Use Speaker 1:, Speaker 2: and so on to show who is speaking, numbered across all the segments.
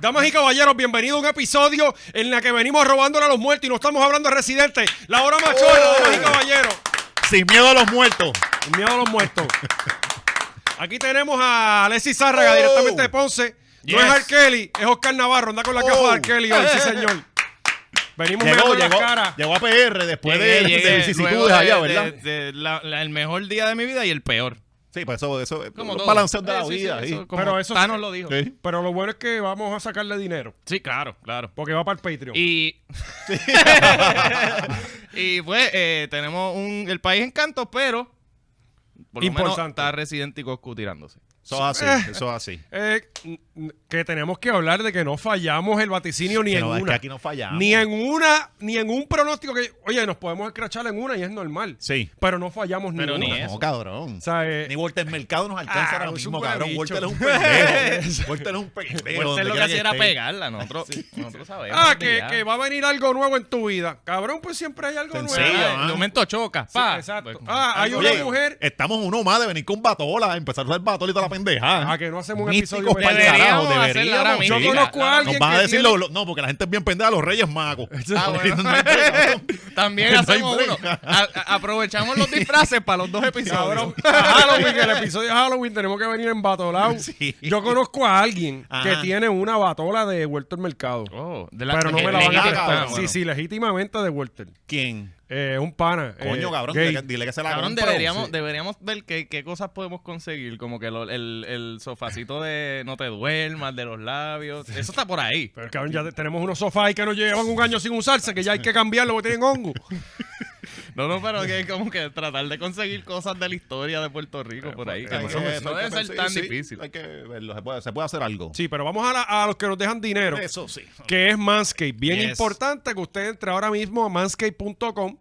Speaker 1: Damas y caballeros, bienvenido a un episodio en la que venimos robándole a los muertos y no estamos hablando de residentes. La hora machorra,
Speaker 2: Oh.
Speaker 1: damas y caballeros.
Speaker 2: Sin miedo a los muertos.
Speaker 1: Sin miedo a los muertos. Aquí tenemos a Alexis Zárraga,
Speaker 2: Oh.
Speaker 1: directamente de Ponce. No es
Speaker 2: Yes. Oh.
Speaker 1: R. Kelly, es Oscar Navarro. Anda con la caja de R. Kelly hoy, sí, señor. Venimos medio
Speaker 2: Llegó,
Speaker 1: con la
Speaker 2: llegó,
Speaker 1: cara.
Speaker 2: llegó a PR después de,
Speaker 3: Llegué,
Speaker 2: de
Speaker 3: llegué, luego
Speaker 2: vicisitudes
Speaker 3: de-
Speaker 2: allá,
Speaker 3: de-
Speaker 2: ¿verdad?
Speaker 3: de la- la- el mejor día de mi vida y el peor.
Speaker 2: sí, pues eso, eso es
Speaker 3: Como
Speaker 2: un
Speaker 3: todo.
Speaker 2: balanceo de
Speaker 3: Sí,
Speaker 2: la
Speaker 3: sí,
Speaker 2: vida.
Speaker 3: sí,
Speaker 2: sí.
Speaker 3: eso- como
Speaker 1: Pero eso
Speaker 3: Thanos
Speaker 1: sí.
Speaker 3: lo dijo.
Speaker 2: Sí.
Speaker 1: Pero lo bueno es que vamos a sacarle dinero,
Speaker 3: Sí, claro, claro.
Speaker 1: porque va para el Patreon.
Speaker 3: Y, y pues eh, tenemos un, el país en canto, pero por lo menos
Speaker 1: Importante.
Speaker 3: está Resident y Goku tirándose.
Speaker 2: Eso es así, eso es así.
Speaker 1: Eh, n- n- que tenemos que hablar de que no fallamos el vaticinio ni
Speaker 2: Que
Speaker 1: en
Speaker 2: no, es que
Speaker 1: una.
Speaker 2: aquí no fallamos.
Speaker 1: Ni en una, ni en un pronóstico que, oye, nos podemos escrachar en una y es normal.
Speaker 2: Sí.
Speaker 1: Pero no fallamos ni
Speaker 3: Pero
Speaker 1: en
Speaker 3: ni
Speaker 1: una.
Speaker 3: eso.
Speaker 2: No, cabrón.
Speaker 1: O sea, eh,
Speaker 2: Ni Walter Mercado nos alcanza
Speaker 1: Ah,
Speaker 2: ahora
Speaker 1: es un
Speaker 2: mismo,
Speaker 1: buen
Speaker 2: cabrón.
Speaker 1: bicho.
Speaker 2: Walter es un pendejo. Walter es un pendejo.
Speaker 3: Pues
Speaker 2: donde
Speaker 3: es lo que
Speaker 2: quiera
Speaker 3: hacía era
Speaker 2: esté.
Speaker 3: pegarla, nosotros, nosotros sabemos.
Speaker 1: ah,
Speaker 3: y
Speaker 1: que,
Speaker 3: ya.
Speaker 1: que va a venir algo nuevo en tu vida. Cabrón, pues siempre hay algo
Speaker 3: Ah,
Speaker 2: Sencillo,
Speaker 1: nuevo.
Speaker 2: ¿eh?
Speaker 3: de momento choca. pa.
Speaker 1: exacto.
Speaker 3: Pues,
Speaker 1: Ah, hay
Speaker 3: algo
Speaker 1: una
Speaker 3: nuevo.
Speaker 1: mujer-
Speaker 2: Estamos uno más de venir con batola, empezar a usar batola y toda la pendeja.
Speaker 1: Ah, que no hacemos un
Speaker 2: Místicos
Speaker 1: episodio
Speaker 2: pa'l
Speaker 1: especial.
Speaker 2: carajo,
Speaker 3: Deberíamos hacerla
Speaker 2: deberíamos,
Speaker 3: ahora mismo.
Speaker 1: Yo
Speaker 2: sí.
Speaker 1: conozco a
Speaker 2: Nos
Speaker 1: alguien
Speaker 2: van a
Speaker 1: que
Speaker 2: decir,
Speaker 1: tiene-
Speaker 2: lo- lo- no, porque la gente es bien pendeja, los reyes magos.
Speaker 3: Ah, bueno.
Speaker 2: No hay break, cabrón.
Speaker 3: También
Speaker 2: No hay
Speaker 3: hacemos uno.
Speaker 2: break.
Speaker 3: A- a- aprovechamos los disfraces para los dos episodios.
Speaker 1: Cabrón, Halloween, el episodio de Halloween tenemos que venir en batolao.
Speaker 2: Sí.
Speaker 1: Yo conozco a alguien que
Speaker 2: Ajá.
Speaker 1: tiene una batola de Walter Mercado.
Speaker 3: Oh, de la-
Speaker 1: pero no
Speaker 3: que
Speaker 1: me la van a
Speaker 3: legal,
Speaker 1: prestar.
Speaker 3: ah,
Speaker 1: Sí,
Speaker 3: bueno.
Speaker 1: sí, legítimamente de Walter.
Speaker 2: ¿Quién?
Speaker 1: Eh, un pana.
Speaker 2: Coño,
Speaker 1: eh,
Speaker 2: cabrón,
Speaker 1: gay.
Speaker 2: dile que, dile que se la
Speaker 3: Cabrón,
Speaker 2: compre,
Speaker 3: deberíamos,
Speaker 2: sí.
Speaker 3: deberíamos ver qué, qué cosas podemos conseguir. Como que lo- el, el sofacito de no te duermas, de los labios. Eso está por ahí.
Speaker 1: Pero cabrón, ya te- tenemos unos sofás ahí que no llevan un año sin usarse, que ya hay que cambiarlo porque tienen hongo.
Speaker 3: No, no, pero que como que tratar de conseguir cosas de la historia de Puerto
Speaker 1: Eh,
Speaker 3: Rico
Speaker 1: pues,
Speaker 3: por ahí. que
Speaker 2: Hay
Speaker 3: no,
Speaker 2: que-
Speaker 3: son- no
Speaker 2: hay
Speaker 3: debe
Speaker 2: que
Speaker 3: ser tan
Speaker 2: perseguir, sí,
Speaker 3: difícil.
Speaker 2: Hay que verlo, se puede, se puede hacer algo.
Speaker 1: Sí, pero vamos a, la- a los que nos dejan dinero,
Speaker 2: Eso sí.
Speaker 1: que es Manscaped. Bien
Speaker 3: Yes.
Speaker 1: importante que usted entre ahora mismo a manscaped.com.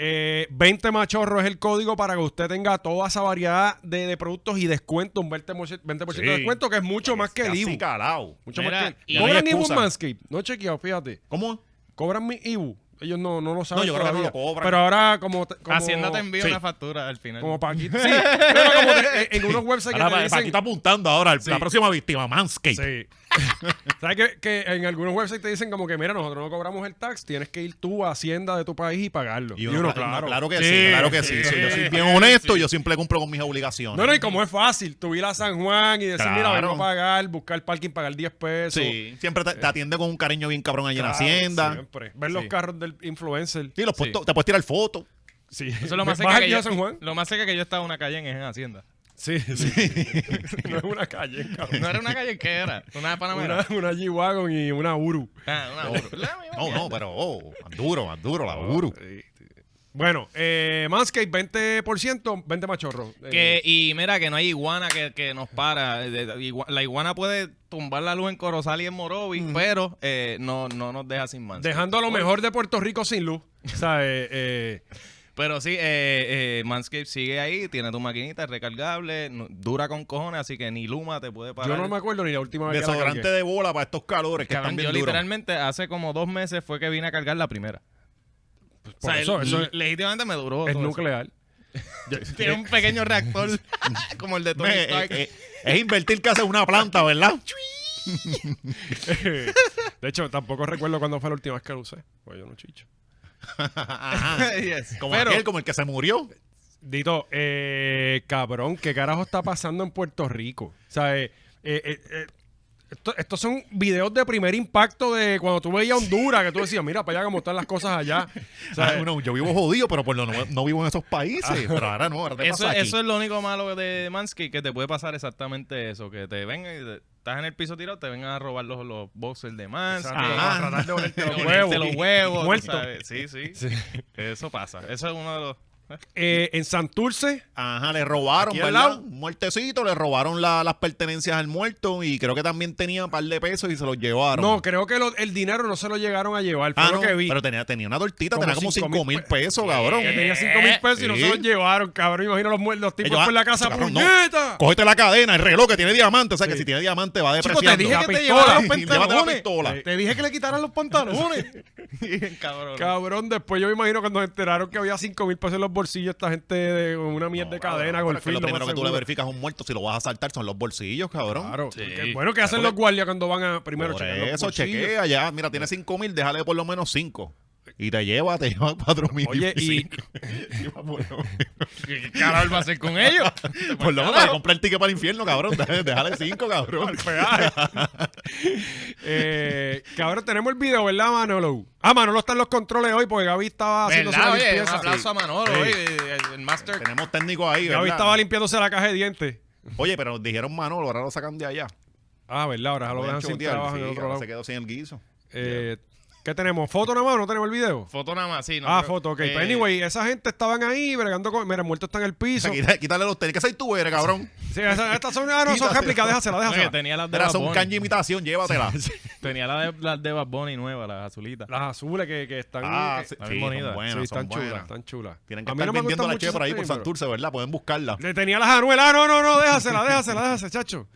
Speaker 1: Eh, 20 machorro es el código para que usted tenga toda esa variedad de, de productos y descuento, un 20%, 20% de
Speaker 2: Sí.
Speaker 1: descuento, que es mucho más que el
Speaker 2: Casi
Speaker 1: IBU.
Speaker 2: calao.
Speaker 1: Mucho
Speaker 3: Mira,
Speaker 1: más que
Speaker 3: y no
Speaker 2: hay
Speaker 1: ¿Cobran IBU
Speaker 2: excusa.
Speaker 1: Manscaped? No he chequeado, fíjate.
Speaker 2: ¿Cómo?
Speaker 1: ¿Cobran mi IBU? Ellos no, no lo saben
Speaker 2: yo creo que no
Speaker 1: todavía.
Speaker 2: lo cobran.
Speaker 1: Pero ahora como... te- como
Speaker 3: Hacienda te envía
Speaker 2: sí.
Speaker 3: una factura al final.
Speaker 1: Como Paquito. Sí, pero como te- en unos websites que te
Speaker 2: Ahora, pa-
Speaker 1: dicen-
Speaker 2: Paquito está apuntando ahora. el- La próxima víctima, Manscape.
Speaker 1: Sí. ¿Sabes que, que en algunos websites te dicen como que, mira, nosotros no cobramos el tax, tienes que ir tú a Hacienda de tu país y pagarlo.
Speaker 2: Y uno, claro, claro que sí,
Speaker 1: Sí,
Speaker 2: claro que
Speaker 1: sí,
Speaker 2: sí. sí, Yo soy
Speaker 1: sí,
Speaker 2: bien honesto y yo siempre cumplo con mis obligaciones.
Speaker 1: No, no, y como es fácil, tú ir a San Juan y decir, mira,
Speaker 2: Claro.
Speaker 1: vamos a pagar, buscar parking, pagar 10 pesos.
Speaker 2: Sí, siempre te, te atiende con un cariño bien cabrón allí
Speaker 1: Claro,
Speaker 2: en Hacienda.
Speaker 1: Siempre. Ver los
Speaker 2: Sí.
Speaker 1: carros del influencer.
Speaker 2: Sí, los
Speaker 3: Sí.
Speaker 2: puesto- te puedes tirar fotos.
Speaker 1: Sí.
Speaker 3: Eso es lo más
Speaker 1: ¿Vas
Speaker 3: cerca que
Speaker 1: aquí
Speaker 3: yo,
Speaker 1: a San Juan?
Speaker 3: Lo más cerca que yo estaba en una calle en, en Hacienda.
Speaker 1: Sí, sí. no es una calle, cabrón.
Speaker 3: No era una calle que era. Una
Speaker 1: Una,
Speaker 3: panamera.
Speaker 1: una G-Wagon y una Uru.
Speaker 3: Ah, una burro. La misma
Speaker 2: No,
Speaker 3: mierda.
Speaker 2: no, pero oh, más duro, más duro, la duro.
Speaker 1: Bueno, eh, Manscaped, 20%, 20 machorro. Eh,
Speaker 3: Que, y mira, que no hay iguana que, que nos para. Eh, De- de- igua- La iguana puede tumbar la luz en Corozal y en Morovis, pero eh, no, no nos deja sin Manscaped.
Speaker 1: dejando a lo mejor de Puerto Rico sin luz. O sea, eh, eh,
Speaker 3: Pero sí, eh, eh, Manscaped sigue ahí, tiene tu maquinita es recargable, no- dura con cojones, así que ni Luma te puede
Speaker 1: yo
Speaker 3: parar.
Speaker 1: no me acuerdo ni la última vez que la
Speaker 2: Desodorante
Speaker 1: cargué.
Speaker 2: de bola para estos calores que
Speaker 3: Cabrón,
Speaker 2: están
Speaker 3: yo
Speaker 2: bien duros.
Speaker 3: literalmente hace como dos meses fue que vine a cargar la primera. o
Speaker 1: por
Speaker 3: sea,
Speaker 1: eso,
Speaker 3: el-
Speaker 1: eso es-
Speaker 3: legítimamente me duró.
Speaker 1: Es
Speaker 3: todo eso.
Speaker 1: nuclear.
Speaker 3: Tiene un pequeño reactor como el de Tony
Speaker 2: Me-
Speaker 3: Stark.
Speaker 2: eh, eh, es invertir casi en una planta, ¿verdad?
Speaker 1: De hecho, tampoco recuerdo cuándo fue la última vez que lo usé. Pues yo no chicho.
Speaker 2: Ajá.
Speaker 3: Yes.
Speaker 2: Como
Speaker 3: Pero-
Speaker 2: aquel, como el que se murió.
Speaker 1: Dito, eh, cabrón, ¿qué carajo está pasando en Puerto Rico? O sea, eh, eh, eh, eh, esto- estos son videos de primer impacto de cuando tú veías Honduras, que tú decías, mira para allá cómo están las cosas allá. O sea,
Speaker 2: Ah, no, yo vivo jodido, pero por lo no, no vivo en esos países. Pero ahora no, ahora te
Speaker 3: Eso,
Speaker 2: pasa aquí.
Speaker 3: eso es lo único malo de Mansky, que te puede pasar exactamente eso, que te vengan y te- estás en el piso tirado, te vengan a robar los, los boxers de Mansky.
Speaker 1: exacto, para tratar de olerte los huevos.
Speaker 3: los huevos,
Speaker 1: Muerto.
Speaker 3: tú sabes. Sí, sí, Eso pasa. Eso es uno de los...
Speaker 1: Eh, en Santurce,
Speaker 2: Ajá, le robaron,
Speaker 1: Aquí al
Speaker 2: ¿verdad?
Speaker 1: lado.
Speaker 2: Un Muertecito, le robaron la- las pertenencias al muerto y creo que también tenía un par de pesos y se los llevaron.
Speaker 1: no, creo que lo- el dinero no se lo llegaron a llevar. Fue
Speaker 2: Ah,
Speaker 1: lo
Speaker 2: no,
Speaker 1: que vi.
Speaker 2: Pero tenía, tenía una tortita,
Speaker 1: Como
Speaker 2: tenía como
Speaker 1: cinco
Speaker 2: 5
Speaker 1: mil
Speaker 2: mil pesos, cabrón. Eh,
Speaker 1: Que tenía 5 mil pesos y no se los
Speaker 2: Sí.
Speaker 1: llevaron, cabrón. Imagino los, muertos, los tipos
Speaker 2: Ellos, ah,
Speaker 1: por la casa,
Speaker 2: cabrón, no.
Speaker 1: ¡puñeta!
Speaker 2: Cógete la cadena, el reloj que tiene diamante. O sea,
Speaker 1: Sí.
Speaker 2: que si tiene diamante va
Speaker 3: Chico,
Speaker 2: depreciando.
Speaker 3: te dije
Speaker 1: la
Speaker 3: que te
Speaker 1: pistola.
Speaker 3: llevaras los
Speaker 2: Sí, llévate la
Speaker 3: pantalones.
Speaker 2: pistola.
Speaker 1: Sí.
Speaker 3: Te dije que le quitaran los pantalones. Bien, cabrón.
Speaker 1: Cabrón, después yo me imagino cuando se enteraron que había 5 mil pesos en los bolsillos esta gente de, con una mierda de cadena con
Speaker 2: Pero
Speaker 1: el
Speaker 2: es que
Speaker 1: filo.
Speaker 2: Lo primero
Speaker 1: más
Speaker 2: que tú le
Speaker 1: seguro.
Speaker 2: verificas a un muerto si lo vas a saltar son los bolsillos, cabrón.
Speaker 1: Claro.
Speaker 3: Sí.
Speaker 1: Que- bueno, ¿qué hacen los guardias cuando van a primero
Speaker 2: Por
Speaker 1: chequear los
Speaker 2: eso,
Speaker 1: bolsillos?
Speaker 2: chequea ya. Mira, tiene 5 mil, déjale por lo menos 5. Y te lleva, te lleva 4 mil.
Speaker 1: Oye, y-
Speaker 3: ¿Qué qué carajo va a hacer con ellos?
Speaker 2: Por lo menos, comprar el ticket para el infierno, cabrón. Déjale- Déjale 5, cabrón.
Speaker 1: Eh, que ahora tenemos el video, ¿verdad, Manolo? Ah, Manolo está en los controles hoy porque Gaby estaba haciéndose
Speaker 3: ¿Verdad?
Speaker 1: la
Speaker 3: Oye, un
Speaker 1: limpieza.
Speaker 3: aplauso a Manolo,
Speaker 1: Sí.
Speaker 3: oye, el- el master.
Speaker 2: Tenemos técnico ahí,
Speaker 1: Gaby
Speaker 2: ¿verdad?
Speaker 1: estaba limpiándose la caja de dientes.
Speaker 2: Oye, pero nos dijeron Manolo, ahora lo sacan de allá.
Speaker 1: Ah, ¿verdad? Ahora lo
Speaker 2: Voy a
Speaker 1: dejan sin
Speaker 2: chotear,
Speaker 1: trabajo
Speaker 2: sí,
Speaker 1: en el otro
Speaker 2: ahora
Speaker 1: lado.
Speaker 2: Se quedó sin el guiso.
Speaker 1: Eh, ¿Qué tenemos? ¿Foto nada más o no tenemos el video?
Speaker 3: Foto nada más, sí. no
Speaker 1: ah,
Speaker 3: creo-
Speaker 1: foto, ok.
Speaker 3: eh,
Speaker 1: Pero anyway, esa gente estaban ahí bregando con... Mira, el muerto está en el
Speaker 2: O sea,
Speaker 1: piso.
Speaker 2: quita- quítale los tenis. ¿Qué soy tú eres, cabrón?
Speaker 1: Sí, esa- estas son... Ah, no, son
Speaker 2: Quítate.
Speaker 1: réplicas. Déjasela,
Speaker 3: no, que
Speaker 1: déjasela.
Speaker 3: tenía las de
Speaker 2: Era
Speaker 3: Bad
Speaker 2: son
Speaker 3: Bunny.
Speaker 2: kanji imitación, llévatela.
Speaker 3: Tenía las de, las de Bad Bunny nuevas, las azulitas.
Speaker 1: Las azules que, que están...
Speaker 2: Ah,
Speaker 1: eh,
Speaker 2: sí, sí,
Speaker 1: sí,
Speaker 3: bien bonitas.
Speaker 2: son buenas, son
Speaker 1: están chulas,
Speaker 2: buenas.
Speaker 1: están chulas.
Speaker 2: Tienen que
Speaker 1: A mí
Speaker 2: estar
Speaker 1: no me
Speaker 2: vendiendo
Speaker 1: gustan
Speaker 2: la
Speaker 1: mucho
Speaker 2: che por ahí
Speaker 1: esos
Speaker 2: por
Speaker 1: tenis, pero-
Speaker 2: Santurce, ¿verdad? Pueden buscarla.
Speaker 1: Le tenía las anuelas. Ah, no, no, no, déjasela, déjasela, déjasela, chacho.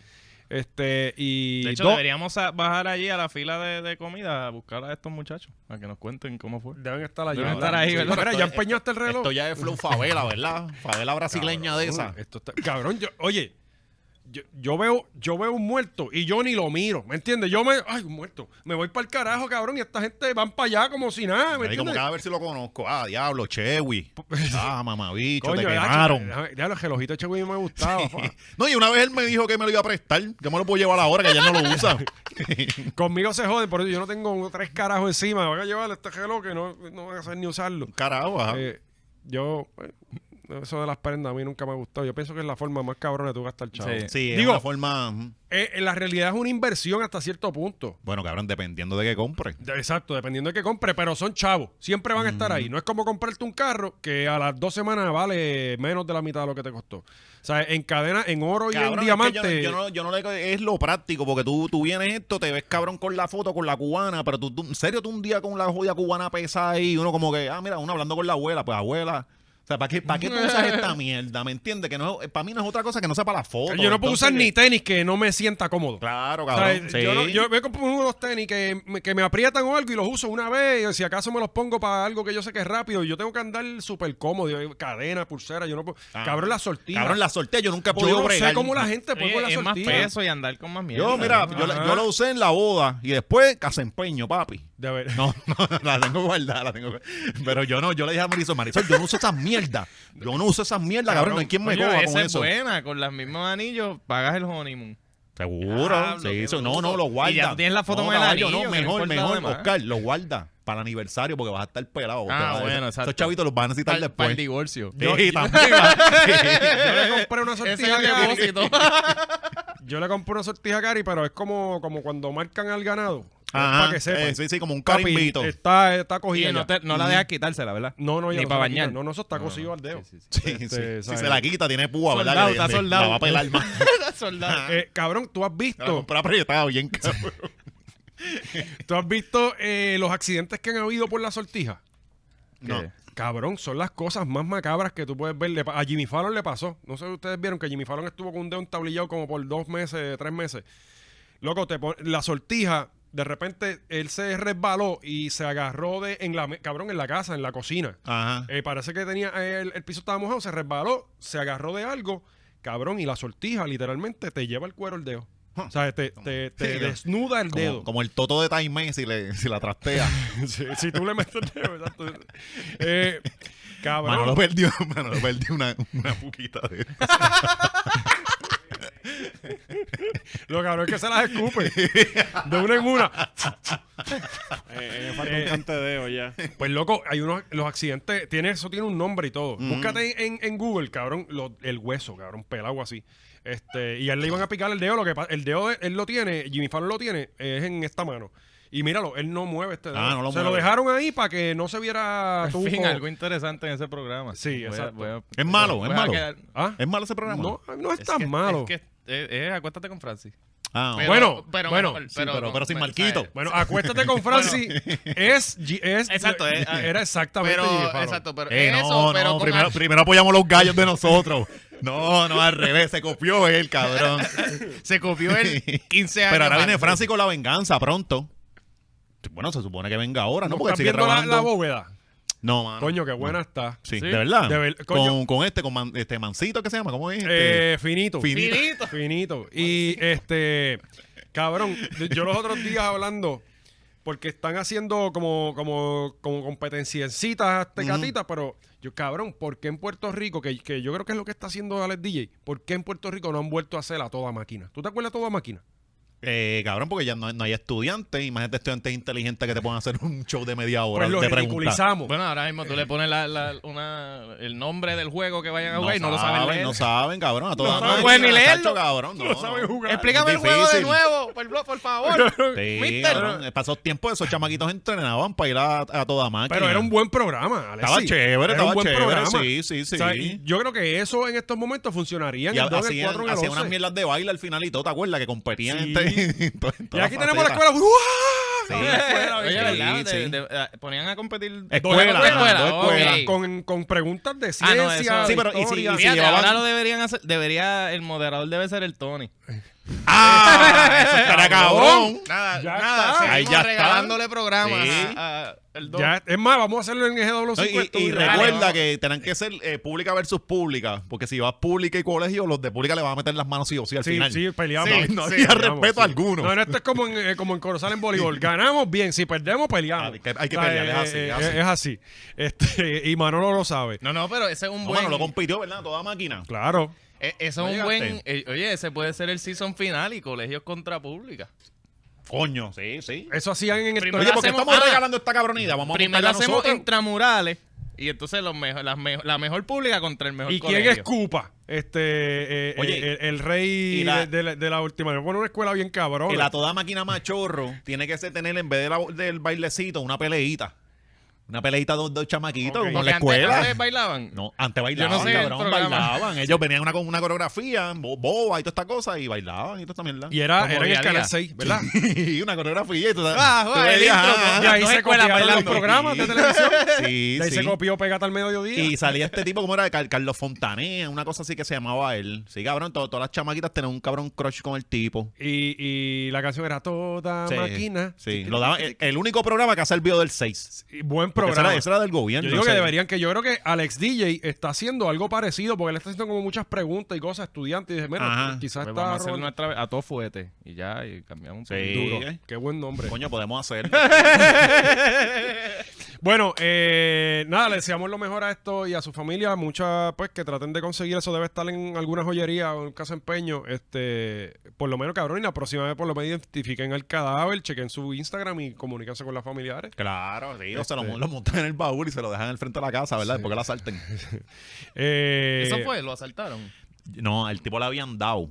Speaker 1: Este, y.
Speaker 3: De hecho,
Speaker 1: dos-
Speaker 3: deberíamos a- bajar allí a la fila de, de comida a buscar a estos muchachos, a que nos cuenten cómo fue.
Speaker 1: deben estar allá.
Speaker 3: deben estar ahí,
Speaker 1: Sí,
Speaker 3: ¿verdad?
Speaker 1: Mira, ya
Speaker 2: Esto-
Speaker 1: empeñaste el reloj.
Speaker 2: Esto ya es flow favela, ¿verdad? Favela brasileña de esa.
Speaker 1: Uy, esto está- Cabrón, yo, oye. Yo, yo veo, yo veo un muerto y yo ni lo miro, ¿me entiendes? Yo me, ay, un muerto, me voy para el carajo, cabrón, y esta gente van para allá como si nada, ¿me
Speaker 2: Ahí como
Speaker 1: entiendes?
Speaker 2: que a ver si lo conozco. Ah, diablo, Chewi. Ah, mamabicho, te
Speaker 1: ya,
Speaker 2: quemaron.
Speaker 1: déjame- déjame, el relojito che, güey, me gustaba. fa.
Speaker 2: No, y una vez él me dijo que me lo iba a prestar. Yo me lo puedo llevar ahora, que ya no lo usa.
Speaker 1: Conmigo se joden, por eso yo no tengo tres carajos encima. Van a llevarle este reloj que no, no van a hacer ni usarlo.
Speaker 2: Carajo, ajá.
Speaker 1: Eh, yo, eh, eso de las prendas a mí nunca me ha gustado. Yo pienso que es la forma más cabrona de tú gastar chavo.
Speaker 3: Sí.
Speaker 2: sí,
Speaker 1: digo-
Speaker 2: digo, una forma. ujú.
Speaker 1: Eh, en la realidad es una inversión hasta cierto punto.
Speaker 2: Bueno, cabrón, dependiendo de qué compre.
Speaker 1: De- Exacto, dependiendo de qué compre, pero son chavos. Siempre van a estar
Speaker 2: Mm.
Speaker 1: ahí. No es como comprarte un carro que a las dos semanas vale menos de la mitad de lo que te costó. O sea, en cadena, en oro y
Speaker 2: Cabrón,
Speaker 1: en
Speaker 2: es que
Speaker 1: diamante.
Speaker 2: yo, no, yo no- yo no le- es lo práctico, porque tú, tú vienes esto, te ves cabrón con la foto, con la cubana, pero tú, tú- en serio, tú un día con la jodida cubana pesada ahí, uno como que, ah, mira, uno hablando con la abuela, pues abuela. O sea, ¿para qué, para qué tú usas esta mierda? ¿Me entiendes? Que no, para mí no es otra cosa que no sea para la foto.
Speaker 1: Yo no puedo
Speaker 2: Entonces,
Speaker 1: usar ni tenis que no me sienta cómodo.
Speaker 2: Claro,
Speaker 1: O sea,
Speaker 2: cabrón. sí.
Speaker 1: yo, no- yo me compro unos tenis que, me- que me aprietan o algo y los uso una vez. y Si acaso me los pongo para algo que yo sé que es rápido, yo tengo que andar súper cómodo. yo- Cadena, pulsera, yo no puedo.
Speaker 2: Ah.
Speaker 1: cabrón, la sortija.
Speaker 2: Cabrón, la sorteo, yo nunca he
Speaker 1: yo
Speaker 2: podido
Speaker 1: no sé
Speaker 2: bregar.
Speaker 1: cómo la gente puede
Speaker 3: Oye,
Speaker 1: con la
Speaker 3: es más
Speaker 1: sortija.
Speaker 3: peso y andar con más mierda. Ah,
Speaker 2: Yo, mira,
Speaker 3: ¿no?
Speaker 2: yo, la-
Speaker 1: Ajá.
Speaker 2: yo la usé en la boda y después casempeño, papi.
Speaker 1: De ver.
Speaker 2: No, no, la tengo guardada, la tengo guardada. Pero yo no, yo le dije a Marisol, Marisol, yo no uso esas mierdas. Yo no uso esas mierdas, cabrón. No hay quien me
Speaker 3: Coño,
Speaker 2: coja
Speaker 3: esa
Speaker 2: con
Speaker 3: es
Speaker 2: eso.
Speaker 3: buena, con los mismos anillos pagas el honeymoon.
Speaker 2: Seguro.
Speaker 3: Diablo,
Speaker 2: sí,
Speaker 3: qué
Speaker 2: eso-
Speaker 3: bruto.
Speaker 2: no, no, lo guarda.
Speaker 3: Y ya tú tienes la foto
Speaker 2: no,
Speaker 3: con el
Speaker 2: caballo, no,
Speaker 3: anillo, que no
Speaker 2: mejor,
Speaker 3: importa
Speaker 2: mejor,
Speaker 3: lo demás.
Speaker 2: Oscar, lo guarda para el aniversario porque vas a estar pelado.
Speaker 3: Ah,
Speaker 2: Te vas a-
Speaker 3: bueno, exacto.
Speaker 2: Esos chavitos los van a necesitar
Speaker 3: Para, para
Speaker 2: después.
Speaker 3: el divorcio.
Speaker 2: Sí, también va-
Speaker 1: Yo le compré una
Speaker 3: Ese es
Speaker 1: sortija
Speaker 3: el
Speaker 1: cara.
Speaker 3: depósito.
Speaker 1: Yo le compré una sortija cari, pero es como, como cuando marcan al ganado.
Speaker 2: Ajá,
Speaker 1: para que sepan.
Speaker 2: eh, sí, sí, como un
Speaker 1: Papi,
Speaker 2: carimbito.
Speaker 3: este,
Speaker 1: está, está cogida.
Speaker 3: Oye,
Speaker 1: ya.
Speaker 3: no, te-
Speaker 2: Mm.
Speaker 3: no la dejas quitársela, ¿verdad?
Speaker 1: no, no, ya
Speaker 3: Ni
Speaker 1: no se
Speaker 3: para
Speaker 1: la quita.
Speaker 3: bañar.
Speaker 1: No, no, eso está cosido al dedo.
Speaker 2: Sí,
Speaker 1: Este,
Speaker 2: sí. Si
Speaker 1: ¿sabes?
Speaker 2: se la quita, tiene púa, ¿verdad?
Speaker 3: Soldado,
Speaker 2: Que
Speaker 3: está
Speaker 2: le- le-
Speaker 3: soldado.
Speaker 2: La va a pelar más.
Speaker 3: Soldado.
Speaker 1: Eh, cabrón, tú has
Speaker 2: La
Speaker 1: visto.
Speaker 2: compré apretada, bien cabrón.
Speaker 1: ¿Tú has visto eh, los accidentes que han habido por la sortija?
Speaker 2: No.
Speaker 1: Cabrón, son las cosas más macabras que tú puedes ver. Le pa- A Jimmy Fallon le pasó. No sé si ustedes vieron que Jimmy Fallon estuvo con un dedo entablillado como por dos meses, tres meses. Loco, te pon- la sortija, de repente él se resbaló y se agarró de en la me- cabrón en la casa, en la cocina.
Speaker 2: Ajá.
Speaker 1: Eh, parece que tenía eh, el, el piso estaba mojado, se resbaló, se agarró de algo, cabrón, y la sortija literalmente te lleva el cuero el dedo. O sea, te, te- te
Speaker 2: Sí,
Speaker 1: desnuda el
Speaker 2: Como,
Speaker 1: dedo.
Speaker 2: como el toto de Time si, le, si la trastea.
Speaker 1: Sí, si tú le metes el dedo, exacto. Eh, cabrón.
Speaker 2: Manolo perdió, Manolo perdió una, una puquita de
Speaker 1: Lo cabrón es que se las escupe. De una en una.
Speaker 4: Eh, eh, falta un cantedeo ya.
Speaker 1: Pues loco, hay unos los accidentes, tiene, eso tiene un nombre y todo.
Speaker 2: Mm.
Speaker 1: Búscate en, en Google, cabrón, lo- el hueso, cabrón, pelado así. Este, y a él le iban a picar el dedo, lo que pa- el dedo de- él lo tiene, Jimmy Fallon lo tiene, es en esta mano. Y míralo, él no mueve este dedo.
Speaker 2: Ah, no lo
Speaker 1: se lo
Speaker 2: mueve.
Speaker 1: dejaron ahí para que no se viera
Speaker 3: Al
Speaker 1: tu
Speaker 3: fin, algo interesante en ese programa.
Speaker 1: Sí,
Speaker 3: Voy a-
Speaker 1: exacto.
Speaker 3: voy a-
Speaker 2: Es malo,
Speaker 3: voy
Speaker 2: es
Speaker 3: a
Speaker 2: malo.
Speaker 3: quedar-
Speaker 1: ¿Ah?
Speaker 2: ¿Es malo ese programa?
Speaker 1: No, no es,
Speaker 3: Es
Speaker 1: tan
Speaker 3: que-
Speaker 1: malo.
Speaker 3: Es que, eh, eh, acuéstate con Francis.
Speaker 2: Ah,
Speaker 3: Pero-
Speaker 1: Bueno, bueno,
Speaker 3: mejor,
Speaker 2: sí, pero-
Speaker 3: con-
Speaker 2: pero sin
Speaker 3: o sea,
Speaker 2: Marquito.
Speaker 1: Bueno, acuéstate con Francis. es, G- es.
Speaker 3: Exacto, es-
Speaker 1: Era exactamente. Jimmy
Speaker 3: Pero,
Speaker 1: Fallon.
Speaker 3: exacto, pero
Speaker 2: Eh,
Speaker 3: eso,
Speaker 2: no,
Speaker 3: pero
Speaker 2: no,
Speaker 3: con
Speaker 2: primero,
Speaker 3: al-
Speaker 2: primero apoyamos los gallos de nosotros. No, no, al revés, se copió él, cabrón.
Speaker 3: se copió el 15 años.
Speaker 2: Pero ahora viene
Speaker 3: antes.
Speaker 2: Francis con la venganza pronto. Bueno, se supone que venga ahora, ¿no? Porque
Speaker 1: ¿Estás
Speaker 2: sigue
Speaker 1: viendo la,
Speaker 2: trabajando.
Speaker 1: la bóveda?
Speaker 2: No,
Speaker 3: Ah,
Speaker 2: mano.
Speaker 1: Coño, qué buena está.
Speaker 2: Sí, de verdad.
Speaker 1: De ver- coño,
Speaker 2: con, con este, con man- este Mancito, que se llama? ¿Cómo es? Este,
Speaker 1: eh, finito.
Speaker 2: Finito.
Speaker 3: Finito.
Speaker 1: Finito. Y este, cabrón, yo los otros días hablando, porque están haciendo como, como, como competenciencitas tecatitas, pero yo, cabrón, ¿por qué en Puerto Rico, que, que yo creo que es lo que está haciendo Alex DJ, ¿por qué en Puerto Rico no han vuelto a hacer a toda máquina? ¿Tú te acuerdas de toda máquina?
Speaker 2: Eh, cabrón, porque ya no, no hay estudiantes. Imagínate estudiantes inteligentes que te puedan hacer un show de media hora.
Speaker 1: Pues lo
Speaker 2: de preguntar.
Speaker 1: ridiculizamos.
Speaker 3: Bueno, ahora mismo tú le pones la, la- una, el nombre del juego que vayan a
Speaker 2: No
Speaker 3: jugar y no lo saben leer.
Speaker 2: No saben, cabrón. A todas
Speaker 1: No
Speaker 2: máquinas,
Speaker 3: pueden ni leerlo.
Speaker 2: chacho, cabrón, no,
Speaker 1: No saben jugar.
Speaker 3: Explícame el
Speaker 2: Muy
Speaker 3: juego de
Speaker 2: difícil.
Speaker 3: nuevo, por, blo- por favor.
Speaker 2: Sí,
Speaker 3: Mister.
Speaker 2: cabrón. Pasó tiempo esos chamaquitos entrenaban para ir a, a toda máquina.
Speaker 1: Pero era un buen programa, Alexis.
Speaker 2: Estaba chévere,
Speaker 1: Era
Speaker 2: estaba
Speaker 1: un buen
Speaker 2: chévere,
Speaker 1: programa.
Speaker 2: sí, sí, sí.
Speaker 1: O sea, y yo creo que eso en estos momentos funcionaría en
Speaker 2: Y
Speaker 1: el 2, en el
Speaker 2: hacían,
Speaker 1: 4, en el
Speaker 2: hacían
Speaker 1: 11.
Speaker 2: unas mierdas de baile al final y todo, ¿te acuerdas? Que competían
Speaker 1: Sí.
Speaker 2: entre- en todas- en
Speaker 1: Y
Speaker 2: todas
Speaker 1: aquí tenemos la
Speaker 2: facetas.
Speaker 1: escuela.
Speaker 2: Sí.
Speaker 1: ¡guau!
Speaker 3: Oye,
Speaker 2: Sí,
Speaker 3: ¿verdad? De-
Speaker 2: sí.
Speaker 3: de- eh, ponían a competir.
Speaker 2: Escuela,
Speaker 3: Escuela, escuela,
Speaker 2: dos escuelas.
Speaker 3: ok.
Speaker 1: Con, con preguntas de
Speaker 3: Ah,
Speaker 1: ciencia.
Speaker 3: no, eso-
Speaker 1: de
Speaker 2: Sí, pero y si-
Speaker 1: historia.
Speaker 2: y si-
Speaker 3: Fíjate,
Speaker 2: llevaban-
Speaker 3: ahora lo deberían hacer, debería, el moderador debe ser el Tony.
Speaker 2: ¡Ah! Eso estará cabrón.
Speaker 3: Nada,
Speaker 1: Ya
Speaker 3: nada,
Speaker 1: está.
Speaker 3: seguimos
Speaker 2: Ahí ya está.
Speaker 3: regalándole programas
Speaker 2: Sí.
Speaker 3: a- a- al Don.
Speaker 1: Ya, es más, vamos a hacerlo en
Speaker 2: No,
Speaker 1: GW50.
Speaker 2: y, y
Speaker 1: Dale,
Speaker 2: recuerda
Speaker 1: vamos.
Speaker 2: que tendrán que ser eh, pública versus pública, porque si vas pública y colegio, los de pública le van a meter las manos sí o sí al
Speaker 1: Sí,
Speaker 2: final.
Speaker 1: sí, peleamos.
Speaker 2: No, no
Speaker 1: Sí,
Speaker 2: había
Speaker 1: peleamos,
Speaker 2: respeto
Speaker 1: sí.
Speaker 2: alguno.
Speaker 1: No, no, esto es como en, eh, como en Corozal en voleibol. Ganamos bien, si perdemos, peleamos.
Speaker 2: Hay que- hay que
Speaker 1: O sea,
Speaker 2: pelear, es así,
Speaker 1: eh,
Speaker 2: es así.
Speaker 1: eh, así. Este, y Manolo lo sabe.
Speaker 3: No, no, pero ese es un
Speaker 2: No,
Speaker 3: buen.
Speaker 2: mano, lo compitió, ¿verdad? Toda máquina.
Speaker 1: Claro.
Speaker 3: eh, ese es un
Speaker 2: No
Speaker 3: buen.
Speaker 2: llegaste.
Speaker 3: eh, oye, ese puede ser el season final y colegios contra pública.
Speaker 2: Coño, sí, sí.
Speaker 1: Eso hacían en el
Speaker 3: Primero
Speaker 2: Oye, porque
Speaker 3: hacemos-
Speaker 2: estamos
Speaker 3: ah,
Speaker 2: regalando esta cabronida. Vamos
Speaker 3: Primero
Speaker 2: a
Speaker 3: hacemos
Speaker 2: montarla nosotros.
Speaker 3: intramurales y entonces los mejo- las mejo- la mejor pública contra el mejor
Speaker 1: ¿Y
Speaker 3: colegio.
Speaker 1: quién es Cupa? Este, eh,
Speaker 2: Oye,
Speaker 1: eh, el, el rey
Speaker 2: y la-
Speaker 1: de, de la, de la última. Pone una escuela bien cabrón.
Speaker 2: Que la toda máquina machorro tiene que ser tener en vez de la- del bailecito una peleita. Una peleita de dos chamaquitos,
Speaker 1: Ok.
Speaker 2: como en
Speaker 3: Porque
Speaker 2: la
Speaker 3: antes-
Speaker 2: escuela.
Speaker 3: antes bailaban.
Speaker 2: No, antes bailaban,
Speaker 3: sé el
Speaker 2: cabrón,
Speaker 3: programa.
Speaker 2: bailaban. Ellos venían una, con una coreografía, bo- boba y toda esta cosa, y bailaban y toda esta mierda.
Speaker 1: Y era,
Speaker 3: Como
Speaker 1: era en
Speaker 3: día
Speaker 1: el
Speaker 3: a
Speaker 1: canal
Speaker 3: día.
Speaker 1: 6, ¿verdad?
Speaker 2: Y una coreografía y todo.
Speaker 3: Ah,
Speaker 2: tú
Speaker 3: ah, el
Speaker 2: veías,
Speaker 3: intro,
Speaker 2: ah,
Speaker 1: Y ahí
Speaker 3: dos
Speaker 1: se
Speaker 3: escuelas
Speaker 1: copiaron los
Speaker 3: bailando.
Speaker 1: programas de televisión.
Speaker 2: Sí,
Speaker 1: De ahí
Speaker 2: sí.
Speaker 1: se copió Pégate al mediodía.
Speaker 2: Y salía este tipo, como era? Car- Carlos Fontané, una cosa así que se llamaba él. Sí, cabrón, to- todas las chamaquitas tenían un cabrón crush con el tipo.
Speaker 1: Y, y la canción era toda
Speaker 2: Sí,
Speaker 1: máquina.
Speaker 2: Sí, lo daban- el, el único programa que ha servido del 6.
Speaker 1: Y Buen
Speaker 2: Porque ese era,
Speaker 1: programa.
Speaker 2: ese era del gobierno.
Speaker 1: yo digo
Speaker 2: o
Speaker 1: que
Speaker 2: sea,
Speaker 1: deberían, que yo creo que Alex DJ está haciendo algo parecido, porque él está haciendo como muchas preguntas y cosas a estudiantes. Y dice, mira,
Speaker 2: Ajá.
Speaker 1: quizás
Speaker 3: Pues
Speaker 1: está
Speaker 3: vamos a hacer
Speaker 1: robando-
Speaker 3: nuestra vez a todo fuete y ya, y cambiamos un
Speaker 2: Sí.
Speaker 1: duro.
Speaker 2: eh.
Speaker 1: Qué buen nombre.
Speaker 2: Coño, podemos hacer.
Speaker 1: Bueno, eh, nada, le deseamos lo mejor a esto y a su familia. Muchas, pues, que traten de conseguir eso. Debe estar en alguna joyería o en casa de empeño. Este, por lo menos, cabrón, y la próxima vez por lo menos identifiquen al cadáver, chequen su Instagram y comuníquense con las familiares.
Speaker 2: claro, sí. O sea, lo, lo montan en el baúl y se lo dejan al frente de la casa, ¿verdad? Después que la salten.
Speaker 1: Eh,
Speaker 3: Eso fue, lo asaltaron.
Speaker 2: No, el tipo la habían dado.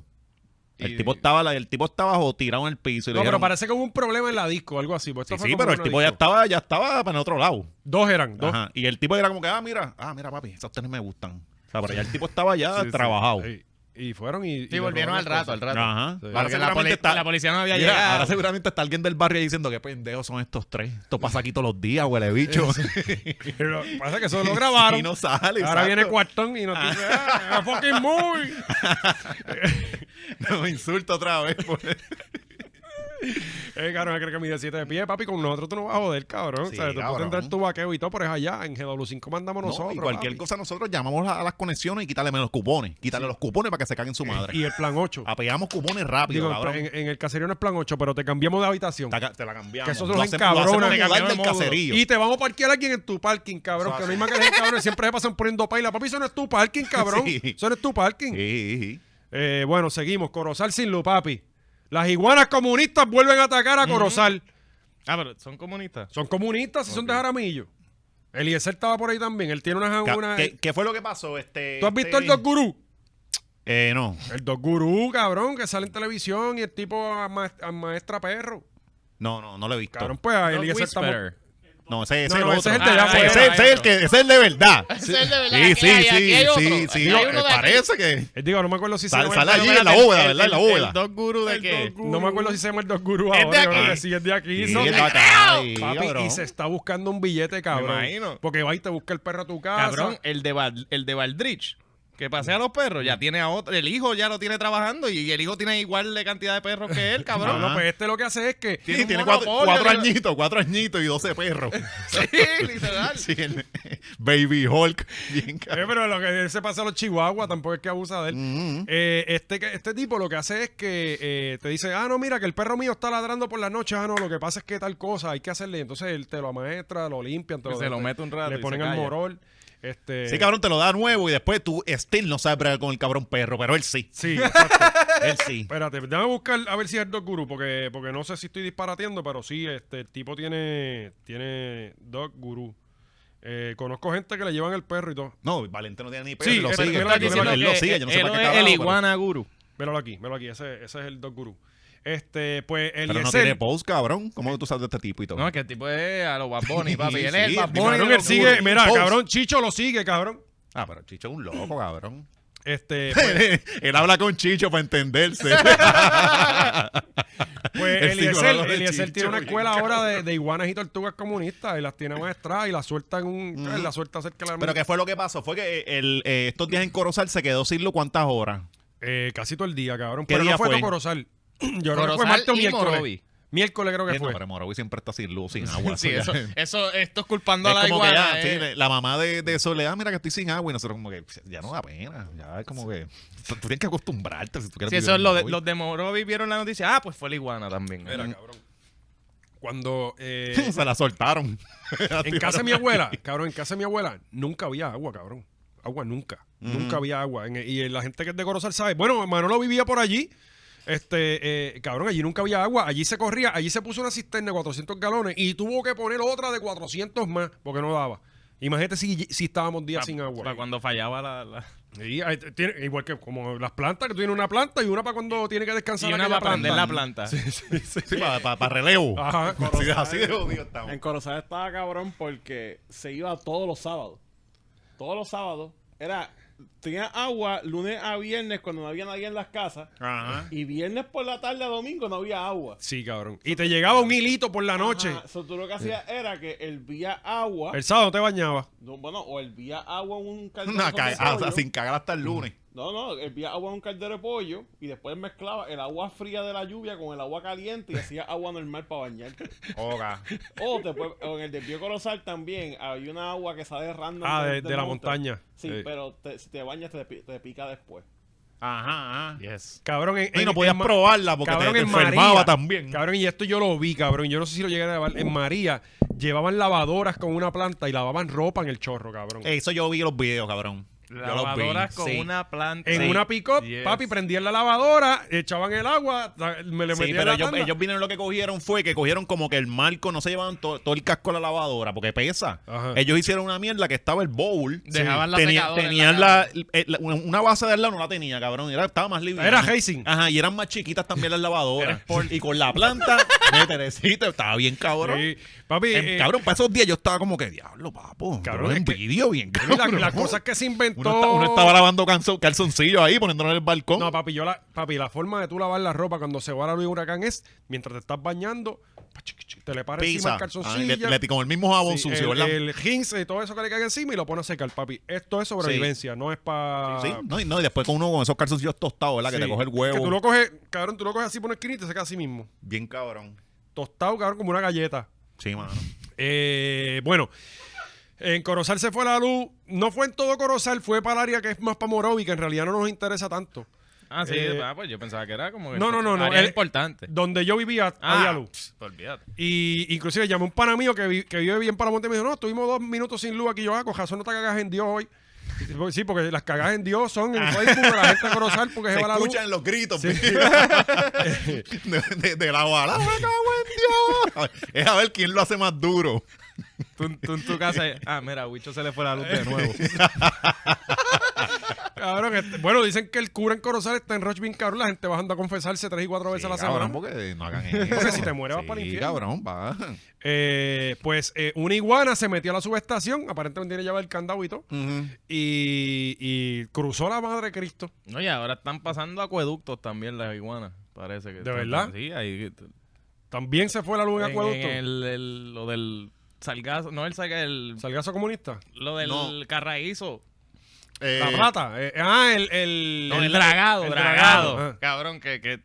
Speaker 2: El
Speaker 3: Y-
Speaker 2: tipo estaba, la- el tipo estaba jo, tirado en el piso. Y le
Speaker 1: No, pero
Speaker 2: dijeron-
Speaker 1: parece que hubo un problema en la disco, algo así. pues esto
Speaker 2: Sí,
Speaker 1: fue
Speaker 2: sí,
Speaker 1: como
Speaker 2: pero
Speaker 1: en
Speaker 2: el
Speaker 1: una
Speaker 2: tipo ya
Speaker 1: disco.
Speaker 2: estaba, ya estaba para el otro lado.
Speaker 1: Dos eran, dos.
Speaker 2: Ajá. Y el tipo era como que, ah, mira, ah, mira, papi, esas tenis me gustan. O sea, pero ya el tipo estaba ya trabajado.
Speaker 1: Sí. Y fueron y. y
Speaker 3: Sí,
Speaker 1: le
Speaker 3: volvieron
Speaker 1: robaron
Speaker 3: al
Speaker 1: las
Speaker 3: rato, al
Speaker 1: cosas.
Speaker 3: rato.
Speaker 2: Ajá.
Speaker 1: Sí.
Speaker 2: Ahora,
Speaker 3: Porque la,
Speaker 2: seguramente
Speaker 3: poli-
Speaker 2: está,
Speaker 3: la policía no había
Speaker 2: Mira,
Speaker 3: llegado.
Speaker 2: ahora seguramente está alguien del barrio ahí diciendo qué pendejos son estos tres. Estos pasan aquí todos los días, huele bicho.
Speaker 1: Pero pasa que eso lo grabaron.
Speaker 2: y no sale.
Speaker 1: Ahora
Speaker 2: exacto.
Speaker 1: viene Cuartón y nos dice, ah, a fucking movie.
Speaker 2: No, insulta otra vez. pues.
Speaker 1: Eh, cabrón, creo que mide 7 de pie, papi. Con nosotros tú no vas a joder, cabrón.
Speaker 2: Sí,
Speaker 1: o sea, tú puedes
Speaker 2: cabrón.
Speaker 1: entrar tu vaqueo y todo, pero es allá. En GW5 mandamos
Speaker 2: No, y
Speaker 1: nosotros.
Speaker 2: cualquier
Speaker 1: papi.
Speaker 2: cosa nosotros llamamos a, a las conexiones y quitarle menos cupones. Quitarle los cupones para que se caguen su madre.
Speaker 1: Eh, Y el plan 8.
Speaker 2: Apeamos cupones rápido,
Speaker 1: Digo,
Speaker 2: Ah, cabrón.
Speaker 1: en, en el caserío no es plan 8, pero te cambiamos de habitación.
Speaker 2: Te ca- Te la cambiamos.
Speaker 1: Que esos
Speaker 2: Lo
Speaker 1: son
Speaker 2: hacemos- lo
Speaker 1: cabrones.
Speaker 2: hacemos mudar del caserío.
Speaker 1: Y te vamos a parquear a alguien en tu parking, cabrón.
Speaker 2: Eso
Speaker 1: Que no
Speaker 2: hace.
Speaker 1: hay más que dejar, cabrón. Siempre se pasan poniendo paila. Papi, eso no es tu parking, cabrón.
Speaker 2: Sí.
Speaker 1: Eso no es tu parking.
Speaker 2: Sí, sí, sí.
Speaker 1: Eh, bueno, seguimos. Corozal sin lo, papi. Las iguanas comunistas vuelven a atacar a Corozal.
Speaker 3: Ah, pero son comunistas.
Speaker 1: Son comunistas y son de Jaramillo. Eliezer estaba por ahí también. Él tiene unas...
Speaker 2: Ca-
Speaker 1: unas-
Speaker 2: ¿Qué, qué fue lo que pasó? Este,
Speaker 1: ¿Tú has visto
Speaker 2: este-
Speaker 1: el Dos Gurú?
Speaker 2: Eh, no.
Speaker 1: El Dos Gurú, cabrón, que sale en televisión y el tipo ama- amaestra perro.
Speaker 2: No, no, no lo he visto.
Speaker 1: Cabrón, pues a
Speaker 3: Dog
Speaker 1: él y ese estamos-
Speaker 3: Whisperer.
Speaker 2: No, ese,
Speaker 1: No,
Speaker 2: ese es el
Speaker 1: no,
Speaker 2: otro.
Speaker 1: ese es el
Speaker 3: de allá
Speaker 2: Ah, ese,
Speaker 3: afuera.
Speaker 2: ese es el que, ese es el de verdad.
Speaker 3: Ese es el de verdad.
Speaker 2: Sí,
Speaker 3: Aquí
Speaker 2: sí,
Speaker 3: hay- aquí
Speaker 2: sí,
Speaker 3: hay otro.
Speaker 2: sí, sí.
Speaker 3: Aquí hay
Speaker 2: No,
Speaker 3: uno de
Speaker 2: Parece que
Speaker 1: Eh, Digo, no me acuerdo si se
Speaker 2: Sal-
Speaker 1: llama...
Speaker 2: sale allí
Speaker 1: el-
Speaker 2: Ah, en la
Speaker 3: El-
Speaker 2: bóveda,
Speaker 3: el-
Speaker 2: ¿verdad? En la
Speaker 3: el-
Speaker 2: bóveda.
Speaker 3: El dog guru de qué.
Speaker 1: No me acuerdo si se llama el Dos Gurú
Speaker 3: Es de
Speaker 1: ahora. yo creo
Speaker 3: aquí.
Speaker 1: que sí, es de aquí.
Speaker 2: Sí,
Speaker 1: son-
Speaker 2: es de acá, sí,
Speaker 1: Papi,
Speaker 2: cabrón.
Speaker 1: y se está buscando un billete, cabrón.
Speaker 3: imagino.
Speaker 1: Porque va y te busca el perro a tu casa.
Speaker 3: Cabrón, el de, Val- el de Valdrich. que pasea a los perros,
Speaker 2: Mm.
Speaker 3: ya tiene a otro, el hijo ya lo tiene trabajando y el hijo tiene igual de cantidad de perros que él,
Speaker 2: Ah,
Speaker 1: No,
Speaker 3: cabrón.
Speaker 1: no, pues este lo que hace es que.
Speaker 2: Tiene,
Speaker 1: un
Speaker 2: tiene cuatro,
Speaker 1: monopolio
Speaker 2: cuatro
Speaker 1: de-
Speaker 2: añitos, cuatro añitos y 12 perros.
Speaker 3: sí, literal.
Speaker 2: Sí, el- Baby Hulk. Bien
Speaker 1: Eh, pero lo que se pasa a los chihuahuas tampoco es que abusa de él.
Speaker 2: Mm-hmm.
Speaker 1: Eh, este, que- este tipo lo que hace es que eh, te dice, ah, no, mira, que el perro mío está ladrando por las noches, ah, no, lo que pasa es que tal cosa, hay que hacerle. Entonces él te lo amaestra, lo limpian, te
Speaker 3: Se lo
Speaker 1: te-
Speaker 3: mete un rato
Speaker 1: Le
Speaker 3: y
Speaker 1: ponen
Speaker 3: se
Speaker 1: el
Speaker 3: calla.
Speaker 1: morol. Este,
Speaker 2: Sí, cabrón, te lo da nuevo y después tú, Steel no sabe bregar con el cabrón perro, pero él sí.
Speaker 1: Sí, exacto.
Speaker 2: Él sí.
Speaker 1: Espérate, déjame buscar a ver si es Dog Guru, porque, porque no sé si estoy disparateando, pero sí, este, el tipo tiene, tiene Dog Guru. Eh, conozco gente que le llevan el perro y todo.
Speaker 2: No, Valente no tiene ni perro.
Speaker 1: Sí,
Speaker 2: y lo
Speaker 1: este,
Speaker 2: sigue.
Speaker 1: mira,
Speaker 2: Está
Speaker 1: aquí,
Speaker 2: diciendo
Speaker 1: mira,
Speaker 2: que él lo sigue. Yo no sé
Speaker 3: Él
Speaker 2: para qué
Speaker 3: es
Speaker 2: carajo,
Speaker 3: el
Speaker 2: pero-
Speaker 3: iguana guru.
Speaker 1: Míralo aquí, míralo aquí, ese, ese es el Dog Guru. Este, pues el
Speaker 2: Pero no tiene post, cabrón. ¿Cómo tú sabes de este tipo y todo?
Speaker 3: No, es que el tipo es a los Bad Bunny, papi. Él es
Speaker 2: Sí,
Speaker 3: el Bad
Speaker 2: cabrón,
Speaker 3: Bunny. de
Speaker 1: Cabrón,
Speaker 3: los
Speaker 1: él sigue,
Speaker 2: Guru.
Speaker 1: mira,
Speaker 2: Post.
Speaker 1: cabrón, Chicho lo sigue, cabrón.
Speaker 2: Ah, pero Chicho es un loco, cabrón.
Speaker 1: Este, pues,
Speaker 2: él habla con Chicho para entenderse.
Speaker 1: pues
Speaker 2: El
Speaker 1: Eliezer,
Speaker 2: psicólogo de
Speaker 1: Eliezer
Speaker 2: Chicho,
Speaker 1: tiene una
Speaker 2: bien
Speaker 1: escuela ahora de, de iguanas y tortugas comunistas y las tiene maestradas y las suelta en un, la suelta cerca de la
Speaker 2: pero ¿qué fue lo que pasó? Fue que el, eh, estos días en Corozal se quedó sin lo cuántas horas.
Speaker 1: Eh, casi todo el día, cabrón.
Speaker 2: ¿Qué
Speaker 1: Pero
Speaker 2: día
Speaker 1: no fue,
Speaker 2: fue?
Speaker 1: todo Corozal. Yo creo que fue
Speaker 3: Corozal
Speaker 1: martes o
Speaker 3: y
Speaker 1: miércoles.
Speaker 3: Morovi.
Speaker 1: Miércoles creo que
Speaker 2: Eh, No,
Speaker 1: fue.
Speaker 2: pero Morovi siempre está sin luz, sin agua.
Speaker 3: Sí,
Speaker 2: eso
Speaker 3: eso,
Speaker 2: ya-
Speaker 3: eso, esto es culpando a
Speaker 2: es
Speaker 3: la
Speaker 2: como que
Speaker 3: iguana.
Speaker 2: ya, sí,
Speaker 3: eh.
Speaker 2: la- la mamá de, de Soledad, mira que estoy sin agua y nosotros como que ya no da pena, ya es como que tú tienes que acostumbrarte si tú quieres
Speaker 3: Sí,
Speaker 2: vivir
Speaker 3: eso es
Speaker 2: en
Speaker 3: lo de-
Speaker 2: Morovi.
Speaker 3: los de Morovi vieron la noticia. Ah, pues fue la iguana también.
Speaker 1: Mira, cabrón. Cuando eh,
Speaker 2: se la soltaron.
Speaker 1: en casa de mi abuela, cabrón, en casa de mi abuela nunca había agua, cabrón. Agua nunca. Nunca había agua. En- y la gente que es de Corozal sabe. Bueno, Manolo vivía por allí. Este, eh, cabrón, allí nunca había agua. Allí se corría, allí se puso una cisterna de 400 galones y tuvo que poner otra de 400 más porque no daba. Imagínate si, si estábamos días sin agua.
Speaker 3: Ah, Para cuando fallaba la. la-
Speaker 1: Sí, ahí t- tiene- igual que como las plantas, que tú tienes una planta y una para cuando tiene que descansar.
Speaker 3: Y una
Speaker 1: aquella
Speaker 3: para prender la
Speaker 1: planta.
Speaker 3: planta.
Speaker 2: para relevo.
Speaker 1: Ajá.
Speaker 2: Sí, así de jodido estamos.
Speaker 4: En Corozal estaba cabrón porque se iba todos los sábados. Todos los sábados. Era, tenía agua lunes a viernes cuando no había nadie en las casas.
Speaker 1: Ah.
Speaker 2: Ajá.
Speaker 4: Y viernes por la tarde a domingo no había agua.
Speaker 1: Sí, cabrón. Y te llegaba un hilito por la noche.
Speaker 4: Ajá, so tú lo que hacías era que hervía agua.
Speaker 1: El sábado te bañaba.
Speaker 4: no, bueno, o hervía agua en un caldero.
Speaker 2: Una
Speaker 4: con
Speaker 2: ca- ah, o sea,
Speaker 4: pollo.
Speaker 2: sin cagar hasta el lunes.
Speaker 4: No, no, hervía agua en un caldero de pollo y después mezclaba el agua fría de la lluvia con el agua caliente y hacía agua normal para bañarte.
Speaker 2: Oga.
Speaker 4: O, te puede- o en el desvío colosal también hay una agua que sale random.
Speaker 1: Ah, de- de la montaña. Sí.
Speaker 4: Sí,
Speaker 1: pues.
Speaker 4: pero te- si te bañas te, pi- te pica después.
Speaker 2: Ajá, ajá.
Speaker 3: Yes.
Speaker 1: Cabrón, en,
Speaker 2: Y
Speaker 1: en-
Speaker 2: no podías
Speaker 1: en Ma-
Speaker 2: probarla porque te,
Speaker 1: cabrón,
Speaker 2: te
Speaker 1: en María.
Speaker 2: enfermaba también.
Speaker 1: Cabrón, y esto yo lo vi, cabrón. Yo no sé si lo llegué a grabar. En María llevaban lavadoras con una planta y lavaban ropa en el chorro, cabrón.
Speaker 2: Eso yo vi los videos, cabrón. yo los vi.
Speaker 3: Lavadoras con
Speaker 2: sí.
Speaker 3: una planta.
Speaker 1: en
Speaker 3: Sí.
Speaker 1: una pick-up,
Speaker 3: Yes.
Speaker 1: papi, prendían la lavadora, echaban el agua, la- me le
Speaker 2: Sí,
Speaker 1: metían
Speaker 2: pero
Speaker 1: la
Speaker 2: ellos,
Speaker 1: tanda.
Speaker 2: ellos vinieron lo que cogieron fue que cogieron como que el marco, no se llevaban to- todo el casco a la lavadora porque pesa.
Speaker 1: Ajá.
Speaker 2: Ellos hicieron una mierda que estaba el bowl.
Speaker 3: Dejaban la
Speaker 2: Tenía-
Speaker 3: secadora en
Speaker 2: tenían
Speaker 3: la
Speaker 2: la, eh, la- una- una base de al lado no la tenía, cabrón. Era, estaba más libre.
Speaker 1: Era hazing.
Speaker 2: Ajá, y eran más chiquitas también las lavadoras. y con la planta, de Teresita, estaba bien cabrón.
Speaker 1: Sí. Papi,
Speaker 2: Em,
Speaker 1: eh,
Speaker 2: cabrón, para esos días yo estaba como que, diablo, papo.
Speaker 1: Cabrón,
Speaker 2: Cabrón,
Speaker 1: es que-
Speaker 2: envidio bien,
Speaker 1: la- las
Speaker 2: cabrón.
Speaker 1: cosas que se inventó.
Speaker 2: uno, está- uno estaba lavando canso- calzoncillos ahí, poniéndolo en el balcón.
Speaker 1: No, papi, yo la, papi, la forma de tú lavar la ropa cuando se va la luz de huracán es mientras te estás bañando, pa, chiqui, chiqui, te le paras encima
Speaker 2: Pizza.
Speaker 1: el
Speaker 2: Ah,
Speaker 1: calzoncillo.
Speaker 2: le- le- con el mismo jabón
Speaker 1: sí,
Speaker 2: sucio,
Speaker 1: el,
Speaker 2: ¿verdad?
Speaker 1: el jeans y todo eso que le cae encima y lo pones a secar, papi. Esto es sobrevivencia, no es para.
Speaker 2: Sí, no, y, no, y después con uno con esos calzoncillos tostados, ¿verdad? Que te coge el huevo.
Speaker 1: Ah. Que tú lo coges, cabrón, tú lo coges así por una esquina y te seca así mismo.
Speaker 2: Bien cabrón.
Speaker 1: Tostado, cabrón, como una galleta.
Speaker 2: Sí, mano.
Speaker 1: Eh, bueno, en Corozal se fue la luz. No fue en todo Corozal, fue para el área que es más para Morovi, que en realidad no nos interesa tanto.
Speaker 3: Ah, sí.
Speaker 1: Eh,
Speaker 3: ah, pues yo pensaba que era como. que-
Speaker 1: No, no, no, no,
Speaker 3: área
Speaker 1: el-
Speaker 3: importante.
Speaker 1: Donde yo vivía
Speaker 2: Ah.
Speaker 1: había luz.
Speaker 3: pss, olvídate.
Speaker 1: Y inclusive llamé a un pana mío que, vi- que vive bien para Monte y me dijo, no, estuvimos dos minutos sin luz aquí. Yo, ah, cojazo, no te cagas en Dios hoy. Y- porque- Sí, porque las cagas en Dios son en Facebook, la gente de Corozal porque
Speaker 2: Ah. Se
Speaker 1: se va la luz.
Speaker 2: escuchan los gritos de, de- de la bala. ¡Me cago en Dios! Es a ver quién lo hace más duro.
Speaker 3: Tú, tú en tu casa. Ah, mira, a Wicho se le fue la luz de nuevo.
Speaker 1: Cabrón, este- bueno, dicen que el cura en Corozal está en Rush bien cabrón. La gente va andando a confesarse tres y cuatro veces Pues, a la
Speaker 2: Sí, cabrón,
Speaker 1: semana.
Speaker 2: porque no hagan eso.
Speaker 1: Porque si te mueres vas
Speaker 2: Sí,
Speaker 1: para el infierno.
Speaker 2: cabrón, va.
Speaker 1: Eh, pues eh, una iguana se metió a la subestación, aparentemente tiene llave el candado y todo, y, y cruzó la madre de Cristo.
Speaker 3: No, y ahora están pasando acueductos también las iguanas, parece
Speaker 1: ¿De
Speaker 3: que. están-
Speaker 1: verdad?
Speaker 3: Sí, ahí.
Speaker 1: También se fue la luz en,
Speaker 3: En,
Speaker 1: acueducto.
Speaker 3: en el, el- lo del salgazo, no el salgazo, el,
Speaker 1: Salgazo comunista.
Speaker 3: lo del
Speaker 2: No.
Speaker 3: carraízo.
Speaker 2: Eh,
Speaker 1: La plata. eh, ah, el. El,
Speaker 3: No,
Speaker 1: el-
Speaker 3: dragado,
Speaker 1: el
Speaker 3: dragado.
Speaker 1: dragado, ah.
Speaker 3: Cabrón, que, que,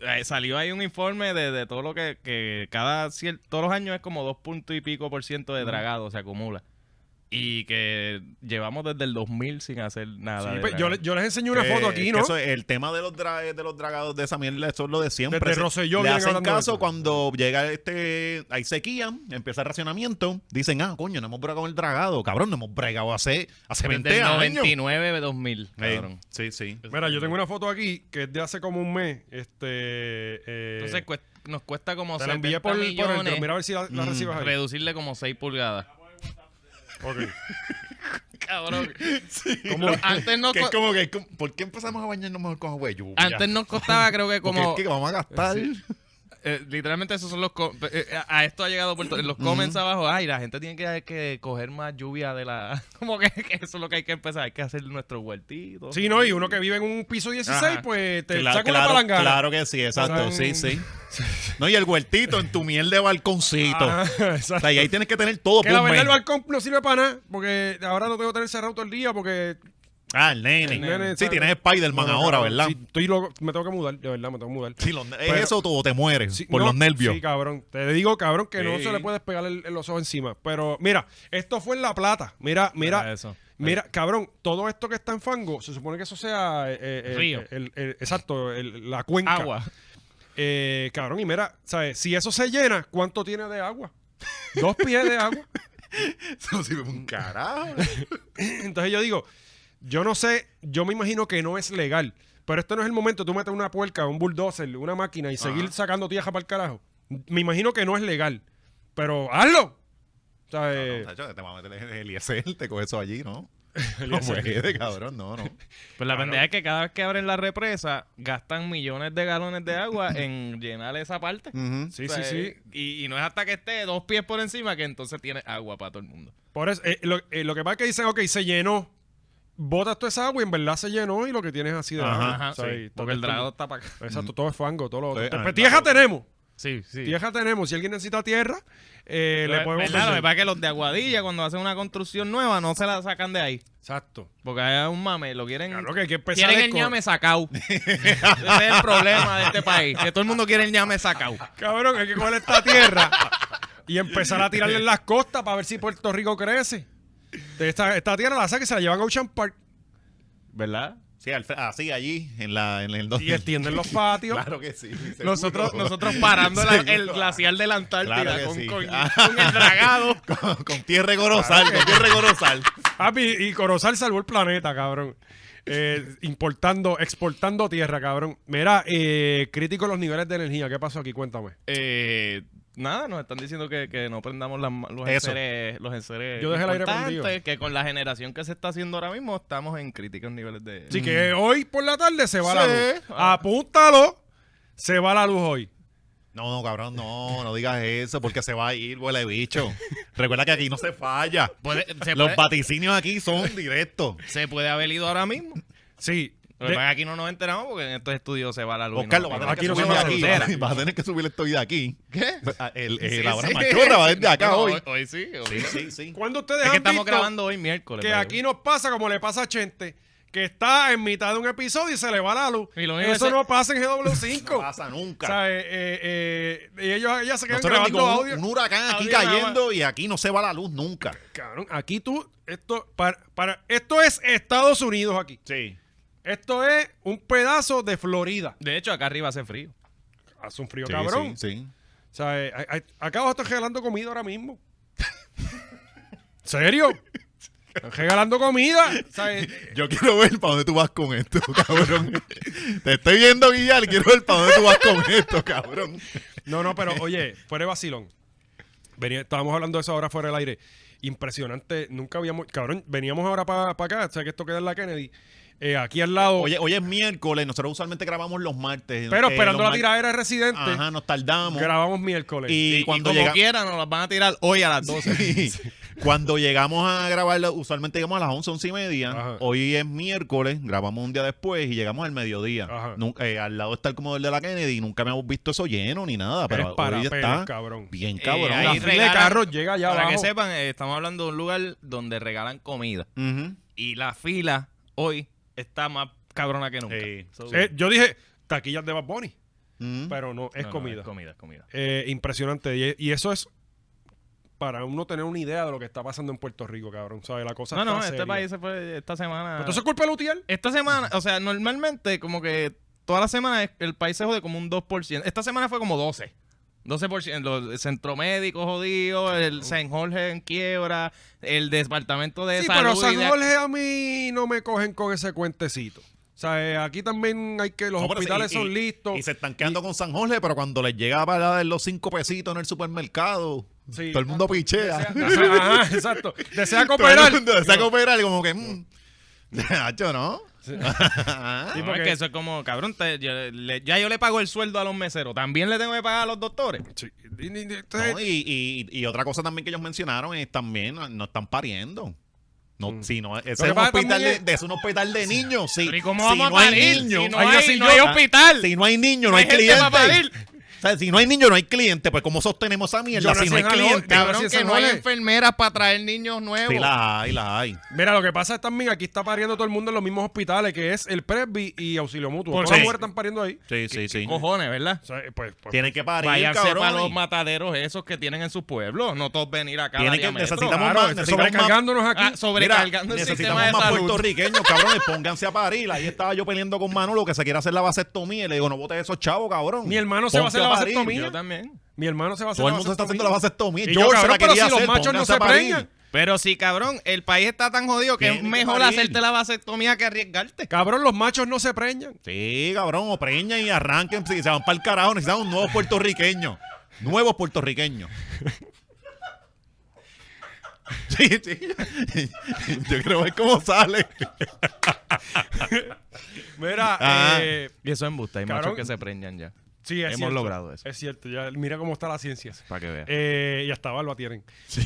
Speaker 3: eh, salió ahí un informe de, de todo lo que, que cada cier- todos los años es como dos puntos y pico por ciento de dragado se acumula. Y que llevamos desde el 2000 sin hacer
Speaker 1: Sí,
Speaker 3: nada. de
Speaker 1: pues, yo,
Speaker 3: dragado.
Speaker 1: le- yo les enseñé una
Speaker 2: que-
Speaker 1: foto aquí,
Speaker 2: que
Speaker 1: ¿no?
Speaker 2: eso es- el tema de los, dra- de los dragados de esa mierda, eso es lo de siempre.
Speaker 1: Desde
Speaker 2: Se-
Speaker 1: Rosselló
Speaker 2: le
Speaker 1: vienen
Speaker 2: hacen
Speaker 1: hablando de
Speaker 2: caso
Speaker 1: eso.
Speaker 2: cuando llega este. Hay sequía, empieza el racionamiento. Dicen, ah, coño, no hemos bregado con el dragado. Cabrón, no hemos bregado hace, hace 20
Speaker 3: Desde el
Speaker 2: años.
Speaker 3: 99 de 2000,
Speaker 2: Ey,
Speaker 3: cabrón.
Speaker 2: sí, sí.
Speaker 1: Mira, yo tengo una foto aquí que es de hace como un mes. Este. eh,
Speaker 3: Entonces cuest- nos cuesta como
Speaker 1: te la envié
Speaker 3: 70
Speaker 1: por, por el
Speaker 3: millones Mm,
Speaker 1: drone. Mira a ver si la, la recibes ahí.
Speaker 3: reducirle como 6 pulgadas.
Speaker 1: Ok.
Speaker 3: Cabrón.
Speaker 2: Como-
Speaker 3: antes no
Speaker 2: que es
Speaker 3: co-
Speaker 2: como que, es como- ¿Por qué empezamos a bañarnos mejor con agua de lluvia?
Speaker 3: Antes nos costaba creo que
Speaker 2: Porque
Speaker 3: como...
Speaker 2: es que vamos a gastar.
Speaker 3: Eh, literalmente esos son los... co- eh, eh, a esto ha llegado Puerto Los comments abajo, ay, la gente tiene que, que coger más lluvia de la... Como que, que eso es lo que hay que empezar, hay que hacer nuestro huertito.
Speaker 1: Sí, no, y uno que vive en un piso 16,
Speaker 3: Ajá.
Speaker 1: pues te
Speaker 2: Cla-
Speaker 1: saca una
Speaker 2: claro,
Speaker 1: palangana.
Speaker 2: claro que sí, exacto.
Speaker 1: Sacan-
Speaker 2: Sí, sí. No, y el huertito en tu miel de balconcito.
Speaker 1: Ah,
Speaker 2: O
Speaker 1: exacto.
Speaker 2: sea, y ahí tienes que tener todo
Speaker 1: Que
Speaker 2: por
Speaker 1: la
Speaker 2: un
Speaker 1: verdad
Speaker 2: mes.
Speaker 1: el balcón no sirve para nada, porque ahora no tengo que tener cerrado todo el día, porque...
Speaker 2: Ah, el nene.
Speaker 1: El nene,
Speaker 2: sí,
Speaker 1: ¿sabes?
Speaker 2: tienes Spider-Man
Speaker 1: Bueno,
Speaker 2: ahora,
Speaker 1: cabrón,
Speaker 2: ¿verdad?
Speaker 1: sí,
Speaker 2: Sí,
Speaker 1: estoy loco, me tengo que mudar, de verdad, me tengo que mudar.
Speaker 2: los ne-
Speaker 1: Pero-
Speaker 2: es eso todo te mueres
Speaker 1: Sí,
Speaker 2: por
Speaker 1: no,
Speaker 2: los nervios.
Speaker 1: Sí, cabrón. Te digo, cabrón, que no
Speaker 2: Sí.
Speaker 1: se le puede pegar el- el- los ojos encima. Pero mira, esto fue en La Plata. Mira, mira.
Speaker 3: Mira eso.
Speaker 1: Mira, cabrón, todo esto que está en fango, se supone que eso sea... eh, eh, el-
Speaker 3: Río.
Speaker 1: el- el- exacto, el- la cuenca.
Speaker 3: Agua.
Speaker 1: Eh, cabrón, y mira, ¿sabes? Si eso se llena, ¿cuánto tiene de agua? Dos pies de agua.
Speaker 2: Eso sirve un
Speaker 1: Mm.
Speaker 2: carajo.
Speaker 1: Entonces yo digo, yo no sé, yo me imagino que no es legal, pero este no es el momento de tú meter una puerca, un bulldozer, una máquina y seguir sacando tierra para el carajo. Me imagino que no es legal, pero hazlo. O sea, eh,
Speaker 2: Muchacho, te vas a meter el ISL, te coge eso allí, ¿no? No puede, cabrón, no, no.
Speaker 3: Pues la pendeja es que cada vez que abren la represa, gastan millones de galones de agua en llenar esa parte.
Speaker 2: Ujú.
Speaker 1: sí, sí,
Speaker 3: O sea,
Speaker 1: sí.
Speaker 3: Y, y no es hasta que esté dos pies por encima que entonces tiene agua para todo el mundo.
Speaker 1: Por eso, eh, lo, eh, lo que pasa es que dicen, ok, se llenó. Botas toda esa agua y en verdad se llenó y lo que tienes es así de
Speaker 2: Ajá,
Speaker 1: agua.
Speaker 3: Ajá,
Speaker 1: O sea,
Speaker 3: sí,
Speaker 1: y todo
Speaker 3: porque el
Speaker 1: Ah, esto-
Speaker 3: dragado está para acá.
Speaker 1: Exacto, todo es fango, todo lo otro.
Speaker 2: Sí, ah,
Speaker 1: Pero
Speaker 2: el
Speaker 1: tierra
Speaker 2: dragado.
Speaker 1: tenemos.
Speaker 3: Sí, sí.
Speaker 1: Tierra tenemos. Si alguien necesita tierra, eh, le podemos
Speaker 3: ¿Verdad? Lo que
Speaker 1: ofrecer.
Speaker 3: pasa es que los de Aguadilla, cuando hacen una construcción nueva, no se la sacan de ahí.
Speaker 1: Exacto.
Speaker 3: Porque hay un mame, lo quieren.
Speaker 1: Claro que hay que empezar
Speaker 3: quieren
Speaker 1: es
Speaker 3: el
Speaker 1: con-
Speaker 3: ñame sacao. Ese es el problema de este país. Que todo el mundo quiere el ñame sacao.
Speaker 1: Cabrón, hay que coger esta tierra y empezar a tirarle en las costas para ver si Puerto Rico crece. Esta, esta tierra la saca y se la llevan a Ocean Park
Speaker 3: ¿Verdad?
Speaker 2: Sí, al- así, allí, en, la, en el...
Speaker 1: y extienden los patios.
Speaker 2: Claro que sí. seguro.
Speaker 3: Nosotros, nosotros parando la- el
Speaker 2: Seguro.
Speaker 3: glaciar de la Antártida
Speaker 2: Claro que
Speaker 3: con,
Speaker 2: sí.
Speaker 3: con-
Speaker 2: Ah.
Speaker 3: con el dragado.
Speaker 2: con, con tierra y corozal, con tierra y corozal.
Speaker 1: Papi, y Corozal salvó el planeta, cabrón. Eh, importando, exportando tierra, cabrón. Mira, eh, crítico los niveles de energía. ¿Qué pasó aquí? Cuéntame.
Speaker 3: Eh, nada, nos están diciendo que, que no prendamos las ma- los
Speaker 2: Eso.
Speaker 3: enseres. Los enseres
Speaker 1: Yo dejé el aire
Speaker 3: importantes,
Speaker 1: prendido.
Speaker 3: Que con la generación que se está haciendo ahora mismo, estamos en críticos niveles de.
Speaker 1: Así que hoy por la tarde se va la
Speaker 2: Sí.
Speaker 1: luz.
Speaker 3: Ah.
Speaker 1: Apúntalo, se va la luz hoy.
Speaker 2: No, no, cabrón, no, no digas eso porque se va a ir, huele bicho. Recuerda que aquí no se falla.
Speaker 1: Pues,
Speaker 3: Puede- se,
Speaker 2: Los
Speaker 3: puede,
Speaker 2: vaticinios aquí son directos.
Speaker 3: se puede haber ido ahora mismo.
Speaker 1: Sí.
Speaker 3: Lo que pasa es que aquí no nos enteramos porque en estos estudios se va la luz. y
Speaker 2: Oscar, lo vas
Speaker 3: no,
Speaker 2: a tener
Speaker 1: aquí
Speaker 2: que
Speaker 1: no se
Speaker 2: subir de
Speaker 1: va la
Speaker 2: aquí.
Speaker 1: frontera.
Speaker 2: Vas a tener que subir esto de aquí. ¿Qué? El, el,
Speaker 3: Sí,
Speaker 2: la hora
Speaker 3: sí.
Speaker 2: machorra va desde acá
Speaker 3: Bueno,
Speaker 2: hoy.
Speaker 3: Hoy sí. hoy.
Speaker 2: Sí, sí, sí.
Speaker 1: Cuando ustedes
Speaker 3: Es
Speaker 1: han
Speaker 3: que estamos
Speaker 1: visto-
Speaker 3: grabando hoy miércoles.
Speaker 1: que
Speaker 3: pero-
Speaker 1: aquí nos pasa como le pasa a Chente, que está en mitad de un episodio y se le va la luz.
Speaker 3: Y lo mismo
Speaker 1: Eso
Speaker 3: ese-
Speaker 1: no pasa en GW5.
Speaker 2: No pasa
Speaker 1: O
Speaker 2: nunca.
Speaker 1: sea, eh, eh, eh, y ellos ya se quedan
Speaker 2: Nosotros ni
Speaker 1: grabando
Speaker 2: con un,
Speaker 1: audio.
Speaker 2: un huracán aquí
Speaker 3: Audio
Speaker 2: cayendo y aquí no se va la luz nunca.
Speaker 1: Cabrón, aquí tú, esto, para, para, esto es Estados Unidos aquí.
Speaker 2: Sí.
Speaker 1: Esto es un pedazo de Florida.
Speaker 3: De hecho, acá arriba hace frío.
Speaker 1: Hace un frío, cabrón.
Speaker 2: Sí, sí.
Speaker 1: O sea, eh, a- a- acá vas a estar regalando comida ahora mismo. ¿Serio? Regalando comida. O sea, eh,
Speaker 2: Yo quiero ver para dónde tú vas con esto, cabrón. Te estoy viendo, Guillar, y quiero ver para dónde tú vas con esto, cabrón.
Speaker 1: No, no, pero oye, fuera de vacilón. Venía- estábamos hablando de eso ahora fuera del aire. Impresionante, nunca habíamos. Cabrón, veníamos ahora para acá, o sea que esto queda en la Kennedy. eh, aquí al lado.
Speaker 2: Oye, hoy es miércoles, nosotros usualmente grabamos los martes.
Speaker 1: pero
Speaker 2: Eh,
Speaker 1: esperando
Speaker 2: los
Speaker 1: la
Speaker 2: mar-
Speaker 1: tiradera de residente,
Speaker 2: Ajá, nos tardamos.
Speaker 1: grabamos miércoles.
Speaker 2: y, cuando
Speaker 3: y como
Speaker 2: llega-
Speaker 3: quiera nos las van a tirar hoy a las 12.
Speaker 2: cuando llegamos a grabarlo, usualmente llegamos a las 11, 11 y media.
Speaker 1: Ajá.
Speaker 2: Hoy es miércoles, grabamos un día después y llegamos al mediodía.
Speaker 1: Ajá.
Speaker 2: Nunca- eh, al lado está el comedor de la Kennedy, nunca me hemos visto eso lleno ni
Speaker 3: Ah,
Speaker 2: nada, pero
Speaker 1: Eres para
Speaker 2: hoy
Speaker 1: pelos,
Speaker 2: está
Speaker 1: cabrón.
Speaker 2: bien
Speaker 3: Eh,
Speaker 2: cabrón.
Speaker 1: la
Speaker 3: ahí
Speaker 1: fila de
Speaker 3: regalan-
Speaker 1: carros llega allá
Speaker 3: Para que
Speaker 1: abajo.
Speaker 3: sepan, eh, estamos hablando de un lugar donde regalan comida.
Speaker 2: Ujú.
Speaker 3: Y la fila hoy está más cabrona que nunca.
Speaker 2: Sí,
Speaker 3: So,
Speaker 1: Eh, yo dije taquillas de Bad Bunny,
Speaker 2: Mm.
Speaker 1: pero no, es
Speaker 3: no, no,
Speaker 1: comida.
Speaker 3: es comida, es comida.
Speaker 1: Eh, impresionante. Y, y eso es para uno tener una idea de lo que está pasando en Puerto Rico, cabrón. ¿Sabes? La cosa
Speaker 3: No,
Speaker 1: está
Speaker 3: no, este
Speaker 1: seria.
Speaker 3: país se fue esta semana.
Speaker 1: Entonces, ¿culpa de Lutiel?
Speaker 3: Esta semana, o sea, normalmente como que toda la semana es- el país se jode como un 2%. Esta semana fue como 12. 12%, los- el centro médico jodido, el San Jorge en quiebra, el departamento de
Speaker 1: Sí,
Speaker 3: salud.
Speaker 1: pero
Speaker 3: y
Speaker 1: San
Speaker 3: de-
Speaker 1: Jorge a mí no me cogen con ese cuentecito. O sea, eh, aquí también hay que los
Speaker 2: No, pero
Speaker 1: hospitales
Speaker 2: sí, y-
Speaker 1: son
Speaker 2: y-
Speaker 1: listos.
Speaker 2: Y se están quedando con San Jorge, pero cuando les llega para dar los cinco pesitos en el supermercado,
Speaker 1: Sí.
Speaker 2: todo el mundo pichea.
Speaker 1: Ajá, exacto. Desea
Speaker 2: Todo el
Speaker 1: cooperar.
Speaker 2: mundo desea cooperar y como que... mm. Nacho, ¿no? Ah.
Speaker 3: No,
Speaker 1: porque-
Speaker 3: es que eso es como, cabrón, te- yo le- ya yo le pago el sueldo a los meseros, también le tengo que pagar a los doctores.
Speaker 1: Sí. Y- y- y- entonces-
Speaker 2: No, y, y- y otra cosa también que ellos mencionaron es también no, no están pariendo. No, si no, ese es
Speaker 1: que
Speaker 2: un
Speaker 1: pasa
Speaker 2: hospital
Speaker 1: también
Speaker 2: de,
Speaker 1: es-
Speaker 2: de- es un hospital de niños. Sí,
Speaker 3: Pero ¿y cómo
Speaker 2: si
Speaker 3: vamos
Speaker 2: no
Speaker 3: a
Speaker 2: hay
Speaker 3: parir?
Speaker 2: niños-
Speaker 3: si no
Speaker 1: Ay,
Speaker 3: hay,
Speaker 1: así
Speaker 3: no
Speaker 1: yo-
Speaker 3: hay hospital.
Speaker 2: Si no hay niños, no
Speaker 3: No
Speaker 2: hay,
Speaker 3: hay gente
Speaker 2: clientes.
Speaker 3: pa' parir.
Speaker 2: O sea, si no hay niños, no hay clientes. Pues, ¿cómo sostenemos esa mierda?
Speaker 1: Yo no
Speaker 2: si
Speaker 1: sé
Speaker 2: no hay
Speaker 1: nada, no,
Speaker 2: clientes.
Speaker 1: cabrón,
Speaker 3: Cabrón,
Speaker 1: si
Speaker 3: que
Speaker 1: San
Speaker 3: no hay
Speaker 1: Jorge-
Speaker 3: enfermeras para traer niños nuevos.
Speaker 2: Sí, la hay, la hay.
Speaker 1: Mira, lo que pasa es también aquí está pariendo todo el mundo en los mismos hospitales, que es el Presby y Auxilio Mutuo.
Speaker 2: Por
Speaker 1: Todas
Speaker 2: sí.
Speaker 1: las mujeres están pariendo ahí.
Speaker 2: Sí, sí, sí.
Speaker 3: Cojones, ¿verdad?
Speaker 1: O sea, eh, pues, pues,
Speaker 2: Tienen que parir,
Speaker 3: Váyanse
Speaker 2: cabrón.
Speaker 3: para los
Speaker 2: y-
Speaker 3: mataderos esos que tienen en sus pueblos. No todos venir acá.
Speaker 2: Tienen
Speaker 3: al
Speaker 2: que-
Speaker 3: área metro.
Speaker 2: necesitamos-
Speaker 1: claro,
Speaker 2: más,
Speaker 1: este,
Speaker 2: necesitamos
Speaker 1: sobrecargándonos aquí.
Speaker 3: Ah, sobrecargando
Speaker 2: Mira,
Speaker 3: el
Speaker 2: necesitamos
Speaker 3: sistema de
Speaker 2: más
Speaker 3: salud.
Speaker 2: puertorriqueños, cabrones, pónganse a parir. Ahí estaba yo peleando con Manolo que se quiere hacer la vasectomía y le digo, no votes esos chavos, cabrón.
Speaker 1: Mi hermano se va a hacer
Speaker 2: Ponte
Speaker 1: la
Speaker 2: parir.
Speaker 1: vasectomía.
Speaker 3: Yo también.
Speaker 1: Mi hermano se va a hacer
Speaker 2: Todo el mundo se está haciendo la vasectomía.
Speaker 1: Y
Speaker 2: Yo,
Speaker 1: yo,
Speaker 2: se
Speaker 1: cabrón,
Speaker 2: la
Speaker 1: pero
Speaker 2: quería
Speaker 1: si los
Speaker 2: hacer,
Speaker 1: machos no
Speaker 2: pónganse
Speaker 1: se
Speaker 2: a parir.
Speaker 1: preñan.
Speaker 3: Pero sí, cabrón, el país está tan jodido que es
Speaker 2: Tienen que
Speaker 3: mejor
Speaker 2: parir.
Speaker 3: hacerte la vasectomía que arriesgarte.
Speaker 1: Cabrón, los machos no se preñan.
Speaker 2: Sí, cabrón, o preñan y arranquen. Si se van para el carajo, necesitamos nuevos puertorriqueños. Nuevos puertorriqueños. Sí, sí. Yo quiero ver cómo sale.
Speaker 1: Mira,
Speaker 2: Ah.
Speaker 1: eh,
Speaker 3: Y eso es embuste, hay
Speaker 1: Cabrón.
Speaker 3: machos que se preñan ya.
Speaker 1: sí, es
Speaker 3: Hemos
Speaker 1: cierto.
Speaker 3: logrado eso.
Speaker 1: Es cierto, ya, mira cómo está la ciencia.
Speaker 3: Para que veas.
Speaker 1: Eh, y hasta barba tienen.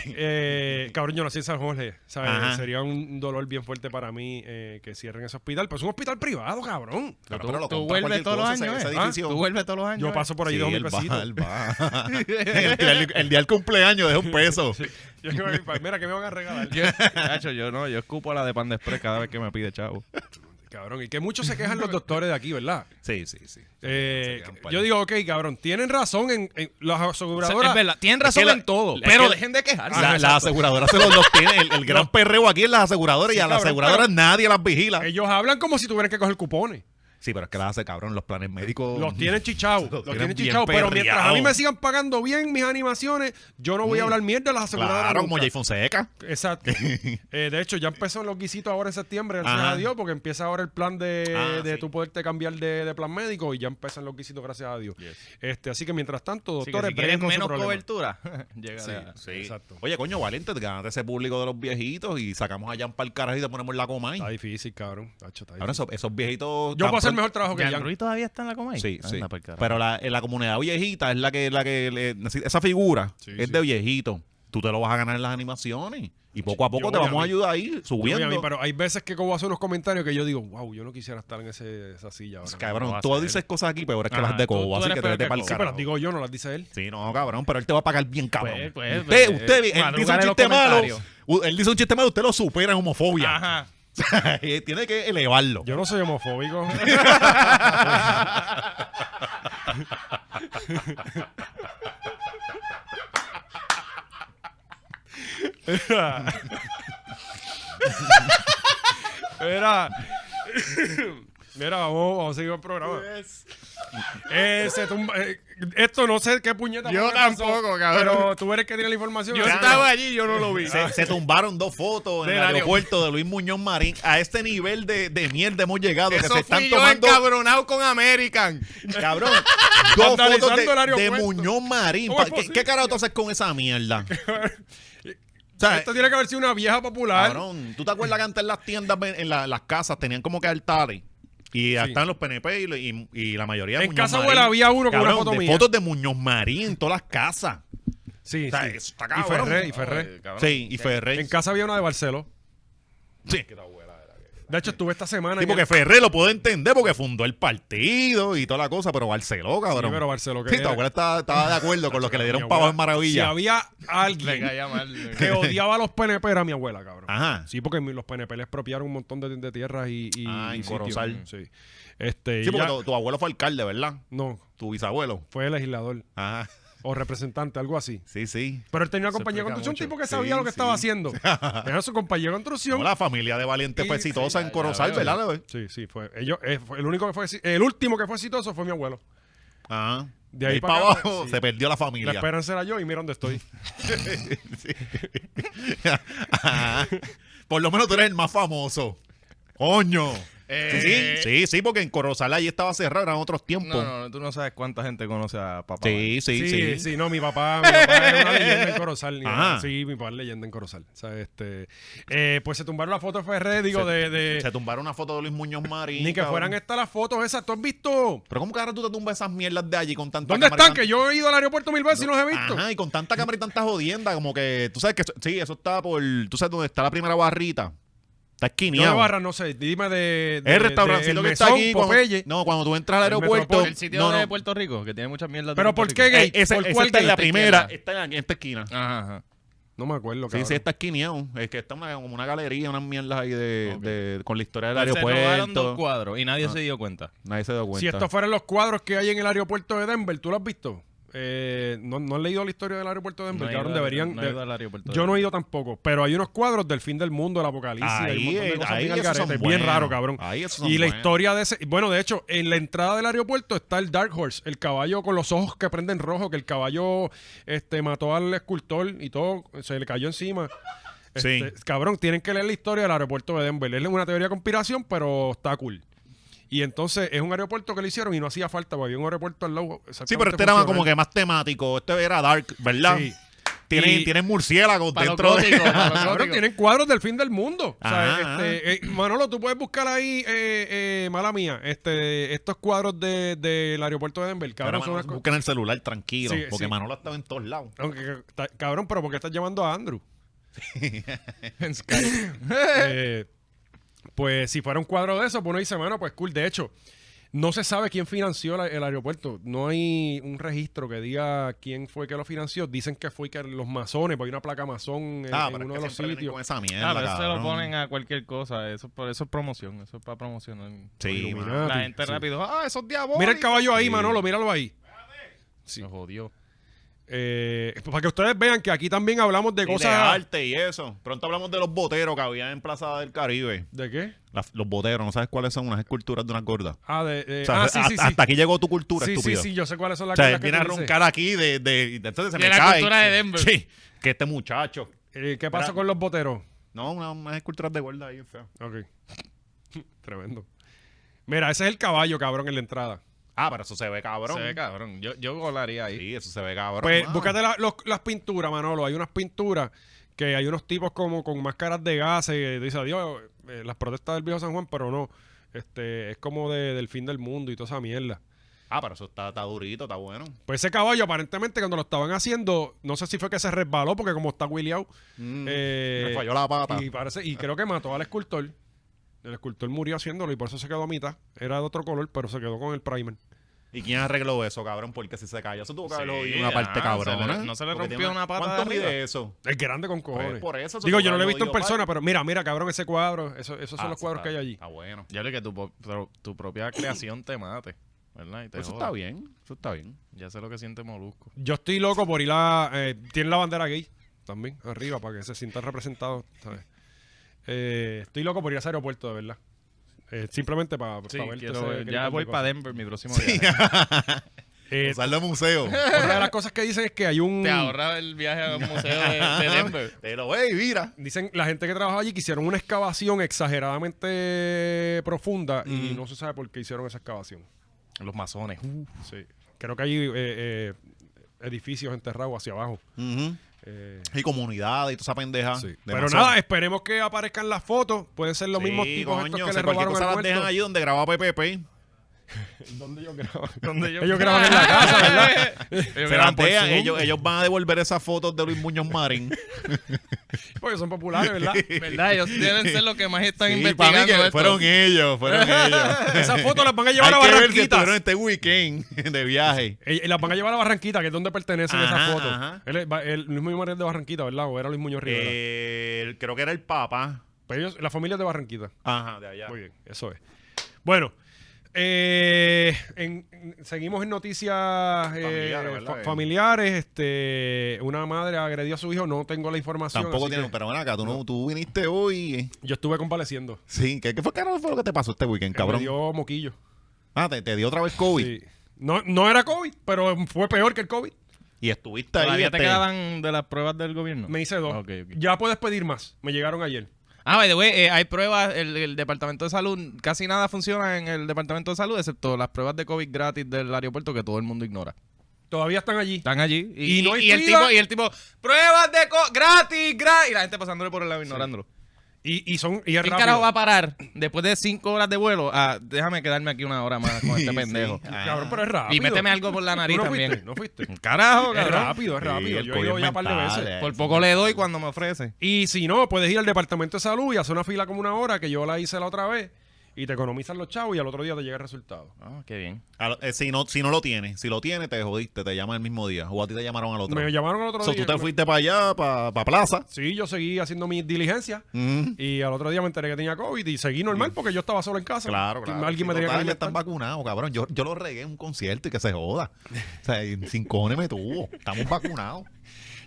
Speaker 1: Eh, cabrón, yo nací en San Jorge. ¿sabes?
Speaker 2: Ajá.
Speaker 1: Sería un dolor bien fuerte para mí eh, que cierren ese hospital. Pero es un hospital privado, cabrón.
Speaker 2: Pero,
Speaker 3: tú,
Speaker 2: pero lo
Speaker 3: tú
Speaker 2: compra
Speaker 3: vuelves
Speaker 2: cualquier
Speaker 3: todos los
Speaker 2: cosa,
Speaker 3: años,
Speaker 2: ese- ese
Speaker 3: ¿eh? ¿Ah?
Speaker 2: edificio.
Speaker 3: Tú vuelves todos los años. ¿eh?
Speaker 1: Yo paso por ahí
Speaker 2: Sí,
Speaker 1: de dos mil
Speaker 2: él va,
Speaker 1: pesitos.
Speaker 2: él va. el, día, del- el día del cumpleaños deja un peso.
Speaker 1: Yo que me- Mira, que me van a regalar?
Speaker 3: Yo, Nacho, yo no, yo escupo a la de Pan de Express cada vez que me pide chavo.
Speaker 1: Cabrón, y que muchos se quejan los doctores de aquí, ¿verdad?
Speaker 2: Sí, sí, sí.
Speaker 1: Eh,
Speaker 2: se quejan para
Speaker 1: yo
Speaker 2: allá.
Speaker 1: digo, ok, cabrón, tienen razón en, en las
Speaker 3: O sea,
Speaker 1: aseguradoras.
Speaker 3: es verdad, tienen
Speaker 2: Es que
Speaker 3: razón
Speaker 2: la-
Speaker 3: en todo,
Speaker 2: es
Speaker 3: pero Ah,
Speaker 2: que-
Speaker 3: dejen de quejarse.
Speaker 2: La-
Speaker 1: Ah, exacto.
Speaker 2: las aseguradoras se los, los tienen. El, el gran perreo aquí en las aseguradoras y a las
Speaker 1: cabrón,
Speaker 2: aseguradoras nadie las vigila.
Speaker 1: Ellos hablan como si tuvieran que coger cupones.
Speaker 2: Sí, pero es que las hace cabrón. Los planes médicos.
Speaker 1: Los tienen chichados. Los tienen
Speaker 2: Oh. tienen bien
Speaker 1: chichados. Pero mientras a mí
Speaker 2: perreados.
Speaker 1: me sigan pagando bien mis animaciones, yo no voy a hablar mierda de las aseguradoras.
Speaker 2: Claro, como
Speaker 1: nunca.
Speaker 2: Jay Fonseca.
Speaker 1: Exacto. Eh, de hecho, ya empezó en los guisitos ahora en septiembre, gracias
Speaker 2: Ajá.
Speaker 1: a Dios, porque empieza ahora el plan de,
Speaker 2: Ah,
Speaker 1: de
Speaker 2: sí.
Speaker 1: tu poderte cambiar de, de plan médico y ya empiezan los guisitos, gracias a Dios. Este, así que mientras tanto,
Speaker 3: Así que
Speaker 1: doctores,
Speaker 3: si quieres
Speaker 1: breguen con su
Speaker 3: menos
Speaker 1: problema.
Speaker 3: cobertura, llega a-
Speaker 2: Sí.
Speaker 1: exacto.
Speaker 2: Oye, coño, Valente, gánate ese público de los viejitos y sacamos allá para el carajo y te ponemos la coma ahí.
Speaker 1: Está difícil, cabrón. Tacho, está
Speaker 2: Ahora
Speaker 1: difícil.
Speaker 2: esos, esos
Speaker 1: Yo
Speaker 2: viejitos. tan
Speaker 1: puedo hacer
Speaker 2: pronto-
Speaker 1: mejor trabajo que
Speaker 3: ¿Jan
Speaker 1: Jan.
Speaker 3: Ah, Ruiz todavía está en la coma ahí?
Speaker 2: Sí, sí.
Speaker 3: Anda pa'l pues, carajo.
Speaker 2: Pero la, en la comunidad viejita es la que, la que le- necesita- esa figura
Speaker 1: Sí,
Speaker 2: es
Speaker 1: sí.
Speaker 2: de viejito. Tú te lo vas a ganar en las animaciones y poco a poco
Speaker 1: Yo
Speaker 2: te
Speaker 1: voy a
Speaker 2: vamos a,
Speaker 1: mí.
Speaker 2: ayudar ahí subiendo.
Speaker 1: Oye, a mí, pero hay veces que como hace unos comentarios que yo digo, wow, yo no quisiera estar en ese, esa silla ahora.
Speaker 2: Cabrón,
Speaker 3: No va a
Speaker 2: tú
Speaker 3: ser.
Speaker 2: dices cosas aquí peores que
Speaker 3: Ajá,
Speaker 2: las de
Speaker 3: tú-
Speaker 2: Cobo,
Speaker 3: tú
Speaker 2: así
Speaker 3: eres
Speaker 2: que te
Speaker 3: peor
Speaker 2: vete
Speaker 3: que
Speaker 2: para el
Speaker 1: Sí,
Speaker 3: Cobo.
Speaker 1: pero
Speaker 2: carajo.
Speaker 1: las digo yo, no las dice él.
Speaker 2: Sí, no, cabrón, pero él te va a pagar bien cabrón.
Speaker 3: Pues, pues,
Speaker 2: usted,
Speaker 3: pues,
Speaker 2: usted, él
Speaker 3: eh,
Speaker 2: dice un
Speaker 3: madrugar en los
Speaker 2: chiste malo,
Speaker 3: comentarios.
Speaker 2: u- él dice un chiste malo, usted lo supera en homofobia.
Speaker 3: Ajá.
Speaker 2: O sea, Tiene que elevarlo.
Speaker 1: Yo no soy homofóbico. Era. Era. Mira, vamos, vamos a seguir el programa. Eh, se tumba- eh, esto no sé qué puñeta.
Speaker 3: Yo
Speaker 1: fue que pasó,
Speaker 3: tampoco, cabrón.
Speaker 1: Pero tú eres que tiene la información.
Speaker 3: Yo
Speaker 1: así que-
Speaker 3: estaba allí, yo no lo vi.
Speaker 2: Se, se tumbaron dos fotos en
Speaker 3: Del
Speaker 2: el aeropuerto de Luis Muñoz Marín. A este nivel de, de mierda hemos llegado. que
Speaker 3: Eso
Speaker 2: se están
Speaker 3: fui yo
Speaker 2: tomando.
Speaker 3: encabronado con American.
Speaker 2: Cabrón. Dos fotos
Speaker 1: Vandalizando
Speaker 2: de,
Speaker 1: el
Speaker 2: de
Speaker 1: aeropuerto.
Speaker 2: Muñoz Marín.
Speaker 1: ¿Cómo es
Speaker 2: ¿Qué- ¿Qué,
Speaker 1: posible?
Speaker 2: carajo tú haces con esa mierda? O sea,
Speaker 1: Esto tiene que haber sido una vieja popular.
Speaker 2: cabrón, ¿tú te acuerdas que antes en las tiendas, en, la- las casas, tenían como que altares? Y ya
Speaker 1: Sí.
Speaker 2: están los PNP y, lo- y- y la mayoría de
Speaker 1: En
Speaker 2: Muñoz
Speaker 1: casa
Speaker 2: Marín.
Speaker 1: abuela había uno con una
Speaker 2: Cabrón,
Speaker 1: foto
Speaker 2: de
Speaker 1: mía.
Speaker 2: fotos de Muñoz Marín en todas las casas.
Speaker 1: Sí,
Speaker 2: O sea,
Speaker 1: sí.
Speaker 2: eso está
Speaker 1: Y
Speaker 2: Eh, cabrón.
Speaker 1: Ferré, y Ferré.
Speaker 2: Sí, y Ferré.
Speaker 1: En casa había una de Barceló.
Speaker 2: Sí.
Speaker 1: De hecho, estuve esta semana.
Speaker 2: Sí,
Speaker 1: en
Speaker 2: porque
Speaker 1: el-
Speaker 2: Ferré lo puedo entender porque fundó el partido y toda la cosa, pero Barceló, cabrón.
Speaker 1: pero Barceló, ¿qué
Speaker 2: Sí, tu
Speaker 1: era?
Speaker 2: abuela estaba, estaba de acuerdo con los que le
Speaker 1: Mi
Speaker 2: dieron
Speaker 1: abuela-
Speaker 2: pavos en
Speaker 1: Si
Speaker 2: maravilla.
Speaker 1: había
Speaker 3: Le
Speaker 1: alguien
Speaker 3: caía mal.
Speaker 1: que odiaba a los PNP era mi abuela, cabrón.
Speaker 2: Ajá.
Speaker 1: Sí, porque mi- los PNP les expropiaron un montón de, de tierras y, y,
Speaker 2: Ah, en
Speaker 1: y sitios.
Speaker 2: Corozal.
Speaker 1: Sí. Este,
Speaker 2: Sí,
Speaker 1: y
Speaker 2: porque
Speaker 1: ya-
Speaker 2: tu, tu abuelo fue alcalde, ¿verdad?
Speaker 1: No,
Speaker 2: Tu bisabuelo.
Speaker 1: fue legislador
Speaker 2: Ajá.
Speaker 1: o representante, algo así.
Speaker 2: Sí, sí.
Speaker 1: Pero él tenía una
Speaker 3: Se
Speaker 1: compañía de
Speaker 3: explica
Speaker 1: construcción, un
Speaker 3: mucho.
Speaker 1: tipo que
Speaker 2: Sí,
Speaker 1: sabía lo que
Speaker 2: sí.
Speaker 1: estaba haciendo. Era su compañía de
Speaker 2: No,
Speaker 1: construcción.
Speaker 2: la familia de Valiente fue
Speaker 1: Y- sí,
Speaker 2: exitosa
Speaker 3: ya-
Speaker 2: en
Speaker 3: ya
Speaker 2: Corozal,
Speaker 3: veo.
Speaker 2: ¿verdad? bebé?
Speaker 1: Sí, sí, fue. Ellos, eh, fue el único que fue, exi- el último que fue exitoso fue mi abuelo.
Speaker 2: Ajá.
Speaker 1: De ahí
Speaker 2: para
Speaker 1: para acá,
Speaker 2: abajo
Speaker 1: sí.
Speaker 2: se perdió la
Speaker 1: La
Speaker 2: familia.
Speaker 1: esperanza era yo y mira dónde estoy.
Speaker 2: Ajá. Ah. Por lo menos tú eres el más famoso. Coño. Sí,
Speaker 3: Eh.
Speaker 2: sí, sí, sí, porque en Corozal ahí estaba cerrado, eran otros tiempos.
Speaker 3: No, no, no, tú no sabes cuánta gente conoce a papá.
Speaker 2: Sí, sí, sí,
Speaker 1: sí, no, mi papá, mi papá es una leyenda en Corozal. mi
Speaker 2: Ajá.
Speaker 1: papá- sí, mi papá es leyenda en Corozal. O sea, este, eh, pues se tumbaron la foto de Ferrer, digo, de, de-
Speaker 2: Se tumbaron una foto de Luis Muñoz Marín.
Speaker 1: eh. Ni que
Speaker 2: cabrón.
Speaker 1: fueran estas las fotos esas, ¿tú has visto?
Speaker 2: Pero ¿cómo que ahora tú te tumbas esas mierdas de allí con tanta
Speaker 1: ¿Dónde
Speaker 2: cámara y
Speaker 1: están?
Speaker 2: tan-
Speaker 1: Que yo he ido al aeropuerto mil veces y no los he visto.
Speaker 2: Ajá, y con tanta cámara y tanta jodienda, como que tú sabes que eso- sí, eso está por tú sabes dónde está la primera barrita. Está
Speaker 1: Yo de
Speaker 2: esquineado.
Speaker 1: barra, no sé, dime de... de
Speaker 2: el restaurancito
Speaker 1: del
Speaker 2: que está
Speaker 1: Mesón,
Speaker 2: aquí cuando,
Speaker 1: Popeye.
Speaker 2: No, cuando tú entras al
Speaker 1: El
Speaker 2: aeropuerto,
Speaker 1: Metropolitan.
Speaker 3: El sitio
Speaker 2: no,
Speaker 3: de
Speaker 2: no.
Speaker 3: Puerto Rico, que tiene muchas mierdas. de
Speaker 1: Pero
Speaker 3: Puerto
Speaker 1: ¿por qué
Speaker 3: Rico.
Speaker 1: gay?
Speaker 2: Eh, esa,
Speaker 1: ¿Por
Speaker 2: esa
Speaker 1: cuál
Speaker 2: está en
Speaker 1: gay?
Speaker 2: la
Speaker 3: Esta
Speaker 2: primera,
Speaker 3: izquierda.
Speaker 2: está en esta esquina.
Speaker 3: Ajá, ajá.
Speaker 1: No me acuerdo,
Speaker 2: Sí,
Speaker 1: cabrón.
Speaker 2: sí, está esquineado. Es que está una, como una galería, unas mierdas ahí de, de- con la historia del
Speaker 3: Pues Se robaron dos
Speaker 2: aeropuerto.
Speaker 3: cuadros y nadie se dio cuenta.
Speaker 2: Nadie se da cuenta.
Speaker 1: Si estos fueran los cuadros que hay en el aeropuerto de Denver, ¿tú lo has visto? Eh, no, no he leído la historia del aeropuerto de Denver,
Speaker 3: No he
Speaker 1: cabrón,
Speaker 3: ido al-
Speaker 1: deberían...
Speaker 3: no he
Speaker 1: de-
Speaker 3: ido al aeropuerto.
Speaker 1: yo no he ido tampoco, pero hay unos cuadros del fin del mundo, el apocalipsis, hay un
Speaker 2: Ahí,
Speaker 1: montón de
Speaker 2: eh,
Speaker 1: cosas
Speaker 2: ahí
Speaker 1: bien,
Speaker 2: esos
Speaker 1: al garete,
Speaker 2: son
Speaker 1: bien
Speaker 2: buenos.
Speaker 1: raro, cabrón.
Speaker 2: Ahí esos son
Speaker 1: Y la
Speaker 2: buenos.
Speaker 1: historia de ese... Bueno, de hecho, en la entrada del aeropuerto está el Dark Horse, el caballo con los ojos que prenden rojo, que el caballo este, mató al escultor y todo, se le cayó encima.
Speaker 2: Sí.
Speaker 1: Este, Cabrón, tienen que leer la historia del aeropuerto de Denver. Es una teoría de conspiración, pero está cool. Y entonces es un aeropuerto que le hicieron y no hacía falta, porque había un aeropuerto al lado.
Speaker 2: Sí, pero este era más como que más temático. Este era dark, ¿verdad?
Speaker 1: Sí.
Speaker 2: Tienen,
Speaker 1: Y-
Speaker 2: tienen murciélagos
Speaker 3: Para los
Speaker 2: dentro de...
Speaker 3: góticos, para los
Speaker 1: Cabrón,
Speaker 3: góticos.
Speaker 1: tienen cuadros del fin del mundo. O sea,
Speaker 2: Ajá,
Speaker 1: este, eh, Manolo, tú puedes buscar ahí, eh, eh, mala mía, este, estos cuadros de- del aeropuerto de Denver. Cabrón,
Speaker 2: Ahora
Speaker 1: son
Speaker 2: Manolo
Speaker 1: unas co-
Speaker 2: busca en el celular tranquilo,
Speaker 1: Sí,
Speaker 2: porque
Speaker 1: sí.
Speaker 2: Manolo estaba en todos lados.
Speaker 1: Aunque, ta- cabrón, pero ¿por qué estás llamando a Andrew?
Speaker 3: En Skype.
Speaker 1: Eh, pues si fuera un cuadro de eso, pues uno dice, bueno, pues cool. De hecho, no se sabe quién financió la- el aeropuerto. No hay un registro que diga quién fue que lo financió. Dicen que fue que los masones, porque hay una placa masón en,
Speaker 2: Ah,
Speaker 1: Eh, en
Speaker 2: pero
Speaker 1: uno de
Speaker 2: es que
Speaker 1: los
Speaker 2: siempre vienen con
Speaker 1: sitios.
Speaker 2: esa mierda,
Speaker 3: Ah, pero eso se lo
Speaker 2: cabrón.
Speaker 3: ponen a cualquier cosa. Eso, es por- eso es promoción. Eso es para promocionar.
Speaker 2: Sí,
Speaker 1: Illuminati.
Speaker 2: mano.
Speaker 3: La gente
Speaker 1: sí.
Speaker 3: rápido. Ah, esos diablos.
Speaker 1: Mira el caballo ahí, Manolo, míralo ahí.
Speaker 3: Se jodió.
Speaker 1: Eh, pues, para que ustedes vean que aquí también hablamos de
Speaker 2: Y de
Speaker 1: cosas...
Speaker 2: arte y eso. Pronto hablamos de los boteros que había en Plaza del Caribe.
Speaker 1: ¿De qué?
Speaker 2: Las- los boteros, ¿no sabes cuáles son? Unas esculturas de unas gordas.
Speaker 1: Ah, de... de-
Speaker 2: O sea,
Speaker 1: ah, sí,
Speaker 2: hasta,
Speaker 1: sí, sí.
Speaker 2: hasta aquí llegó tu cultura,
Speaker 1: sí, sí,
Speaker 2: estúpido.
Speaker 1: sí, yo sé cuáles son
Speaker 2: O
Speaker 1: las
Speaker 2: sea,
Speaker 1: cosas que
Speaker 2: viene a
Speaker 1: tú dices.
Speaker 2: roncar aquí de, de, de- entonces se
Speaker 3: De
Speaker 2: me
Speaker 3: la
Speaker 2: cae.
Speaker 3: cultura de Denver.
Speaker 2: Sí, que este muchacho.
Speaker 1: Eh, ¿Qué pasa
Speaker 2: Mira.
Speaker 1: con los boteros?
Speaker 2: No, una- unas esculturas de gorda ahí, feo.
Speaker 1: Ok. Tremendo. Mira, ese es el caballo, cabrón, en la entrada.
Speaker 2: Ah, pero eso se ve cabrón.
Speaker 3: Se ve cabrón. Yo, yo volaría ahí.
Speaker 2: Sí, eso se ve cabrón.
Speaker 1: Pues
Speaker 2: mano.
Speaker 1: búscate la- los- las pinturas, Manolo. Hay unas pinturas que hay unos tipos como con máscaras de gas. Y dice, adiós, eh, las protestas del viejo San Juan, pero no. Este, es como de- del fin del mundo y toda esa mierda.
Speaker 2: Ah, pero eso está, está durito, está bueno.
Speaker 1: Pues ese caballo, aparentemente, cuando lo estaban haciendo, no sé si fue que se resbaló, porque como está William, eh,
Speaker 2: Me Mm, falló la pata.
Speaker 1: Y, parece, y creo que mató al escultor. El escultor murió haciéndolo y por eso se quedó a mitad. Era de otro color, pero se quedó con el primer.
Speaker 2: ¿Y quién arregló eso, cabrón? Porque si se cayó, eso tuvo que haberlo
Speaker 3: Sí,
Speaker 2: oído una parte
Speaker 3: ah,
Speaker 2: cabrona.
Speaker 3: se le- no se le
Speaker 2: Porque
Speaker 3: rompió
Speaker 2: tiene
Speaker 3: una pata
Speaker 2: ¿Cuánto
Speaker 3: de arriba?
Speaker 2: mide eso? Pues,
Speaker 1: Es grande con cojones.
Speaker 2: por eso se
Speaker 1: Digo,
Speaker 2: tocó
Speaker 1: yo no lo he
Speaker 2: algo
Speaker 1: visto en
Speaker 2: oído
Speaker 1: persona, pero mira, mira, cabrón, ese cuadro. eso- esos
Speaker 2: Ah,
Speaker 1: son los
Speaker 2: eso
Speaker 1: cuadros
Speaker 2: está-
Speaker 1: que hay allí.
Speaker 2: Está bueno.
Speaker 3: Ya le que tu, po- pro- tu propia creación te mate. ¿Verdad? Y te
Speaker 2: Pues Eso
Speaker 3: joda.
Speaker 2: está bien, eso está bien.
Speaker 3: Ya sé lo que siente Molusco.
Speaker 1: Yo estoy loco por ir a. Eh, tiene la bandera gay también, arriba, para que se sientan representados. ¿sabes? Eh, estoy loco por ir a ese aeropuerto, de verdad. Eh, simplemente para
Speaker 3: Sí,
Speaker 1: ver
Speaker 3: quiero- ya voy para Denver mi próximo viaje.
Speaker 2: Usarlo en museo.
Speaker 1: Eh, Otra de las cosas que dicen es que hay un.
Speaker 3: Te ahorraba el viaje al museo de, de Denver.
Speaker 2: Te lo ve y mira.
Speaker 1: Dicen la gente que trabaja allí que hicieron una excavación exageradamente profunda y no se sabe por qué hicieron esa excavación.
Speaker 3: Los masones.
Speaker 1: Sí. Creo que hay eh, eh, edificios enterrados hacia abajo. Eh,
Speaker 2: Y comunidad y toda esa pendeja.
Speaker 1: sí.
Speaker 2: de
Speaker 1: Pero
Speaker 2: masones.
Speaker 1: nada, esperemos que aparezcan las fotos. Pueden ser los mismos
Speaker 2: Sí,
Speaker 1: tipos
Speaker 2: coño,
Speaker 1: estos
Speaker 2: o
Speaker 1: que
Speaker 2: sea,
Speaker 1: le
Speaker 2: cualquier
Speaker 1: robaron
Speaker 2: cosa
Speaker 1: al
Speaker 2: las dejan
Speaker 1: muerto. Eh,
Speaker 2: allí donde grababa PPP.
Speaker 1: ¿Dónde yo grabo?
Speaker 3: Donde yo-
Speaker 1: Ellos graban en la casa, ¿verdad?
Speaker 3: Ellos
Speaker 2: Se
Speaker 3: graban por
Speaker 2: batean,
Speaker 3: Zoom.
Speaker 2: ellos, ellos van a devolver esas fotos de Luis Muñoz Marín.
Speaker 1: Porque son populares, ¿verdad?
Speaker 3: ¿Verdad? Ellos deben ser los que más están
Speaker 2: Sí, para mí
Speaker 3: investigando
Speaker 2: que
Speaker 3: esto.
Speaker 2: fueron ellos, fueron ellos.
Speaker 1: Esas fotos las van a llevar a
Speaker 2: Hay que ver si
Speaker 1: Barranquitas.
Speaker 2: estuvieron este weekend de viaje.
Speaker 1: Eh, eh, Las van a llevar a Barranquita, que es donde pertenecen esas
Speaker 2: Ajá,
Speaker 1: fotos.
Speaker 2: ajá.
Speaker 1: Él, es- va- él- Luis Muñoz Marín es de Barranquita, ¿verdad? O era Luis Muñoz Rivera.
Speaker 2: Eh, creo que era el Papa.
Speaker 1: Pero ellos, la familia es de Barranquita.
Speaker 2: Ajá, de allá.
Speaker 1: Muy bien, eso es. Bueno, eh, en- en- seguimos en noticias eh,
Speaker 2: Familiares, ¿verdad?
Speaker 1: fa- familiares. Este, una madre agredió a su hijo, no tengo la información.
Speaker 2: Tampoco
Speaker 1: así
Speaker 2: tiene.
Speaker 1: que
Speaker 2: Pero ven acá, tú, no, tú viniste hoy. eh.
Speaker 1: Yo estuve compareciendo.
Speaker 2: Sí, ¿qué, qué fue, carajo fue lo que te pasó este
Speaker 1: Eh,
Speaker 2: weekend,
Speaker 1: Me
Speaker 2: cabrón?
Speaker 1: dio moquillo.
Speaker 2: Ah, te, te dio otra vez COVID.
Speaker 1: Sí. No, no era COVID, pero fue peor que el COVID.
Speaker 2: Y estuviste ahí.
Speaker 3: ¿Todavía te
Speaker 2: este,
Speaker 3: quedaban de las pruebas del gobierno?
Speaker 1: Me hice dos.
Speaker 3: Ah, ok, ok.
Speaker 1: Ya puedes pedir más. Me llegaron ayer.
Speaker 3: Ah, by the way, eh, hay pruebas, el, el Departamento de Salud, casi nada funciona en el Departamento de Salud, excepto las pruebas de COVID gratis del aeropuerto que todo el mundo ignora.
Speaker 1: Todavía están allí.
Speaker 3: Están allí y,
Speaker 1: Y no hay
Speaker 3: y el
Speaker 1: fila.
Speaker 3: tipo, y el tipo, pruebas de co- gratis, gratis, y la gente pasándole por el lado ignorándolo.
Speaker 1: Y, y son. Y es
Speaker 3: ¿Quién
Speaker 1: rápido.
Speaker 3: carajo va a parar después de cinco horas de vuelo? Ah, déjame quedarme aquí una hora más con este pendejo.
Speaker 2: Ah.
Speaker 1: Cabrón, pero es rápido.
Speaker 3: Y méteme algo por la
Speaker 1: Tú
Speaker 3: nariz
Speaker 1: no fuiste,
Speaker 3: también.
Speaker 1: no fuiste.
Speaker 3: Carajo,
Speaker 1: Es
Speaker 3: cabrón.
Speaker 1: rápido, es
Speaker 2: Sí,
Speaker 1: rápido.
Speaker 2: el
Speaker 1: Yo he
Speaker 2: COVID
Speaker 1: ido ya un par de
Speaker 2: mental,
Speaker 1: veces.
Speaker 2: eh.
Speaker 3: Por poco le doy cuando me ofrece.
Speaker 1: Y si no, puedes ir al departamento de salud y hacer una fila como una hora, que yo la hice la otra vez, y te economizan los chavos y al otro día te llega el resultado.
Speaker 3: Ah, qué bien.
Speaker 2: a lo- eh, si, no, si no lo tienes, si lo tienes, te jodiste, te llaman el mismo día. O a ti te llamaron al otro.
Speaker 1: Me llamaron al otro
Speaker 2: O sea,
Speaker 1: día.
Speaker 2: tú te fuiste para allá, para plaza.
Speaker 1: Sí, yo seguí haciendo mis diligencias.
Speaker 2: Mm.
Speaker 1: Y al otro día me enteré que tenía COVID y seguí normal porque yo estaba solo en casa.
Speaker 2: Claro,
Speaker 1: Y
Speaker 2: claro.
Speaker 1: Alguien me
Speaker 2: Sí,
Speaker 1: tenía que
Speaker 2: total, ya
Speaker 1: alimentar.
Speaker 2: están vacunados, cabrón. Yo, yo lo regué en un concierto y que se joda. O sea, y sin cojones me tuvo. Estamos vacunados.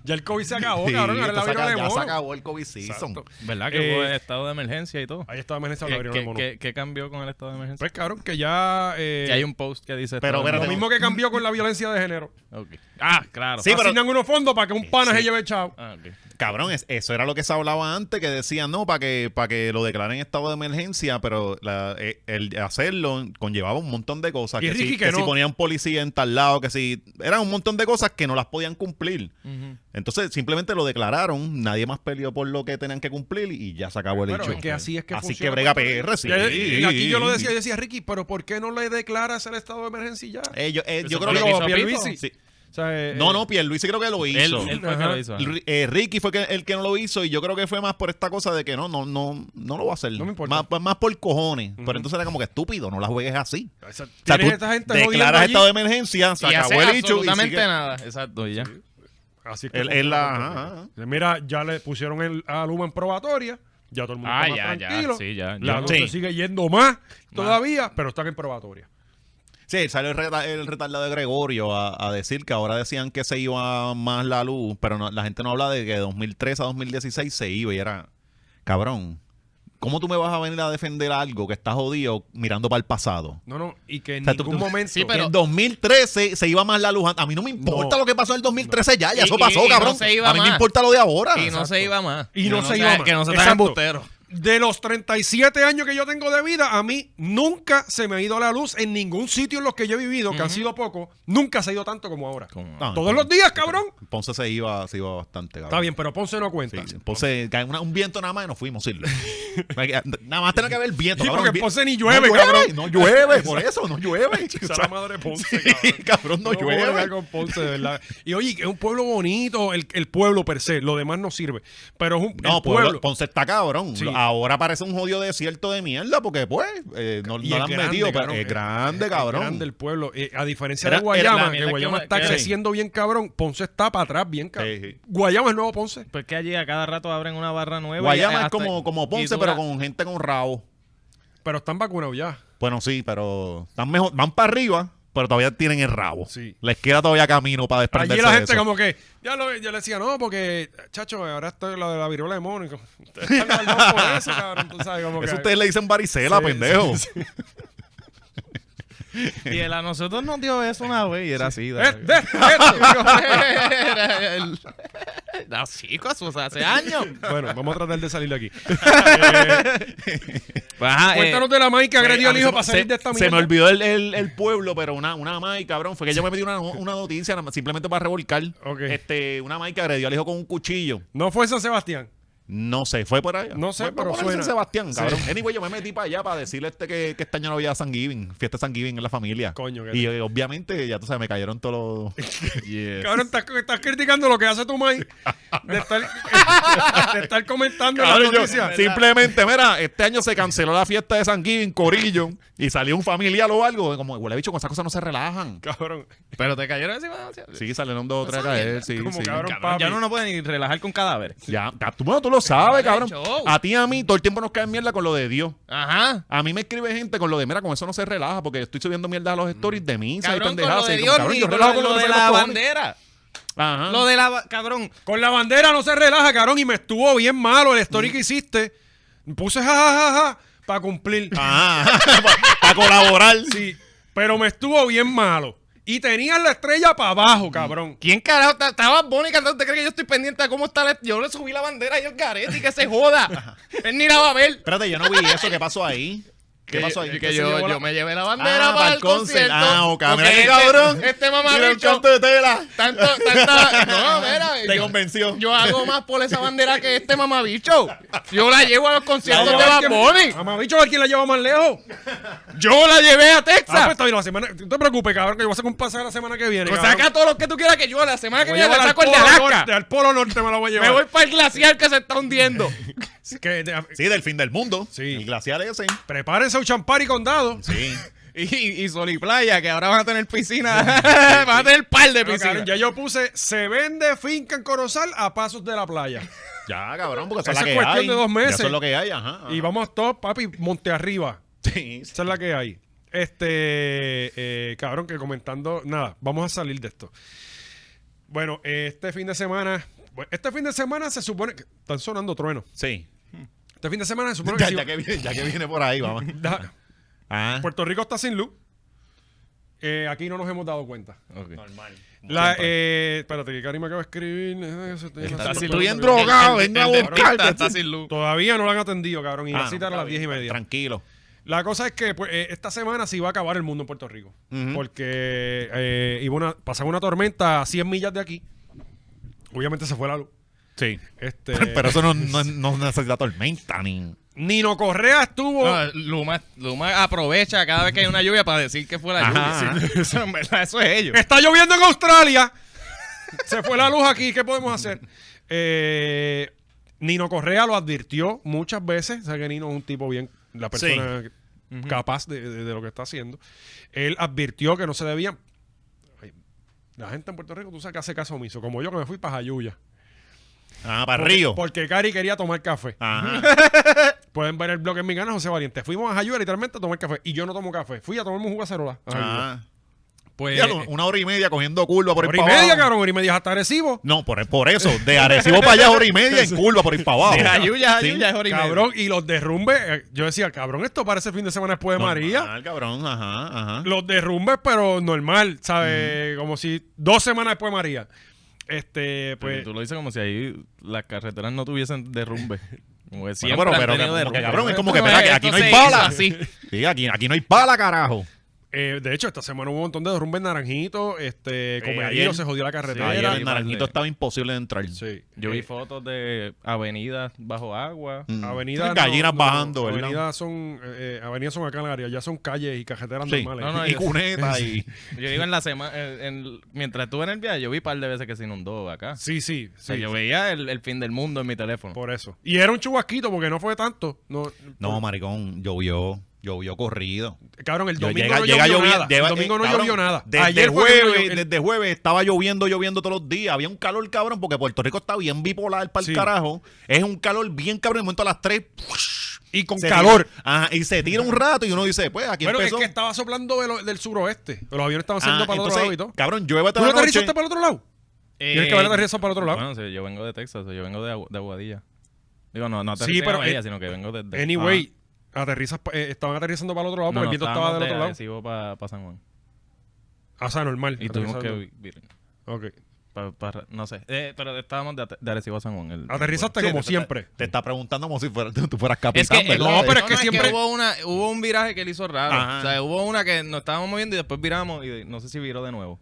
Speaker 1: Ya el COVID se acabó,
Speaker 2: Sí,
Speaker 1: Oh, cabrón. Ahora
Speaker 2: esto
Speaker 1: la
Speaker 2: se
Speaker 1: viruela
Speaker 2: acaba-
Speaker 1: de
Speaker 2: ya se
Speaker 1: mono.
Speaker 2: acabó el COVID season.
Speaker 1: Exacto.
Speaker 3: ¿Verdad
Speaker 1: que hubo
Speaker 3: estado de emergencia y todo?
Speaker 1: Ahí estaba amenazado la
Speaker 3: ¿Qué,
Speaker 1: viruela de mono.
Speaker 3: cambió con el estado de emergencia?
Speaker 1: Pues cabrón, que ya... eh,
Speaker 3: Y hay un post que dice...
Speaker 2: Pero,
Speaker 3: estado de
Speaker 1: Lo
Speaker 2: espérate.
Speaker 1: mismo que cambió con la violencia de género.
Speaker 3: emergencia. Ok. Ah, claro.
Speaker 2: Sí, pero-
Speaker 1: Asignan unos fondos para que un pana
Speaker 2: Sí.
Speaker 1: se lleve chavo.
Speaker 3: Ah, ok.
Speaker 2: Cabrón, es- eso era lo que se hablaba antes, que decían, no, para que, para que lo declaren estado de emergencia, pero la- eh, el hacerlo conllevaba un montón de cosas.
Speaker 1: Y
Speaker 2: que
Speaker 1: Ricky
Speaker 2: si,
Speaker 1: que
Speaker 2: que
Speaker 1: no.
Speaker 2: si ponían policía en tal lado, que si... Eran un montón de cosas que no las podían cumplir.
Speaker 3: Ujú.
Speaker 2: Entonces, simplemente lo declararon, nadie más peleó por lo que tenían que cumplir y ya se acabó el
Speaker 1: Pero
Speaker 2: hecho.
Speaker 1: es que así es que
Speaker 2: Así
Speaker 1: funciona.
Speaker 2: que brega PR, sí.
Speaker 1: Y y aquí yo lo decía, yo decía, Ricky, pero ¿por qué no le declaras el estado de emergencia y ya?
Speaker 2: Eh, yo, eh, yo creo
Speaker 3: Eso fue
Speaker 2: que
Speaker 3: lo que hizo
Speaker 1: Pierluisi.
Speaker 2: Sí.
Speaker 1: O sea, eh,
Speaker 2: No, no, Pierluisi creo que lo hizo.
Speaker 3: Él, él fue que
Speaker 1: Ajá.
Speaker 3: lo hizo. ajá.
Speaker 2: Ri- eh, Ricky fue que- el que no lo hizo y yo creo que fue más por esta cosa de que no, no, no, no lo va a hacer.
Speaker 1: No me importa.
Speaker 2: Más, más por cojones. Pero entonces era como que estúpido, no la juegues así. O sea, tú
Speaker 1: esta gente jodiendo
Speaker 2: declaras
Speaker 1: allí.
Speaker 2: estado de emergencia, se
Speaker 3: y
Speaker 2: acabó
Speaker 3: hace
Speaker 2: el hecho y
Speaker 3: absolutamente
Speaker 2: sigue-
Speaker 3: nada. Exacto, y ya.
Speaker 1: Así es
Speaker 2: Él-
Speaker 1: funciona
Speaker 2: él la-
Speaker 1: la
Speaker 2: ajá,
Speaker 1: cosa. Mira, ya le pusieron el, a Luma en probatoria. Ya todo el mundo
Speaker 3: Ah,
Speaker 1: está más
Speaker 3: ya, ya,
Speaker 1: tranquilo.
Speaker 3: sí, ya.
Speaker 1: La
Speaker 3: Yo-
Speaker 1: luz
Speaker 2: Sí.
Speaker 1: se sigue yendo más todavía, pero están en probatoria.
Speaker 2: Sí, salió el, reta- el retardado de Gregorio a, a decir que ahora decían que se iba más la luz, pero no- la gente no habla de que de 2003 a 2016 se iba y era, cabrón, ¿cómo tú me vas a venir a defender algo que está jodido mirando para el pasado?
Speaker 1: No, no, y que en
Speaker 2: O sea, tú-
Speaker 1: ningún
Speaker 2: tú-
Speaker 1: momento...
Speaker 3: Sí, pero-
Speaker 2: en 2013 se iba más la luz. A mí no me importa
Speaker 1: No.
Speaker 2: lo que pasó en el 2013 ya, ya
Speaker 3: Y-
Speaker 2: eso
Speaker 3: y-
Speaker 2: pasó,
Speaker 3: y no
Speaker 2: cabrón.
Speaker 3: se iba
Speaker 2: a mí
Speaker 3: más.
Speaker 2: me importa lo de ahora.
Speaker 3: Y no se iba más.
Speaker 1: Y no
Speaker 3: Que
Speaker 1: se
Speaker 3: sea-
Speaker 1: iba más.
Speaker 3: Que no se tan
Speaker 1: Exacto.
Speaker 3: embustero.
Speaker 1: De los 37 años que yo tengo de vida, a mí nunca se me ha ido la luz en ningún sitio en los que yo he vivido, que han sido pocos, nunca se ha ido tanto como ahora.
Speaker 3: Como-
Speaker 2: No,
Speaker 1: Todos los días, cabrón.
Speaker 2: Ponce se iba, se iba bastante, cabrón.
Speaker 1: Está bien, pero Ponce no cuenta.
Speaker 2: Ah, Sí, Ponce, cae una- un viento nada más y nos fuimos, sirve. nada más tiene que haber viento.
Speaker 1: Sí,
Speaker 2: cabrón,
Speaker 1: porque
Speaker 2: vi-
Speaker 1: Ponce ni llueve,
Speaker 2: no
Speaker 1: cabrón.
Speaker 2: No llueve, por eso, no llueve.
Speaker 1: Esa
Speaker 2: O
Speaker 1: es
Speaker 2: sea,
Speaker 1: la madre de Ponce,
Speaker 2: sí,
Speaker 1: cabrón.
Speaker 2: cabrón, no,
Speaker 1: puedo bregar
Speaker 2: llueve.
Speaker 1: con Ponce, de verdad. Y oye, que es un pueblo bonito, el, el pueblo per se, lo demás no sirve. Pero es un
Speaker 2: No,
Speaker 1: el
Speaker 2: pueblo,
Speaker 1: pueblo.
Speaker 2: Ponce está cabrón.
Speaker 1: Sí.
Speaker 2: Ahora parece un jodido desierto de mierda porque, pues, eh, no,
Speaker 1: Y
Speaker 2: no
Speaker 1: es
Speaker 2: lo han
Speaker 1: grande,
Speaker 2: metido,
Speaker 1: cabrón.
Speaker 2: pero es
Speaker 1: Es-
Speaker 2: grande,
Speaker 1: es
Speaker 2: cabrón.
Speaker 1: grande el pueblo. Eh, a diferencia
Speaker 2: Era-
Speaker 1: de
Speaker 2: era-
Speaker 1: Guayama,
Speaker 3: la
Speaker 1: que
Speaker 3: mierda
Speaker 1: Guayama
Speaker 3: que-
Speaker 1: está
Speaker 3: que-
Speaker 1: creciendo bien cabrón, Ponce está para atrás bien cabrón.
Speaker 2: Sí, sí.
Speaker 1: Guayama es el nuevo Ponce.
Speaker 3: Pues que allí a cada rato abren una barra nueva. y
Speaker 2: Guayama es
Speaker 3: hasta-
Speaker 2: como, como
Speaker 3: y
Speaker 2: Ponce,
Speaker 3: dura-
Speaker 2: pero con gente con rabo.
Speaker 1: Pero están vacunados ya.
Speaker 2: Bueno, sí, pero están mejor, van para arriba, pero todavía tienen el rabo.
Speaker 1: Sí.
Speaker 2: Les queda todavía camino para
Speaker 1: Allí
Speaker 2: desprenderse
Speaker 1: la
Speaker 2: de
Speaker 1: gente
Speaker 2: eso.
Speaker 1: como que, ya lo, yo le decía, no, porque, chacho, ahora estoy la de la viruela de Mónico. Ustedes están malvados por eso, cabrón, tú sabes, como
Speaker 2: Eso
Speaker 1: que-
Speaker 2: ustedes le dicen varicela,
Speaker 1: Sí,
Speaker 2: pendejo.
Speaker 3: Y él a nosotros nos dio eso una vez y era así.
Speaker 1: Eh,
Speaker 3: dale.
Speaker 1: de- esto.
Speaker 3: Era el- No, chicos, pues, o sea, hace años.
Speaker 1: bueno, vamos a tratar de salir de aquí.
Speaker 3: Ajá, eh,
Speaker 1: Cuéntanos de la Mike que agredió
Speaker 2: A
Speaker 1: al
Speaker 2: mí
Speaker 1: hijo
Speaker 2: Ah,
Speaker 1: para
Speaker 2: se-
Speaker 1: salir
Speaker 2: se-
Speaker 1: de esta
Speaker 2: Se me
Speaker 1: mierda.
Speaker 2: olvidó el, el- el pueblo, pero una, una Mike, cabrón. Fue que yo me metí una, una noticia nada más, simplemente para revolcar.
Speaker 1: Ok.
Speaker 2: Este, una Mike agredió al hijo con un cuchillo.
Speaker 1: No fue San Sebastián.
Speaker 2: No sé, fue por allá.
Speaker 1: No sé,
Speaker 2: Fue- fue
Speaker 1: pero
Speaker 2: por el
Speaker 1: suena.
Speaker 2: San Sebastián,
Speaker 1: Sí.
Speaker 2: cabrón. Anyway, yo me metí para allá para decirle este que, que este año no había San Giving, fiesta de San Giving en la familia.
Speaker 1: Coño, que-
Speaker 2: Y eh, obviamente, ya tú sabes, me cayeron todos los.
Speaker 3: Yes.
Speaker 1: Cabrón, estás, estás criticando lo que hace tu maíz. De estar, de estar comentando
Speaker 2: Cabrón,
Speaker 1: las
Speaker 2: yo
Speaker 1: noticias.
Speaker 2: simplemente, mira, este año se canceló la fiesta de San Giving, Corillo, y salió un familiar o algo. Como, huele bicho, con esas cosas no se relajan.
Speaker 1: Cabrón,
Speaker 3: Pero te cayeron encima.
Speaker 2: Sí, salieron dos o tres a
Speaker 3: sabía,
Speaker 2: caer, sí,
Speaker 1: como
Speaker 2: sí.
Speaker 1: cabrón.
Speaker 3: Cabrón,
Speaker 1: papi.
Speaker 3: ya uno no puede ni relajar con cadáveres.
Speaker 2: Ya, ya, tú, bueno, tú lo sabes,
Speaker 3: Cabrón,
Speaker 2: cabrón.
Speaker 3: show.
Speaker 2: A ti y a mí todo el tiempo nos cae mierda con lo de Dios.
Speaker 3: Ajá.
Speaker 2: A mí me escribe gente con lo de, mira, con eso no se relaja porque estoy subiendo mierda a los stories de misa y
Speaker 3: Mm. Cabrón, con
Speaker 2: pendejadas.
Speaker 3: lo de
Speaker 2: Y como,
Speaker 3: Dios,
Speaker 2: cabrón,
Speaker 3: ni
Speaker 2: yo
Speaker 3: con
Speaker 2: relajo
Speaker 3: lo,
Speaker 2: con
Speaker 3: lo
Speaker 2: lo
Speaker 3: de
Speaker 2: que me
Speaker 3: la
Speaker 2: los cojones.
Speaker 3: bandera.
Speaker 2: Ajá.
Speaker 3: Lo de la... ba- Cabrón.
Speaker 1: con la bandera no se relaja, cabrón. Y me estuvo bien malo el
Speaker 2: Mm.
Speaker 1: story que hiciste. Puse jajajaja para cumplir.
Speaker 2: Ah. Para colaborar.
Speaker 1: Sí, pero me estuvo bien malo. Y tenías la estrella para abajo, cabrón.
Speaker 3: ¿Quién carajo está- estaba Bonnie cantando? ¿Te crees que yo estoy pendiente a cómo está? la- Yo le subí la bandera y el garete y que se joda. Él ni la va a ver.
Speaker 2: Espérate, yo no vi eso. ¿Qué pasó ahí? ¿Qué
Speaker 3: Que-
Speaker 2: pasó ahí?
Speaker 3: Que yo, yo me llevé la bandera
Speaker 2: Ah,
Speaker 3: para, el concierto.
Speaker 2: Ah, ok.
Speaker 3: Porque
Speaker 2: Mira qué
Speaker 3: este-
Speaker 2: cabrón.
Speaker 3: Este
Speaker 2: Mira el
Speaker 3: mamabicho.
Speaker 2: canto de tela.
Speaker 3: Tanto, tanta, no, mira,
Speaker 2: Ah, Te
Speaker 3: yo,
Speaker 2: convenció.
Speaker 3: yo hago más por esa bandera que este mamabicho. Yo la llevo a los conciertos de
Speaker 1: Vamos a ver
Speaker 3: Bad
Speaker 1: quién-
Speaker 3: Bunny.
Speaker 1: Vamos, bicho, a ver quién la lleva más lejos.
Speaker 3: Yo la llevé a
Speaker 1: Ah, pues
Speaker 3: Texas.
Speaker 1: está bien, la semana. No te preocupes, cabrón, que yo voy a sacar un pasaje la semana que viene.
Speaker 3: Pues
Speaker 1: cabrón.
Speaker 3: saca todos los que tú quieras que yo la semana que
Speaker 1: Voy a
Speaker 3: viene la
Speaker 1: llevar
Speaker 3: saco el de
Speaker 1: al polo
Speaker 3: Alaska.
Speaker 1: norte, al polo norte me la voy a llevar.
Speaker 3: Me voy para el glaciar que se está hundiendo.
Speaker 1: Que de-
Speaker 2: Sí, del fin del mundo.
Speaker 1: Sí.
Speaker 2: El glaciar ese.
Speaker 1: Prepárense un champán y condado.
Speaker 2: Sí.
Speaker 3: Y, y Sol y Playa, que ahora van a tener piscina. van a tener par
Speaker 1: Pero,
Speaker 3: de piscinas.
Speaker 1: cabrón, ya yo puse, se vende finca en Corozal a pasos de la playa.
Speaker 2: Ya, cabrón, porque eso es
Speaker 1: Esa
Speaker 2: la
Speaker 1: es
Speaker 2: que
Speaker 1: cuestión
Speaker 2: hay.
Speaker 1: de dos meses.
Speaker 2: Ya Eso es lo que hay, ajá.
Speaker 1: Y vamos todos, papi, monte arriba.
Speaker 2: Sí, sí.
Speaker 1: Esa es la que hay. Este, eh, cabrón, que comentando, nada, vamos a salir de esto. Bueno, eh, este fin de semana, bueno, este fin de semana se supone que están sonando truenos.
Speaker 2: Sí.
Speaker 1: Este fin de semana se supone que,
Speaker 2: Ya,
Speaker 1: si-
Speaker 2: ya que viene, ya que viene por ahí, vamos.
Speaker 1: da-
Speaker 2: Ah.
Speaker 1: Puerto Rico está sin luz. Eh, aquí no nos hemos dado cuenta.
Speaker 2: Normal.
Speaker 1: La, eh, espérate, que Karim me acaba de escribir. Eh, eso te-
Speaker 2: Está sin
Speaker 1: Todo-
Speaker 2: luz. drogado, venga a buscarte.
Speaker 3: Está sin luz.
Speaker 1: Todavía no lo han atendido, cabrón. Y
Speaker 2: Ah,
Speaker 1: la cita era
Speaker 2: no,
Speaker 1: a
Speaker 2: está
Speaker 1: las 10 y
Speaker 2: bien,
Speaker 1: media.
Speaker 2: Tranquilo.
Speaker 1: La cosa es que pues, eh, esta semana se iba a acabar el mundo en Puerto Rico.
Speaker 2: Ujú.
Speaker 1: Porque eh, iba una, pasaba una tormenta a 100 millas de aquí. Obviamente se fue la luz.
Speaker 2: Sí.
Speaker 1: Este,
Speaker 2: Pero eso no, no, no necesita tormenta ni.
Speaker 1: Nino Correa estuvo.
Speaker 3: No, Luma, Luma aprovecha cada vez que hay una lluvia para decir que fue la
Speaker 2: Ajá.
Speaker 3: lluvia. Sí, eso, en verdad, eso es ellos.
Speaker 1: Está lloviendo en Australia. Se fue la luz aquí. ¿Qué podemos hacer? Eh, Nino Correa lo advirtió muchas veces. O sea que Nino es un tipo bien. La persona que- capaz de, de- de lo que está haciendo. Él advirtió que no se debían. Ay, La gente en Puerto Rico, tú sabes que hace caso omiso. Como yo que me fui para Jayuya.
Speaker 2: Ah, para Río.
Speaker 1: Porque Cari quería tomar café.
Speaker 2: Ajá.
Speaker 1: Pueden ver el blog en mi canal, José Valiente. Fuimos a Jayuya literalmente a tomar café. Y yo no tomo café. Fui a tomarme un jugo de cerola. a Jayuya.
Speaker 2: Ah.
Speaker 1: Pues.
Speaker 2: Ya, una hora y media cogiendo curva por
Speaker 1: Hora
Speaker 2: ahí
Speaker 1: y
Speaker 2: para
Speaker 1: media,
Speaker 2: abajo.
Speaker 1: cabrón. Hora y media hasta agresivo.
Speaker 2: No, por, por eso. De Arecibo para allá, hora y media en curva por ahí para abajo.
Speaker 3: De la lluvia,
Speaker 2: Sí.
Speaker 3: lluvia es hora y media.
Speaker 1: Cabrón, y los derrumbes, eh, yo decía, cabrón, esto parece fin de semana después de María.
Speaker 2: Normal, cabrón. Ajá, ajá.
Speaker 1: Los derrumbes, pero normal, ¿sabes? Como si dos semanas después de María. Este,
Speaker 3: Porque
Speaker 1: pues.
Speaker 3: tú lo dices como si ahí las carreteras no tuviesen derrumbe. Como que siempre
Speaker 2: pero-
Speaker 3: han
Speaker 2: pero que-
Speaker 3: tenido
Speaker 2: como que,
Speaker 3: derrumbe.
Speaker 2: cabrón, es como que,
Speaker 3: Esto
Speaker 2: espera,
Speaker 3: es-
Speaker 2: que aquí no hay
Speaker 3: esto se
Speaker 2: bala.
Speaker 3: hizo así.
Speaker 2: Sí, aquí, aquí no hay pala, carajo.
Speaker 1: eh, de hecho, esta semana hubo un montón de derrumbes en Naranjito. Este, como
Speaker 2: ayer.
Speaker 1: se jodió la
Speaker 2: Ayer
Speaker 1: carretera.
Speaker 3: Era-
Speaker 2: el naranjito estaba imposible de entrar.
Speaker 1: Sí.
Speaker 3: Yo vi
Speaker 1: Eh,
Speaker 3: fotos de avenidas bajo agua.
Speaker 2: Mm.
Speaker 1: Avenidas. no,
Speaker 2: Gallinas
Speaker 1: no,
Speaker 2: bajando, ¿verdad?
Speaker 1: Avenidas son, eh, eh, avenidas son acá en el área, ya son calles y carreteras
Speaker 2: Sí.
Speaker 1: normales.
Speaker 3: No, no,
Speaker 2: y
Speaker 3: yo-
Speaker 2: cuneta y.
Speaker 3: Yo digo en la semana, mientras estuve en el viaje, yo vi un par de veces que se inundó acá.
Speaker 1: Sí, sí,
Speaker 3: O sea,
Speaker 1: sí,
Speaker 3: yo veía el, el fin del mundo en mi teléfono.
Speaker 1: Por eso. Y era un chubasquito porque no fue tanto. No,
Speaker 2: No, maricón, llovió. Llovió corrido.
Speaker 1: Cabrón, el
Speaker 2: Yo-
Speaker 1: domingo
Speaker 2: llega-
Speaker 1: no
Speaker 2: llega
Speaker 1: llovió
Speaker 2: lloviendo-
Speaker 1: nada.
Speaker 2: lleva-
Speaker 1: el domingo no
Speaker 2: eh, cabrón,
Speaker 1: llovió nada.
Speaker 2: Desde
Speaker 1: fue que no
Speaker 2: jueves,
Speaker 1: llovió- el-
Speaker 2: desde jueves estaba lloviendo, lloviendo todos los días. Había un calor cabrón porque Puerto Rico está bien bipolar para el
Speaker 1: Sí.
Speaker 2: carajo. Es un calor bien cabrón. De momento a las 3
Speaker 1: y con
Speaker 2: se
Speaker 1: calor.
Speaker 2: tira- ajá, y se tira un rato y uno dice, pues aquí
Speaker 1: Bueno, es
Speaker 2: empezó.
Speaker 1: que estaba soplando de lo- del suroeste. Los aviones estaban
Speaker 2: Ah,
Speaker 1: haciendo para el otro
Speaker 2: entonces,
Speaker 1: lado y todo.
Speaker 2: Cabrón, llueve
Speaker 1: ¿Tú
Speaker 2: toda
Speaker 1: no
Speaker 2: la
Speaker 1: aterrizaste
Speaker 2: noche. Eh,
Speaker 1: para el otro lado?
Speaker 3: Eh,
Speaker 1: Tienes que haber aterrizado para el otro lado.
Speaker 3: Bueno, sí, yo vengo de Texas, yo vengo de, Agu- de Aguadilla. Digo, no, no
Speaker 1: Sí,
Speaker 3: aterricé en
Speaker 1: pero,
Speaker 3: Aguadilla,
Speaker 1: eh,
Speaker 3: sino que vengo de... de-
Speaker 1: Anyway,
Speaker 2: ah.
Speaker 1: aterrizas, pa- eh, estaban aterrizando para el otro
Speaker 3: Ah.
Speaker 1: lado
Speaker 3: No,
Speaker 1: porque
Speaker 3: no,
Speaker 1: el viento
Speaker 3: estábamos
Speaker 1: pues estaba del otro
Speaker 3: de
Speaker 1: lado.
Speaker 3: Arecibo para San Juan.
Speaker 1: Ah, O sea, normal.
Speaker 3: Y tuvimos que...
Speaker 1: aterrizando.
Speaker 3: vir-
Speaker 1: Ok.
Speaker 3: pa- pa- no sé. Eh, pero estábamos de, Ate- de Arecibo a San Juan. el-
Speaker 1: Aterrizaste
Speaker 2: Sí,
Speaker 1: este como
Speaker 2: te-
Speaker 1: siempre.
Speaker 2: Te está preguntando como si fuera- tú fueras capitán, ¿verdad?
Speaker 1: no, pero es que
Speaker 3: no,
Speaker 1: siempre-
Speaker 3: hubo, una, hubo un viraje que le hizo raro.
Speaker 2: Ajá.
Speaker 3: O sea, hubo una que nos estábamos moviendo y después viramos y no sé si viró de nuevo.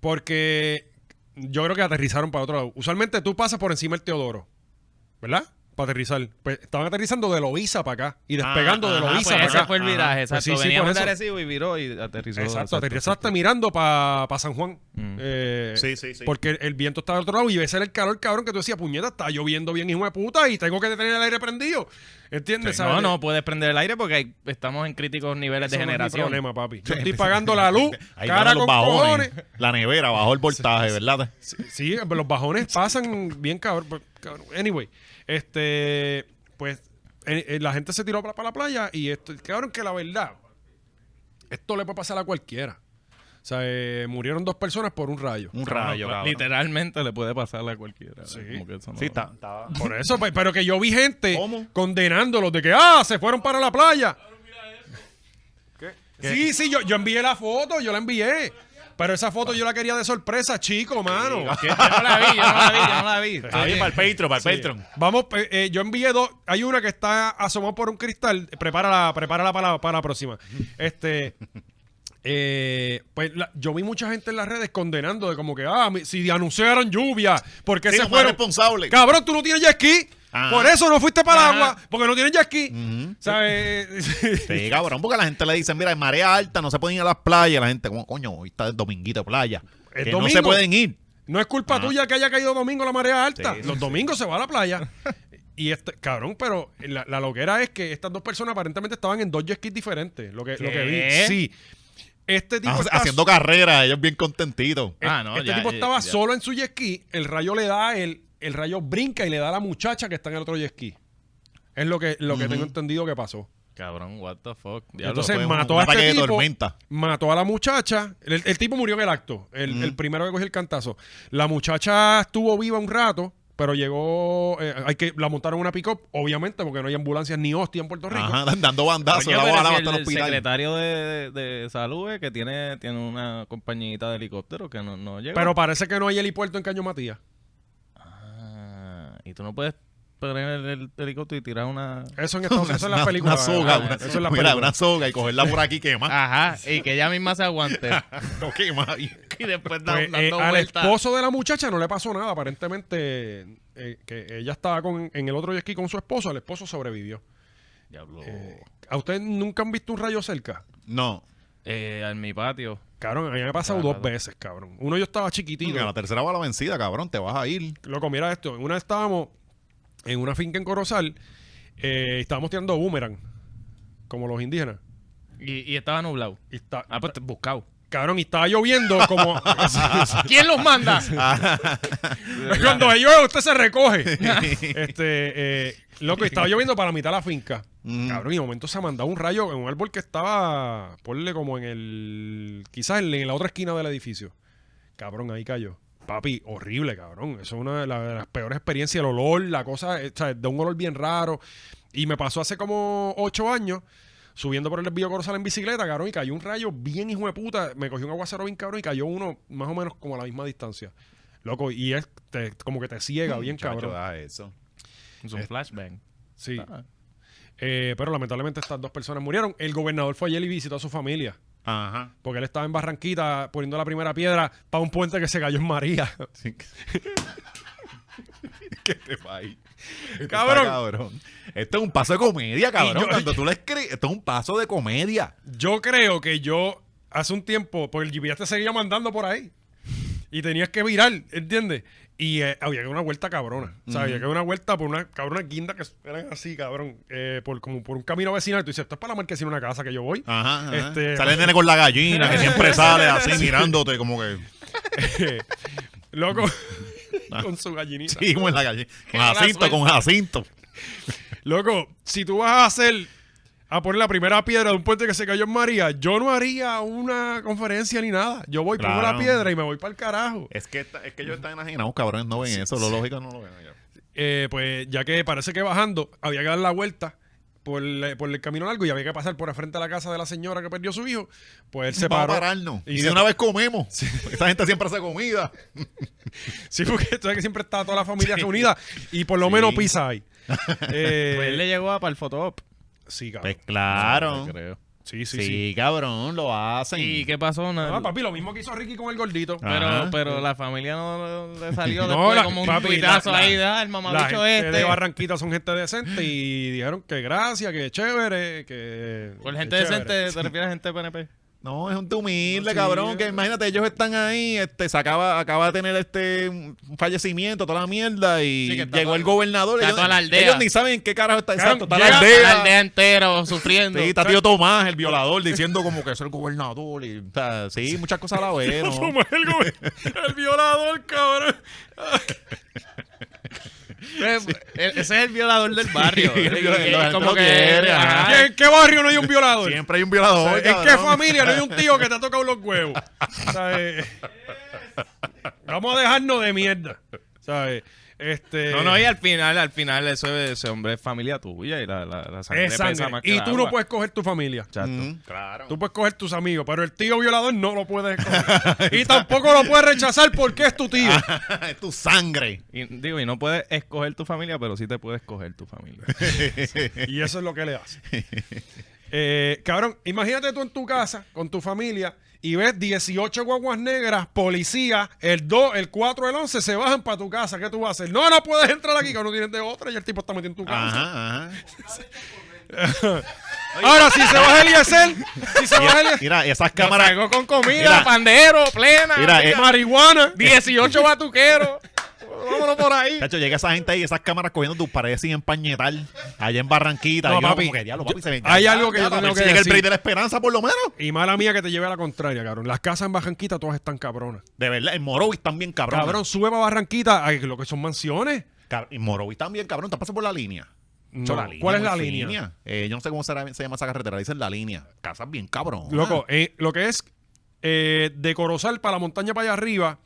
Speaker 1: Porque yo creo que aterrizaron para otro lado. Usualmente tú pasas por encima del Teodoro. ¿Verdad? para aterrizar. Pues estaban aterrizando de Loiza para acá y
Speaker 2: Ah,
Speaker 1: despegando de
Speaker 3: Ajá,
Speaker 1: Loiza
Speaker 3: pues
Speaker 1: para
Speaker 3: ese
Speaker 1: acá.
Speaker 3: fue el viraje,
Speaker 1: Pues sí,
Speaker 3: exacto.
Speaker 1: sí,
Speaker 3: Veníamos
Speaker 1: por
Speaker 3: de
Speaker 1: eso.
Speaker 3: Arecibo y viró y aterrizó.
Speaker 1: Exacto, aterrizaste mirando para San Juan.
Speaker 3: Mm.
Speaker 1: Eh,
Speaker 2: Sí, sí, sí.
Speaker 1: Porque el, el viento estaba al otro lado y ves el calor, cabrón, que tú decías, puñeta, está lloviendo bien, hijo de puta, y tengo que tener el aire prendido. ¿Entiendes?
Speaker 3: No,
Speaker 1: ¿Sabes?
Speaker 3: no puedes prender el aire porque hay- estamos en críticos niveles
Speaker 1: Eso
Speaker 3: de
Speaker 1: no es mi
Speaker 3: generación.
Speaker 1: problema, papi. Yo estoy pagando la luz,
Speaker 2: Ahí
Speaker 1: cara con
Speaker 2: van los bajones.
Speaker 1: cojones.
Speaker 2: La nevera bajó el voltaje, ¿verdad?
Speaker 1: Sí, los bajones pasan bien cabrón. pues, cabrón. Anyway, este, pues eh, eh, la gente se tiró para la playa y esto, cabrón, que la verdad, esto le puede pasar a cualquiera. O sea, eh, murieron dos personas por un rayo.
Speaker 2: Un rayo, cabrón.
Speaker 3: Literalmente le puede pasar a cualquiera.
Speaker 1: Sí.
Speaker 3: Como que eso no-
Speaker 2: Sí, está. está-
Speaker 1: Por eso, pe- pero que yo vi gente
Speaker 2: ¿Cómo?
Speaker 1: condenándolos de que, ah, se fueron para la playa. Sí, sí, yo, yo envié la foto, yo la envié. Pero esa foto yo la quería de sorpresa, chico, mano.
Speaker 3: Que yo no la vi, yo no la vi, yo no la vi.
Speaker 1: Ah,
Speaker 2: Está bien, para el Patreon, para el Patreon.
Speaker 1: Vamos, pe- eh, yo envié dos. Hay una que está asomada por un cristal. Prepárala, prepárala para, la- para la próxima. Este. eh, pues la- yo vi mucha gente en las redes condenando de como que, ah, mi- si anunciaron lluvia, porque
Speaker 2: Sí,
Speaker 1: se
Speaker 2: no, más
Speaker 1: fueron.
Speaker 2: responsable.
Speaker 1: Cabrón, tú no tienes jet ski.
Speaker 2: Ah.
Speaker 1: Por eso no fuiste para el
Speaker 3: Ajá.
Speaker 1: agua, porque no tienes jet ski. ¿Sabes?
Speaker 2: Sí, cabrón, porque la gente le dice, mira, es marea alta, no se pueden ir a las playas. La gente, como, coño, hoy está el dominguito de playa.
Speaker 1: ¿Es
Speaker 2: Que no
Speaker 1: domingo?
Speaker 2: se pueden ir.
Speaker 1: No es culpa tuya que haya caído domingo la marea alta.
Speaker 2: Sí, sí,
Speaker 1: Los domingos se va a la playa. y este, cabrón, pero la, la loquera es que estas dos personas aparentemente estaban en dos jet skis diferentes. Lo que, lo que vi.
Speaker 3: ¿Qué?
Speaker 1: Sí. Este tipo
Speaker 2: Ah,
Speaker 1: está-
Speaker 2: haciendo carrera, ellos bien contentitos.
Speaker 1: este-
Speaker 3: Ah, no,
Speaker 1: este
Speaker 3: ya,
Speaker 1: tipo
Speaker 3: ya,
Speaker 1: estaba
Speaker 3: ya.
Speaker 1: solo en su jet ski. El rayo le da a él. El rayo brinca y le da a la muchacha que está en el otro jet ski. Es lo que, lo que tengo entendido que pasó.
Speaker 3: Cabrón, what the fuck. Diablo.
Speaker 1: Entonces
Speaker 2: fue pues, un-
Speaker 1: mató
Speaker 2: un
Speaker 1: a este
Speaker 2: ataque de
Speaker 1: tipo,
Speaker 2: tormenta.
Speaker 1: mató a la muchacha. El, el tipo murió en el acto, el, el
Speaker 2: Mm.
Speaker 1: primero que cogió el cantazo. La muchacha estuvo viva un rato, pero llegó, eh, hay que la montaron en una pick-up, obviamente, porque no hay ambulancias ni hostia en Puerto Rico.
Speaker 2: Ajá, dan- dando bandazos,
Speaker 3: Coño,
Speaker 2: la
Speaker 3: pero
Speaker 2: bala
Speaker 3: si
Speaker 2: va
Speaker 3: el,
Speaker 2: hasta el
Speaker 3: el
Speaker 2: hospital.
Speaker 3: secretario de, de- de salud eh, que tiene, tiene una compañita de helicóptero que no, no llega.
Speaker 1: Pero parece que no hay helipuerto en Caño Matías.
Speaker 3: Ah, y tú no puedes poner el, el helicóptero y tirar una...
Speaker 1: Eso en Estados Unidos, eso en las
Speaker 2: Una-
Speaker 1: películas.
Speaker 2: Una soga,
Speaker 1: Ah, eso
Speaker 2: una,
Speaker 1: en las
Speaker 2: mira,
Speaker 1: películas.
Speaker 2: una soga y cogerla por aquí quema.
Speaker 3: Ajá, y que ella misma se aguante.
Speaker 2: no quema.
Speaker 3: y después da-
Speaker 1: Pues, eh,
Speaker 3: dando
Speaker 1: al
Speaker 3: vueltas.
Speaker 1: esposo de la muchacha no le pasó nada, aparentemente eh, que ella estaba con, en el otro jet ski con su esposo, el esposo sobrevivió.
Speaker 3: Diablo.
Speaker 2: Oh.
Speaker 1: Eh, ¿A ustedes nunca han visto un rayo cerca?
Speaker 2: No.
Speaker 3: Eh, en mi patio.
Speaker 1: Cabrón, a mí me ha pasado
Speaker 3: Claro.
Speaker 1: dos veces, cabrón. Uno yo estaba
Speaker 2: Tío,
Speaker 1: chiquitito.
Speaker 2: la tercera bala vencida, cabrón, te vas a ir.
Speaker 1: Loco, mira esto. Una vez estábamos en una finca en Corozal. eh, estábamos tirando boomerang, como los indígenas.
Speaker 3: Y, y estaba nublado.
Speaker 1: Y está,
Speaker 3: Ah, pues te- buscado.
Speaker 1: cabrón, y estaba lloviendo como...
Speaker 3: ¿Quién los manda? Ah.
Speaker 1: Cuando hay llueve, usted se recoge. este, eh, loco, y estaba lloviendo para la mitad de la finca.
Speaker 2: Mm.
Speaker 1: Cabrón, y de momento se ha mandado un rayo en un árbol que estaba, ponle como en el, quizás en, en la otra esquina del edificio. Cabrón, ahí cayó. Papi, horrible, cabrón. Eso es una de, la- de las peores experiencias. El olor, la cosa, eh, o sea, de un olor bien raro. Y me pasó hace como ocho años, subiendo por el desvío Corozal en bicicleta, cabrón, y cayó un rayo bien hijo de puta. Me cogió un aguacero bien cabrón y cayó uno más o menos como a la misma distancia. Loco, y es te- como que te ciega bien
Speaker 2: Chacho,
Speaker 1: cabrón.
Speaker 2: da eso.
Speaker 3: Es
Speaker 1: Eh,
Speaker 3: un flashbang.
Speaker 1: Sí.
Speaker 3: Ah.
Speaker 1: Eh, pero lamentablemente estas dos personas murieron. El gobernador fue ayer y visitó a su familia.
Speaker 2: Ajá.
Speaker 1: Porque él estaba en Barranquita poniendo la primera piedra para un puente que se cayó en María.
Speaker 2: Sí. ¿Qué te va ahí? Esto
Speaker 1: Cabrón.
Speaker 2: está cabrón. Esto es un paso de comedia, cabrón.
Speaker 1: Y yo-
Speaker 2: Cuando tú le escribes, esto es un paso de comedia.
Speaker 1: Yo creo que yo hace un tiempo, porque el GPS te seguía mandando por ahí. Y tenías que virar, ¿entiendes? Y eh, había que dar una vuelta cabrona. O sea, había que dar una vuelta por una cabrona guinda que eran así, cabrón. eh, por, como por un camino vecinal. Tú dices, esto es para la marquesina de una casa que yo voy.
Speaker 2: Ajá. ajá.
Speaker 1: Este-
Speaker 2: Sale el nene con la gallina, que siempre sale así mirándote, como que.
Speaker 1: Loco. con su gallinita.
Speaker 2: Sí, como en la gallina. Con
Speaker 3: mala
Speaker 2: Jacinto, con Jacinto.
Speaker 1: Loco, si tú vas a hacer a poner la primera piedra de un puente que se cayó en María, yo no haría una conferencia ni nada. Yo voy, pongo la
Speaker 2: Claro.
Speaker 1: piedra y me voy para el carajo.
Speaker 2: Es que, esta- es que ellos están enajenados, cabrones. No ven eso. Lo lógico no lo ven. ellos.
Speaker 1: Eh, pues ya que parece que bajando había que dar la vuelta por el, por el camino largo y había que pasar por el frente de la casa de la señora que perdió su hijo, pues él se
Speaker 2: Vamos
Speaker 1: paró.
Speaker 2: a pararnos.
Speaker 1: Y
Speaker 2: Y, de
Speaker 1: se-
Speaker 2: una vez comemos. Porque Esta gente siempre hace comida.
Speaker 1: Sí, porque tú sabes que siempre está toda la familia reunida y por lo menos pizza hay. Eh,
Speaker 3: Pues él le llegó a para el photop.
Speaker 1: sí, cabrón.
Speaker 2: Pues claro.
Speaker 3: creo.
Speaker 1: Sí, sí,
Speaker 2: Sí,
Speaker 1: sí.
Speaker 2: cabrón, lo hacen.
Speaker 3: ¿Y qué pasó? No,
Speaker 1: Ah, papi, lo mismo que hizo Ricky con el gordito.
Speaker 2: Ajá.
Speaker 3: pero, pero la familia no le salió
Speaker 1: No,
Speaker 3: después
Speaker 1: la-
Speaker 3: como un
Speaker 1: papi, la-
Speaker 3: tuitazo
Speaker 1: la-
Speaker 3: ahí, da, el
Speaker 1: La
Speaker 3: mamabicho
Speaker 1: gente de
Speaker 3: este.
Speaker 1: Barranquita son gente decente y dijeron que gracias, que chévere, que...
Speaker 3: Por
Speaker 1: que
Speaker 3: gente
Speaker 1: chévere.
Speaker 3: decente, ¿te refieres a gente de PNP?
Speaker 2: No, es un humilde,
Speaker 1: No, sí,
Speaker 2: cabrón.
Speaker 1: eh.
Speaker 2: Que imagínate, ellos están ahí, este, se acaba, acaba de tener este un fallecimiento, toda la mierda, y
Speaker 3: Sí, que está
Speaker 2: llegó
Speaker 3: toda-
Speaker 2: el gobernador.
Speaker 3: está
Speaker 2: ellos,
Speaker 3: toda la aldea.
Speaker 2: ellos ni saben qué carajo está
Speaker 1: Claro,
Speaker 2: exacto. Está
Speaker 1: llega
Speaker 2: la aldea.
Speaker 3: La aldea entero sufriendo.
Speaker 2: Sí, está tío Tomás, el violador, diciendo como que es el gobernador. Y, o sea, sí, muchas cosas a la vez. ¿no?
Speaker 1: Tomás, el, gobe- el violador, cabrón.
Speaker 3: Eh, eh, Ese es el violador del barrio.
Speaker 2: Sí, el violador,
Speaker 3: Eh,
Speaker 2: la
Speaker 3: es
Speaker 2: gente
Speaker 3: como
Speaker 2: lo
Speaker 3: que. ah,
Speaker 2: quiere, ajá.
Speaker 3: ajá.
Speaker 1: ¿Y ¿En qué barrio no hay un violador?
Speaker 2: Siempre hay un
Speaker 1: O sea,
Speaker 2: violador.
Speaker 1: ¿En qué
Speaker 2: cabrón.
Speaker 1: familia no hay un tío que te ha tocado los huevos? O sea, eh, Vamos a dejarnos de mierda. ¿Sabes? Este,
Speaker 3: No, no, y al final, al final, ese, ese hombre es familia tuya y la, la, la sangre
Speaker 1: es
Speaker 3: pesa
Speaker 1: sangre.
Speaker 3: más que
Speaker 1: Y
Speaker 3: el
Speaker 1: tú
Speaker 3: agua.
Speaker 1: no puedes coger tu familia.
Speaker 3: Chato.
Speaker 2: Mm.
Speaker 1: Tú puedes coger tus amigos, pero el tío violador no lo puedes coger. y tampoco lo puedes rechazar porque es tu tío.
Speaker 2: es tu sangre.
Speaker 3: Y, digo, y no puedes escoger tu familia, pero sí te puedes coger tu familia.
Speaker 1: Y eso es lo que le hace. Eh, cabrón, imagínate tú en tu casa con tu familia y ves 18 guaguas negras, policías, el 2, el 4, el 11 se bajan para tu casa. ¿Qué tú vas a hacer? No, no puedes entrar aquí, que no tienes de otra y el tipo está metido en tu casa.
Speaker 2: Ajá, ajá.
Speaker 1: Ahora, si se baja el ISL, si se baja el ISL,
Speaker 2: Mira, esas cámaras.
Speaker 3: Lo traigo con comida,
Speaker 2: Mira.
Speaker 3: pandero, plena,
Speaker 2: Mira, eh,
Speaker 1: marihuana.
Speaker 3: 18 batuqueros. Vámonos por ahí.
Speaker 2: Chacho, llega esa gente ahí, esas cámaras cogiendo tus paredes sin empañetar. Allá en Barranquita.
Speaker 1: No,
Speaker 2: y yo
Speaker 1: papi,
Speaker 2: como que, diablo, papi, se me-
Speaker 1: hay algo que yo
Speaker 2: papi,
Speaker 1: tengo
Speaker 2: si
Speaker 1: que
Speaker 2: llega el
Speaker 1: decir.
Speaker 2: break de la esperanza, por lo menos.
Speaker 1: Y mala mía que te lleve a la contraria, cabrón. Las casas en Barranquita todas están cabronas.
Speaker 2: De verdad, en Morovis también, cabrón.
Speaker 1: Cabrón, sube para Barranquita, ay, lo que son mansiones.
Speaker 2: Cab- En Morovis también, cabrón. Te pasas por la línea.
Speaker 1: No,
Speaker 2: Chacho, la línea,
Speaker 1: ¿Cuál es
Speaker 2: muy
Speaker 1: la
Speaker 2: fina.
Speaker 1: línea?
Speaker 2: Eh, yo no sé cómo será- se llama esa carretera. Dicen la línea. Casas bien, cabrón.
Speaker 1: Loco, eh, lo que es eh, de Corozal para la montaña para allá arriba,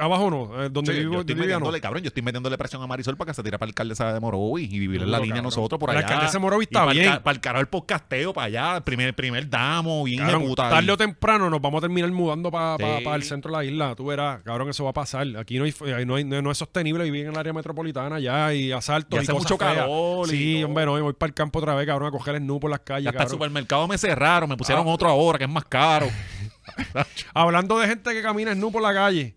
Speaker 1: abajo no, eh, donde
Speaker 2: Sí,
Speaker 1: vivo,
Speaker 2: yo estoy
Speaker 1: yo vivía no.
Speaker 2: metiéndole, cabrón, yo estoy metiéndole presión a Marisol para que se tire para el alcaldesa de Morovis y vivir en la
Speaker 1: Duro,
Speaker 2: línea
Speaker 1: cabrón.
Speaker 2: nosotros por
Speaker 1: La
Speaker 2: allá.
Speaker 1: alcaldesa de Morovis
Speaker 2: Y
Speaker 1: está
Speaker 2: para el
Speaker 1: bien.
Speaker 2: ca- Para el carajo el podcasteo, para allá, el primer, primer damo, bien
Speaker 1: Cabrón,
Speaker 2: de puta.
Speaker 1: tarde
Speaker 2: ahí.
Speaker 1: o temprano nos vamos a terminar mudando para
Speaker 2: Sí.
Speaker 1: el centro de la isla. Tú verás, cabrón, eso va a pasar. Aquí no, hay, ahí no, hay- no- no es sostenible vivir en el área metropolitana ya y asaltos
Speaker 2: Y
Speaker 1: y,
Speaker 2: hace
Speaker 1: cosas
Speaker 2: mucho
Speaker 1: feas.
Speaker 2: calor y
Speaker 1: Sí,
Speaker 2: todo.
Speaker 1: hombre, no, y voy para el campo otra vez, cabrón, a coger el nu por las calles.
Speaker 2: Ya hasta el
Speaker 1: cabrón.
Speaker 2: supermercado me cerraron, me
Speaker 1: Ah.
Speaker 2: pusieron otro ahora que es más caro.
Speaker 1: Hablando de gente que camina en nu por la calle,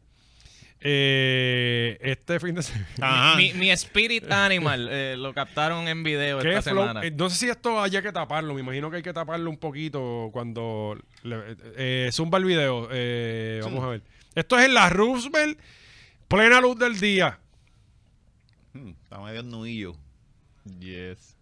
Speaker 1: eh, este fin de semana.
Speaker 2: Ajá.
Speaker 3: Mi, mi spirit animal eh, lo captaron en video
Speaker 1: ¿Qué
Speaker 3: esta
Speaker 1: flow?
Speaker 3: semana.
Speaker 1: Eh, No sé si esto haya que taparlo. Me imagino que hay que taparlo un poquito cuando. le- eh, zumba el video. eh, vamos a ver. Esto es en la Roosevelt, plena luz del día.
Speaker 2: Hmm, Está medio nudillo.
Speaker 3: Yes.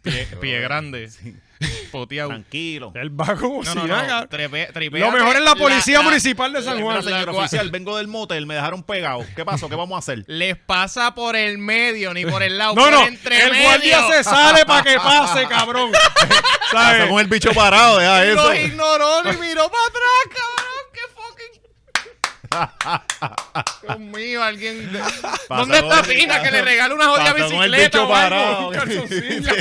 Speaker 3: Pie, pie grande.
Speaker 2: Oh,
Speaker 3: Poteado.
Speaker 2: Tranquilo.
Speaker 1: El vago.
Speaker 3: No, no, no. Trepe-
Speaker 1: Lo
Speaker 3: tripéate
Speaker 1: mejor es la policía
Speaker 3: la-
Speaker 1: municipal de San
Speaker 2: Mira,
Speaker 1: Juan.
Speaker 2: señor
Speaker 3: la-
Speaker 2: oficial, vengo del motel, me dejaron pegado. ¿Qué pasó? ¿Qué vamos a hacer?
Speaker 3: Les pasa por el medio, ni por el lado.
Speaker 1: No,
Speaker 3: por
Speaker 1: no.
Speaker 3: entre
Speaker 1: El
Speaker 3: medio.
Speaker 1: guardia se sale para que pase, cabrón. ¿Sabes?
Speaker 2: Está con el bicho parado, deja
Speaker 3: Y
Speaker 2: eso.
Speaker 3: Los ignoró y miró para atrás, cabrón. ¡Qué fucking. Dios mío, alguien. ¿Dónde
Speaker 2: con
Speaker 3: está
Speaker 2: el-
Speaker 3: Pina? Que le regale una
Speaker 2: Pasó
Speaker 3: jodida
Speaker 2: con el
Speaker 3: bicicleta.
Speaker 2: bicho
Speaker 3: o algo,
Speaker 2: parado.
Speaker 3: un calzoncillo,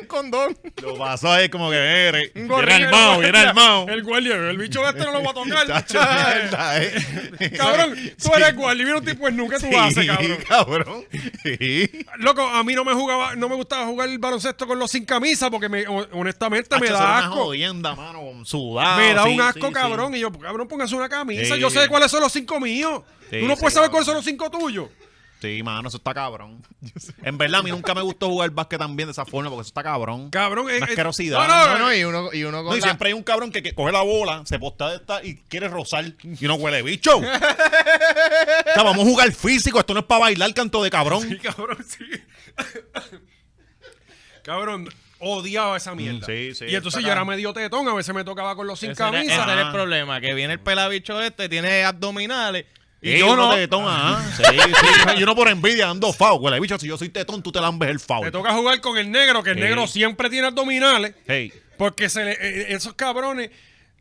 Speaker 3: un condón.
Speaker 2: Lo pasó ahí como que "Mire,
Speaker 3: Un
Speaker 2: Viene
Speaker 3: gorrino,
Speaker 2: armado, viene
Speaker 1: Mira,
Speaker 2: armado.
Speaker 1: El guardia, el bicho este no lo va a tocar.
Speaker 2: Chacho,
Speaker 1: ¿sabes?
Speaker 2: mierda, eh.
Speaker 1: Cabrón, tú eres guardia y viene un tipo en nu. ¿Qué tú haces,
Speaker 2: Sí,
Speaker 1: cabrón?
Speaker 2: cabrón. Sí.
Speaker 1: Loco, a mí no me jugaba, no me gustaba jugar el baloncesto con los sin camisa porque me, hon- honestamente me
Speaker 2: Hacho, eso era
Speaker 1: da
Speaker 2: una
Speaker 1: asco.
Speaker 2: jodienda, mano, con sudado,
Speaker 1: Me da
Speaker 2: sí,
Speaker 1: un asco,
Speaker 2: sí,
Speaker 1: cabrón.
Speaker 2: sí.
Speaker 1: Y yo, cabrón, póngase una camisa.
Speaker 2: Sí.
Speaker 1: Yo sé cuáles son los cinco míos.
Speaker 2: Sí,
Speaker 1: Tú no
Speaker 2: sí,
Speaker 1: puedes saber
Speaker 2: cabrón.
Speaker 1: cuáles son los cinco tuyos.
Speaker 2: Sí, mano, eso está cabrón. En verdad, a mí nunca me gustó jugar básquet también de esa forma porque eso está cabrón.
Speaker 1: Cabrón, es.
Speaker 2: Una
Speaker 1: es-
Speaker 2: asquerosidad.
Speaker 1: No, no,
Speaker 3: No, no, y uno, y uno con
Speaker 2: No, y
Speaker 3: la-
Speaker 2: siempre hay un cabrón que, que coge la bola, se posta de esta y quiere rozar y no huele bicho. O sea, vamos a jugar físico, esto no es para bailar canto de
Speaker 1: Sí,
Speaker 2: cabrón.
Speaker 1: cabrón, sí. cabrón, odiaba esa mierda.
Speaker 2: Mm, sí, sí,
Speaker 1: y entonces
Speaker 2: está
Speaker 1: yo era
Speaker 2: cabrón.
Speaker 1: medio tetón, a veces me tocaba con los sin
Speaker 3: Ese era-
Speaker 1: camisa.
Speaker 3: ese era el
Speaker 2: Ajá.
Speaker 3: problema, que viene el pelabicho este, tiene abdominales.
Speaker 2: Y
Speaker 3: Y
Speaker 2: yo no. Ah.
Speaker 3: Te...
Speaker 2: Tetón, ajá. Sí, sí. Y uno por envidia ando fao. Huele bicho, si yo soy tetón, tú te lambes el fao.
Speaker 1: Te toca jugar con el negro, que el
Speaker 2: Sí.
Speaker 1: negro siempre tiene abdominales.
Speaker 2: Hey.
Speaker 1: Porque se le- eh, eh, esos cabrones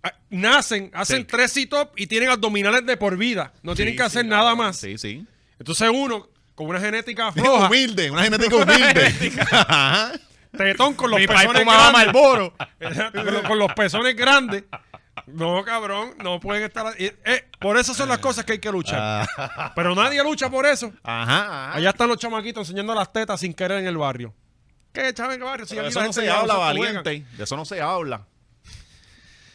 Speaker 1: ah, nacen, hacen
Speaker 2: Sí.
Speaker 1: tres sit top y tienen abdominales de por vida. No tienen
Speaker 2: Sí,
Speaker 1: que
Speaker 2: sí,
Speaker 1: hacer
Speaker 2: cabrón.
Speaker 1: nada más.
Speaker 2: Sí, sí.
Speaker 1: Entonces uno, con una genética floja,
Speaker 2: Humilde, una genética humilde. Ajá.
Speaker 1: tetón con los
Speaker 3: Mi padre
Speaker 1: pezones
Speaker 3: fumaba
Speaker 1: grandes. Exacto, con, los- con los pezones grandes. No, cabrón, no pueden estar... ahí. Eh, eh, por eso son las cosas que hay que luchar.
Speaker 2: Ah.
Speaker 1: Pero nadie lucha por eso.
Speaker 2: Ajá. ajá.
Speaker 1: Allá están los chamaquitos enseñando las tetas sin querer en el barrio. ¿Qué, chaval? ¿Qué barrio? Si
Speaker 2: Pero de
Speaker 1: aquí
Speaker 2: eso
Speaker 1: la
Speaker 2: no
Speaker 1: gente
Speaker 2: se
Speaker 1: ya
Speaker 2: habla,
Speaker 1: juegan.
Speaker 2: valiente. De eso no se habla.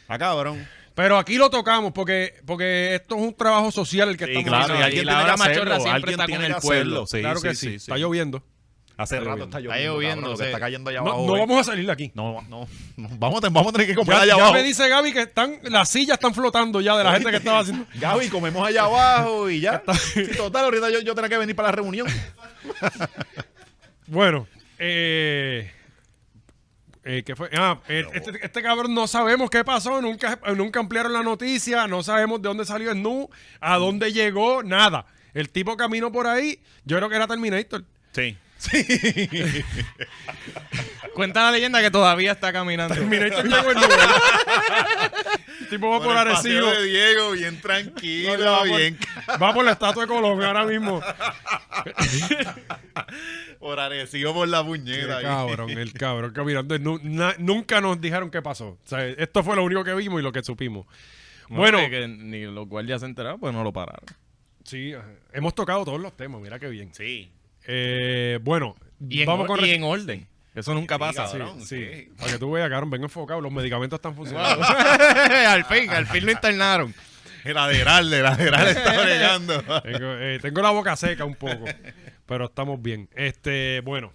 Speaker 2: Ah, cabrón.
Speaker 1: Pero aquí lo tocamos porque, porque esto es un trabajo social el que
Speaker 2: Sí,
Speaker 1: estamos
Speaker 2: claro,
Speaker 1: haciendo.
Speaker 2: y
Speaker 3: y
Speaker 2: alguien
Speaker 3: la
Speaker 2: tiene que
Speaker 3: hora machorra
Speaker 2: hacerlo.
Speaker 3: siempre
Speaker 2: Alguien
Speaker 3: está
Speaker 2: tiene
Speaker 3: con
Speaker 2: que
Speaker 3: el pueblo.
Speaker 2: hacerlo. Sí,
Speaker 1: claro que sí,
Speaker 2: sí, sí, sí.
Speaker 1: Está lloviendo.
Speaker 2: Hace rato
Speaker 1: lloviendo.
Speaker 2: está lloviendo.
Speaker 3: Está lloviendo,
Speaker 2: cabrón, lo que
Speaker 3: sí.
Speaker 2: está cayendo allá
Speaker 1: No,
Speaker 2: abajo.
Speaker 1: no
Speaker 2: eh.
Speaker 1: vamos a salir de aquí.
Speaker 2: No, no, no, vamos, a ten- vamos a tener que comer
Speaker 1: Ya,
Speaker 2: allá
Speaker 1: ya
Speaker 2: abajo.
Speaker 1: me dice Gaby que están, las sillas están flotando ya de la gente que estaba haciendo.
Speaker 2: Gaby, comemos allá abajo y ya. Sí, total, ahorita yo, yo tengo que venir para la reunión.
Speaker 1: Bueno, eh, eh, ¿qué fue? Ah, eh, este, este cabrón no sabemos qué pasó, nunca, nunca ampliaron la noticia, no sabemos de dónde salió el nu, a dónde llegó, nada. El tipo caminó por ahí, yo creo que era Terminator.
Speaker 2: Sí.
Speaker 3: Cuenta la leyenda que todavía está caminando.
Speaker 1: Terminator llegó el nu. ¿verdad? El tipo va por Arecibo,
Speaker 2: Diego, bien
Speaker 1: No,
Speaker 2: tranquilo,
Speaker 1: ya va por- va por la estatua de Colón ahora mismo.
Speaker 2: por Arecibo por la
Speaker 1: El
Speaker 2: puñera.
Speaker 1: cabrón, el cabrón caminando. el nu- na- nunca nos dijeron qué pasó. O sea, esto fue lo único que vimos y lo que supimos. Bueno,
Speaker 3: Bueno, que ni los guardias se enteraron, pues no lo pararon.
Speaker 1: Sí, ajá. hemos tocado todos los temas, mira qué bien.
Speaker 2: Sí.
Speaker 1: Eh, bueno,
Speaker 3: Y en,
Speaker 1: vamos
Speaker 3: or-
Speaker 1: con...
Speaker 3: y
Speaker 1: re-
Speaker 3: en orden. Eso nunca pasa.
Speaker 1: Sí,
Speaker 2: cabrón,
Speaker 1: sí.
Speaker 2: sí.
Speaker 1: Para que tú veas, Cabrón, ven enfocado, los medicamentos están funcionando.
Speaker 3: al fin, al fin lo internaron.
Speaker 2: El lateral, el lateral está bregando.
Speaker 1: tengo, eh, tengo la boca seca un poco, pero estamos bien. Este, bueno,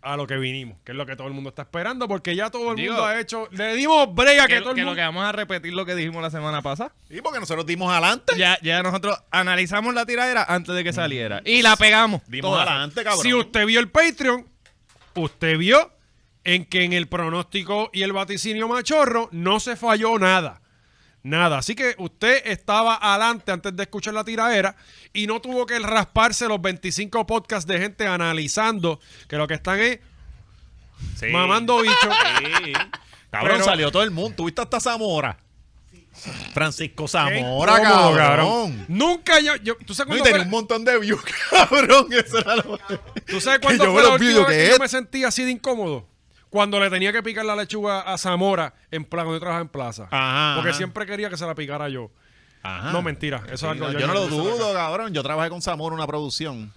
Speaker 1: a lo que vinimos, que es lo que todo el mundo está esperando, porque ya todo el
Speaker 3: Digo,
Speaker 1: mundo ha hecho... Le dimos brea que,
Speaker 3: Que,
Speaker 1: todo el
Speaker 3: que lo
Speaker 1: mundo...
Speaker 3: que vamos a repetir lo que dijimos la semana pasada.
Speaker 2: Y porque nosotros dimos adelante.
Speaker 3: Ya, ya nosotros analizamos la tiradera antes
Speaker 2: Mm.
Speaker 3: de que saliera. Y la pegamos.
Speaker 2: Dimos
Speaker 3: toda.
Speaker 2: adelante, cabrón.
Speaker 1: Si usted vio el Patreon, usted vio en que en el pronóstico y el vaticinio machorro no se falló nada. Nada. Así que usted estaba adelante antes de escuchar la tiraera y no tuvo que rasparse los 25 podcasts de gente analizando que lo que están es
Speaker 2: Sí.
Speaker 1: mamando bicho.
Speaker 2: Sí. Cabrón,
Speaker 1: Pero-
Speaker 2: salió todo el mundo. Tuviste hasta Zamora. Francisco
Speaker 1: Qué
Speaker 2: Zamora,
Speaker 1: incómodo,
Speaker 2: ah, cabrón.
Speaker 1: Nunca yo, yo- ¿Tú sabes
Speaker 2: No, y
Speaker 1: cuándo
Speaker 2: tenía
Speaker 1: fue-
Speaker 2: un montón de views, cabrón. Eso era lo
Speaker 1: ¿Tú sabes
Speaker 2: que
Speaker 1: cuándo
Speaker 2: yo
Speaker 1: fue
Speaker 2: veo
Speaker 1: la
Speaker 2: los
Speaker 1: última vez
Speaker 2: videos que
Speaker 1: que
Speaker 2: es.
Speaker 1: yo me sentí así de incómodo? Cuando le tenía que picar la lechuga a Zamora en plaza, cuando yo trabajaba en plaza.
Speaker 2: Ajá,
Speaker 1: Porque
Speaker 2: ajá.
Speaker 1: siempre quería que se la picara yo.
Speaker 2: Ajá.
Speaker 1: No, mentira. Eso es
Speaker 2: Sí,
Speaker 1: algo-
Speaker 2: no, yo, no lo dudo, cabrón. Yo trabajé con Zamora en una producción.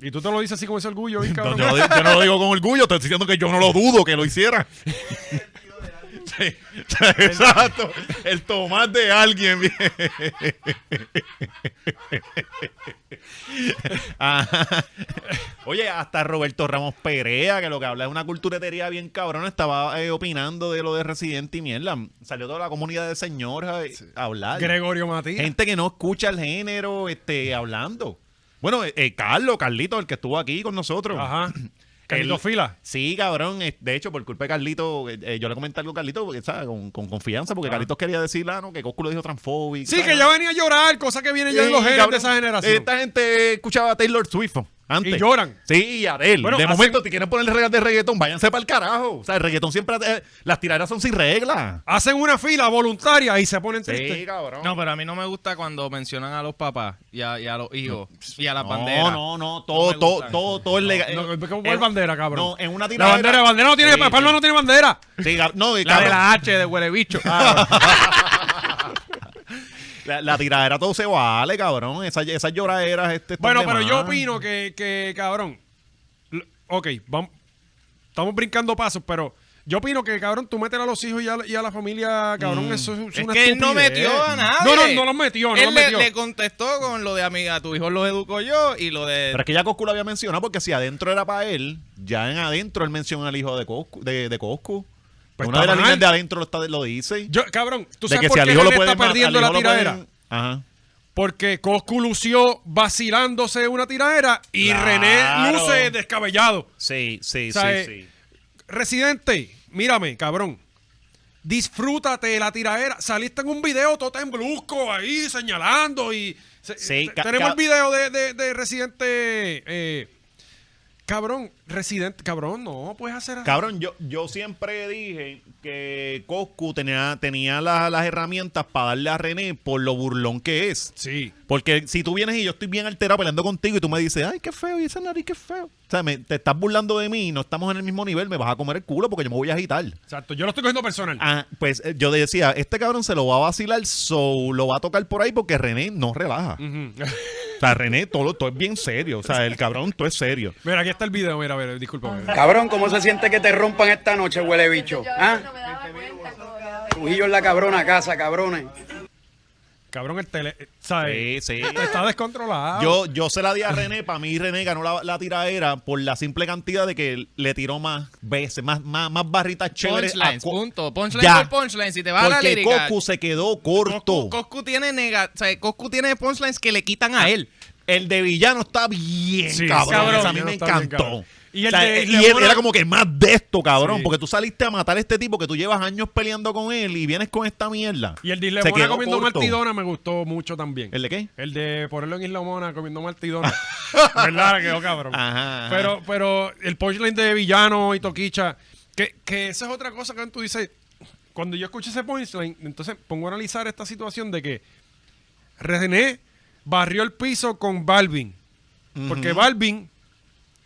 Speaker 1: Y tú te lo dices así con ese orgullo, ¿eh,
Speaker 2: No,
Speaker 1: cabrón?
Speaker 2: yo, no, digo- yo no lo digo con orgullo, estoy diciendo que yo no lo dudo que lo hiciera. Sí, exacto. El tomate de alguien. bien. Ajá. Oye, hasta Roberto Ramos Perea, que lo que habla es una culturetería bien cabrón, estaba eh, opinando de lo de Residente y mierda. Salió toda la comunidad de señores eh, a hablar.
Speaker 1: Gregorio Matías.
Speaker 2: Gente que no escucha el género este, hablando. Bueno, eh, eh, Carlos, Carlito, el que estuvo aquí con nosotros.
Speaker 1: Ajá. Carlito
Speaker 2: El-
Speaker 1: Fila.
Speaker 2: Sí, cabrón. eh, De hecho, por culpa de Carlito, eh, eh, yo le comenté algo a Carlito porque, ¿sabes? Con, con confianza, porque Carlitos quería decir, ah, no, que Cosculo dijo transfóbico.
Speaker 1: Sí, que ya venía a llorar, cosa que viene ya en los genes de esa generación.
Speaker 2: Esta gente escuchaba a Taylor Swift antes.
Speaker 1: Y lloran.
Speaker 2: Sí, y Adele.
Speaker 1: Bueno,
Speaker 2: de
Speaker 1: hace-
Speaker 2: momento, te quieren poner reglas de reggaetón, váyanse para el carajo. O sea, el reggaetón siempre... eh, las tiraderas son sin reglas.
Speaker 1: Hacen una fila voluntaria y se ponen tristes.
Speaker 2: Sí, cabrón.
Speaker 3: No, pero a mí no me gusta cuando mencionan a los papás y a, y a los hijos y a las
Speaker 2: Mm. No,
Speaker 3: banderas.
Speaker 2: no, no,
Speaker 3: No
Speaker 2: todo,
Speaker 3: me
Speaker 2: todo,
Speaker 3: gustan.
Speaker 2: todo, todo es legal.
Speaker 1: No,
Speaker 2: Eh,
Speaker 1: ¿Cuál
Speaker 2: eh,
Speaker 1: bandera, cabrón?
Speaker 2: No, en una
Speaker 1: la
Speaker 2: tiradera.
Speaker 1: bandera, bandera no tiene,
Speaker 2: Sí,
Speaker 1: Palma no tiene bandera.
Speaker 2: sí, cab- no,
Speaker 3: La de
Speaker 2: cabrón.
Speaker 3: la H de huele bicho.
Speaker 1: Ah,
Speaker 5: ah,
Speaker 2: La, la tiradera todo se vale, cabrón. Esas, esas lloraderas, este. están
Speaker 1: Bueno,
Speaker 2: de
Speaker 1: pero yo
Speaker 2: más.
Speaker 1: opino que, que cabrón. l- Ok, vamos, estamos brincando pasos, pero yo opino que, cabrón, tú meter a los hijos y a, la- y a la familia, cabrón,
Speaker 2: Mm.
Speaker 1: eso es,
Speaker 3: es
Speaker 1: una
Speaker 3: que él no
Speaker 1: estupidez.
Speaker 3: metió a nadie.
Speaker 1: No, no, no los metió, no
Speaker 3: él
Speaker 1: los
Speaker 3: le,
Speaker 1: metió.
Speaker 3: le contestó con lo de amiga, tu hijo lo educo yo y lo de...
Speaker 2: Pero es que ya Coscu lo había mencionado porque si adentro era para él, ya en adentro él menciona al hijo de Coscu. De, de Coscu.
Speaker 1: Pues
Speaker 2: una de
Speaker 1: está
Speaker 2: las líneas
Speaker 1: mal.
Speaker 2: de adentro lo, está- lo dice.
Speaker 1: Yo, cabrón, tú
Speaker 2: de
Speaker 1: sabes
Speaker 2: que
Speaker 1: por
Speaker 2: si al
Speaker 1: qué
Speaker 2: hijo lo
Speaker 1: René
Speaker 2: pueden
Speaker 1: está
Speaker 2: ma-
Speaker 1: perdiendo
Speaker 2: al
Speaker 1: la
Speaker 2: hijo lo pueden-
Speaker 1: tiradera.
Speaker 2: Ajá.
Speaker 1: Porque Coscu lució vacilándose una tiradera y
Speaker 2: Claro.
Speaker 1: René luce descabellado.
Speaker 2: Sí, sí,
Speaker 1: O sea,
Speaker 2: sí,
Speaker 1: eh,
Speaker 2: sí.
Speaker 1: Residente, mírame, cabrón. Disfrútate de la tiradera. Saliste en un video todo temblusco ahí señalando y se- eh,
Speaker 2: Sí,
Speaker 1: te-
Speaker 2: ca-
Speaker 1: tenemos
Speaker 2: ca-
Speaker 1: el video de, de- de Residente. eh, cabrón, Residente, cabrón, no puedes hacer así.
Speaker 2: Cabrón, yo, yo siempre dije que Coscu tenía, tenía la- las herramientas para darle a René por lo burlón que es.
Speaker 1: Sí.
Speaker 2: Porque si tú vienes y yo estoy bien alterado peleando contigo y tú me dices, ay, qué feo, y esa nariz, qué feo. O sea, me- te estás burlando de mí y no estamos en el mismo nivel, me vas a comer el culo porque yo me voy a agitar.
Speaker 1: Exacto, yo lo estoy cogiendo personal.
Speaker 2: Ah, pues eh, yo decía, este cabrón se lo va a vacilar, so lo va a tocar por ahí porque René no relaja.
Speaker 1: Ujú.
Speaker 2: sea, René, todo, lo- todo es bien serio. O sea, el cabrón, todo es serio.
Speaker 1: Mira, aquí está el video, mira, a ver, discúlpame.
Speaker 6: Cabrón, ¿cómo se siente que te rompan esta noche, huele bicho?
Speaker 7: Yo
Speaker 6: ¿Ah?
Speaker 7: no me daba cuenta. como que ahora-
Speaker 6: Trujillo en la cabrona casa, cabrones.
Speaker 1: Cabrón, el tele. eh, ¿Sabes?
Speaker 2: Sí, sí.
Speaker 1: Está descontrolado.
Speaker 2: Yo, yo se la di a René, para mí René ganó la, la tiradera por la simple cantidad de que le tiró más veces, más, más, más barritas chéveres. a
Speaker 5: Punchlines,
Speaker 2: Co-
Speaker 5: punto.
Speaker 2: Ya.
Speaker 5: Punchline por punchline. Si te vas a la
Speaker 2: Porque
Speaker 5: lírica.
Speaker 2: Coscu se quedó corto.
Speaker 5: Coscu- Coscu tiene nega, o sea, Coscu tiene punchlines que le quitan a él.
Speaker 2: El de villano está bien,
Speaker 1: Sí,
Speaker 2: cabrón.
Speaker 1: cabrón.
Speaker 2: Esa a mí
Speaker 1: Villano
Speaker 2: me
Speaker 1: está bien,
Speaker 2: encantó.
Speaker 1: cabrón. Y el de-
Speaker 2: eh,
Speaker 1: y de
Speaker 2: y él
Speaker 1: Mona-
Speaker 2: era como que más de esto, cabrón.
Speaker 1: Sí.
Speaker 2: Porque tú saliste a matar a este tipo que tú llevas años peleando con él y vienes con esta mierda.
Speaker 1: Y el de
Speaker 2: Se
Speaker 1: Isla Mona
Speaker 2: quedó
Speaker 1: comiendo
Speaker 2: corto.
Speaker 1: martidona me gustó mucho también.
Speaker 2: ¿El de qué?
Speaker 1: El de ponerlo en Isla Mona comiendo martidona. ¿Verdad? Quedó cabrón.
Speaker 2: Ajá, ajá.
Speaker 1: Pero, pero el punchline de Villano y Toquicha, que, que esa es otra cosa que tú dices. Cuando yo escuché ese punchline, entonces pongo a analizar esta situación de que René barrió el piso con Balvin. Porque Balvin